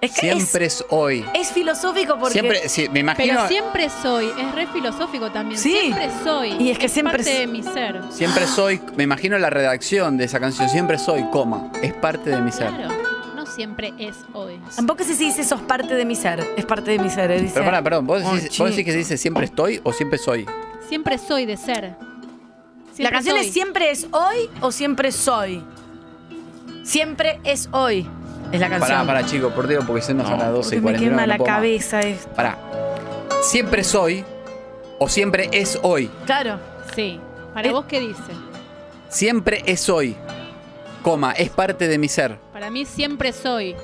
Es que
Siempre
es,
es, hoy.
es filosófico porque.
Siempre, sí, me imagino.
Pero siempre soy, es re filosófico también.
Sí.
Siempre soy.
Y es que siempre
parte
es-
de mi ser.
Siempre soy. Me imagino la redacción de esa canción. Siempre soy, coma. Es parte de mi ser.
Claro, no siempre es hoy.
Tampoco sé si dice sos parte de mi ser. Es parte de mi ser. eh, Dice,
Pero pará, perdón, ¿vos decís,
Oh,
vos decís que se dice siempre estoy o siempre soy?
Siempre soy de ser.
¿La canción es siempre es hoy o siempre soy? Siempre es hoy. Es la
Pará,
canción.
pará, chico, por Dios, porque se nos a las 12 y
Porque me
49,
quema
no
la
puedo más.
cabeza esto.
Pará. Siempre soy o siempre es hoy.
Claro. Sí.
Eh.
¿Para vos qué dice?
Siempre es hoy. Coma, es parte de mi ser.
Para mí siempre soy.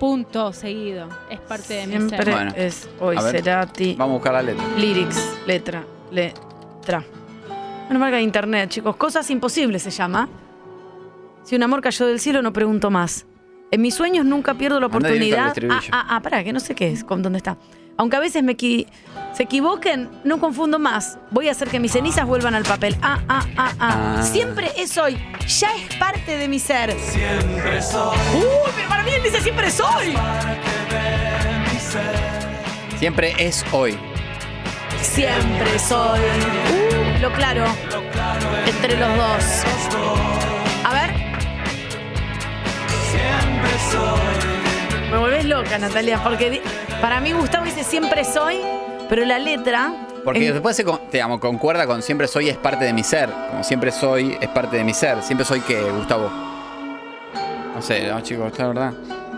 Punto seguido. Es parte de mi ser.
Siempre es hoy,
a ver,
Cerati.
Vamos a buscar la letra.
Lyrics, letra, letra. Una marca de internet, chicos. Cosas imposibles se llama. Si un amor cayó del cielo, no pregunto más. En mis sueños nunca pierdo la
Anda directo al
oportunidad. Ah,
estribillo.
ah, ah, pará, que no sé qué es, con dónde está. Aunque a veces me equi- se equivoquen, no confundo más. Voy a hacer que mis cenizas vuelvan al papel. Ah, ah, ah, ah.
Ah.
Siempre es hoy. Ya es parte de mi ser.
Siempre soy.
Uy, pero para mí él dice siempre soy.
Siempre es hoy.
Siempre soy. Uh, lo claro. Entre los dos. A ver.
Siempre soy.
Me volvés loca, Natalia, porque di- para mí Gustavo dice siempre soy, pero la letra.
Porque
en-
después se, con- te amo, concuerda con siempre soy es parte de mi ser. Como siempre soy es parte de mi ser. Siempre soy que, Gustavo. No sé, no, chicos, la verdad.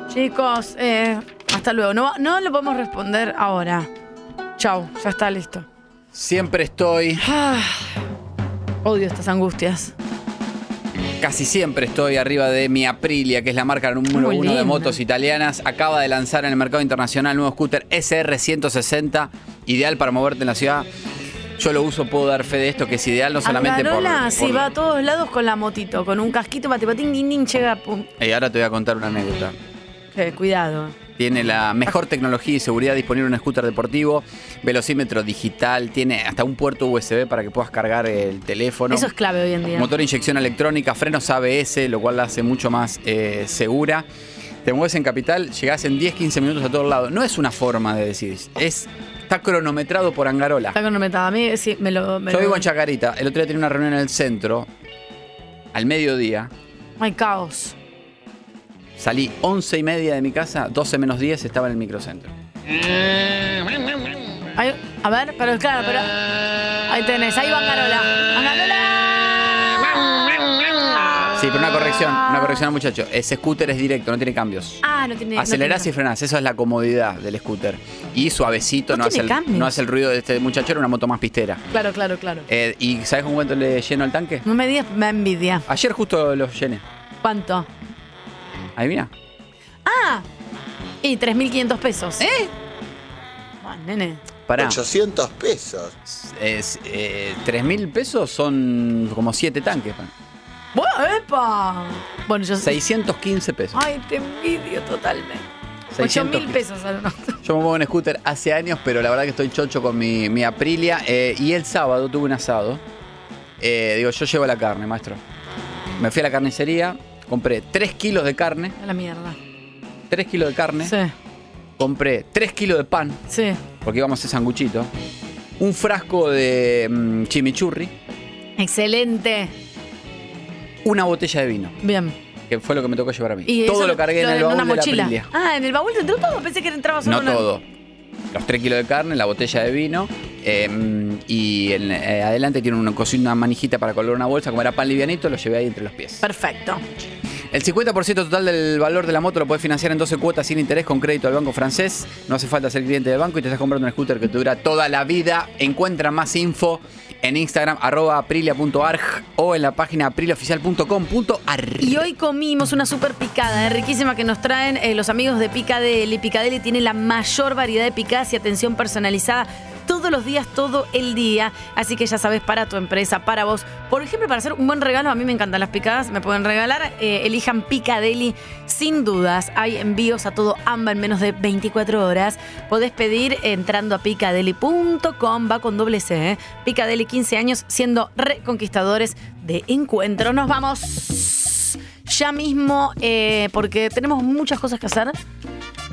Chicos, eh, hasta luego. No, no lo podemos responder ahora. Chau, ya está listo.
Siempre estoy.
Ah, odio estas angustias.
Casi siempre estoy arriba de mi Aprilia, que es la marca número
Muy
uno
linda.
de motos italianas. Acaba de lanzar en el mercado internacional nuevo scooter SR160, ideal para moverte en la ciudad. Yo lo uso, puedo dar fe de esto, que es ideal no solamente por,
Angarola, sí,
por-
va a todos lados con la motito, con un casquito, patipatín, din, din, llega. pum.
Eh, ahora te voy a contar una anécdota.
Eh, cuidado.
Tiene la mejor tecnología y seguridad disponible en un scooter deportivo, velocímetro digital, tiene hasta un puerto USB para que puedas cargar el teléfono.
Eso es clave hoy en día.
Motor inyección electrónica, frenos ABS, lo cual la hace mucho más eh, segura. Te mueves en capital, llegás en 10-15 minutos a todos lados. No es una forma de decir, es, está cronometrado por Angarola.
Está cronometrado. A mí sí, me lo. me
Yo
lo-
vivo en Chacarita, el otro día tenía una reunión en el centro, al mediodía,
Hay caos.
salí 11 y media de mi casa, 12 menos 10 estaba en el microcentro.
Ahí- a ver, pero claro, pero. Ahí tenés, ahí va Angarola. ¡Angarola!
Sí, pero una corrección, una corrección al muchacho. Ese scooter es directo, no tiene cambios.
Ah, no tiene. no
Acelerás
tiene-
y frenás, eso es la comodidad del scooter. Y suavecito,
No
no, hace,
tiene cambios.
el, no hace el ruido de este muchacho, era una moto más pistera.
Claro, claro, claro.
Eh, ¿Y sabes con cuánto le lleno el tanque?
No me digas, me envidia.
Ayer justo lo llené.
¿Cuánto?
Ahí mira.
Ah, y 3.500 pesos. ¿Eh? Bueno, nene.
Pará.
800 pesos.
Es, eh, 3 mil pesos son como 7 tanques. pa.
Bueno, epa. Bueno, yo.
615 pesos.
Ay, te envidio totalmente.
600
8.000 pesos al
Yo me muevo en scooter hace años, pero la verdad que estoy chocho con mi, mi Aprilia. eh, y el sábado tuve un asado. Eh, digo, yo llevo la carne, maestro. Me fui a la carnicería, compré 3 kilos de carne,
A la mierda.
3 kilos de carne.
Sí.
Compré 3 kilos de pan.
Sí.
Porque íbamos a hacer sanguchito. Un frasco de mm, chimichurri.
Excelente.
Una botella de vino.
Bien.
que fue lo que me tocó llevar a mí.
Y eso
todo lo cargué en el baúl
una
de la
mochila.
Aprilia.
ah, en el baúl te entró todo. Pensé que entraba solo
No
una-
todo. Los 3 kilos de carne, la botella de vino. eh, y en- eh, adelante tiene una cocina, una manijita para colgar una bolsa. Como era pan livianito, lo llevé ahí entre los pies.
Perfecto.
El 50% total del valor de la moto lo puedes financiar en 12 cuotas sin interés con crédito al banco francés. No hace falta ser cliente del banco y te estás comprando un scooter que te dura toda la vida. Encuentra más info en Instagram, arroba aprilia.arg o en la página apriliaoficial.com.ar.
Y hoy comimos una super picada, eh, riquísima, que nos traen eh, los amigos de Picadeli. Picadeli tiene la mayor variedad de picadas y atención personalizada todos los días, todo el día. Así que ya sabes, para tu empresa, para vos. Por ejemplo, para hacer un buen regalo, a mí me encantan las picadas, me pueden regalar. eh, elijan Picadeli sin dudas. Hay envíos a todo AMBA en menos de 24 horas. Podés pedir entrando a picadeli.com, va con doble C, eh. Picadeli 15 años siendo reconquistadores de encuentro. Nos vamos ya mismo eh, porque tenemos muchas cosas que hacer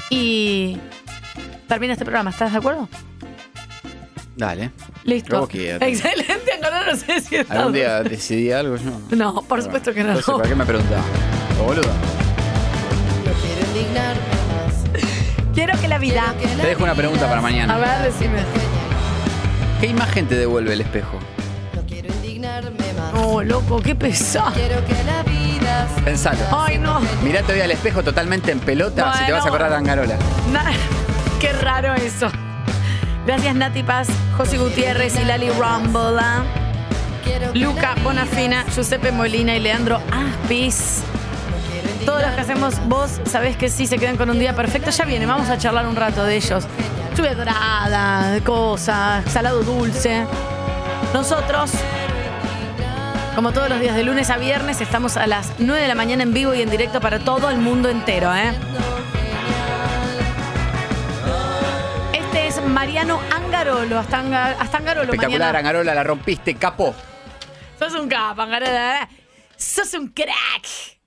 y termina este programa. ¿Estás de acuerdo?
Dale.
Listo.
Como quieras.
Excelente, Angola, no sé si está.
¿Algún día decidí algo yo?
No, por supuesto que no.
Entonces, ¿para qué me preguntaba? Boludo.
Quiero que la vida.
Te dejo una pregunta para
A
mañana.
ver, decime.
¿Qué imagen te devuelve el espejo?
Oh, loco, qué pesado. Quiero que la vida.
Pensalo.
Ay, no.
Mirate hoy al espejo totalmente en pelota si te
Bueno.
vas a acordar de Angarola.
Na- Qué raro eso. Gracias Nati Paz, José Gutiérrez y Lali ¿ah? Rambola. Luca Bonafina, Giuseppe Molina y Leandro Aspis. Todos los que hacemos vos, sabés que sí, se quedan con un día perfecto. Ya viene, vamos a charlar un rato de ellos. Lluvia dorada, de cosas, salado dulce. Nosotros, como todos los días de lunes a viernes, estamos a las 9 de la mañana en vivo y en directo para todo el mundo entero, ¿eh? Este es Mariano Angarolo. Hasta, Anga- hasta Angarolo
Espectacular,
mañana.
Angarola, la rompiste, capo.
Sos un capo, Angarola. ¿eh? Sos un crack.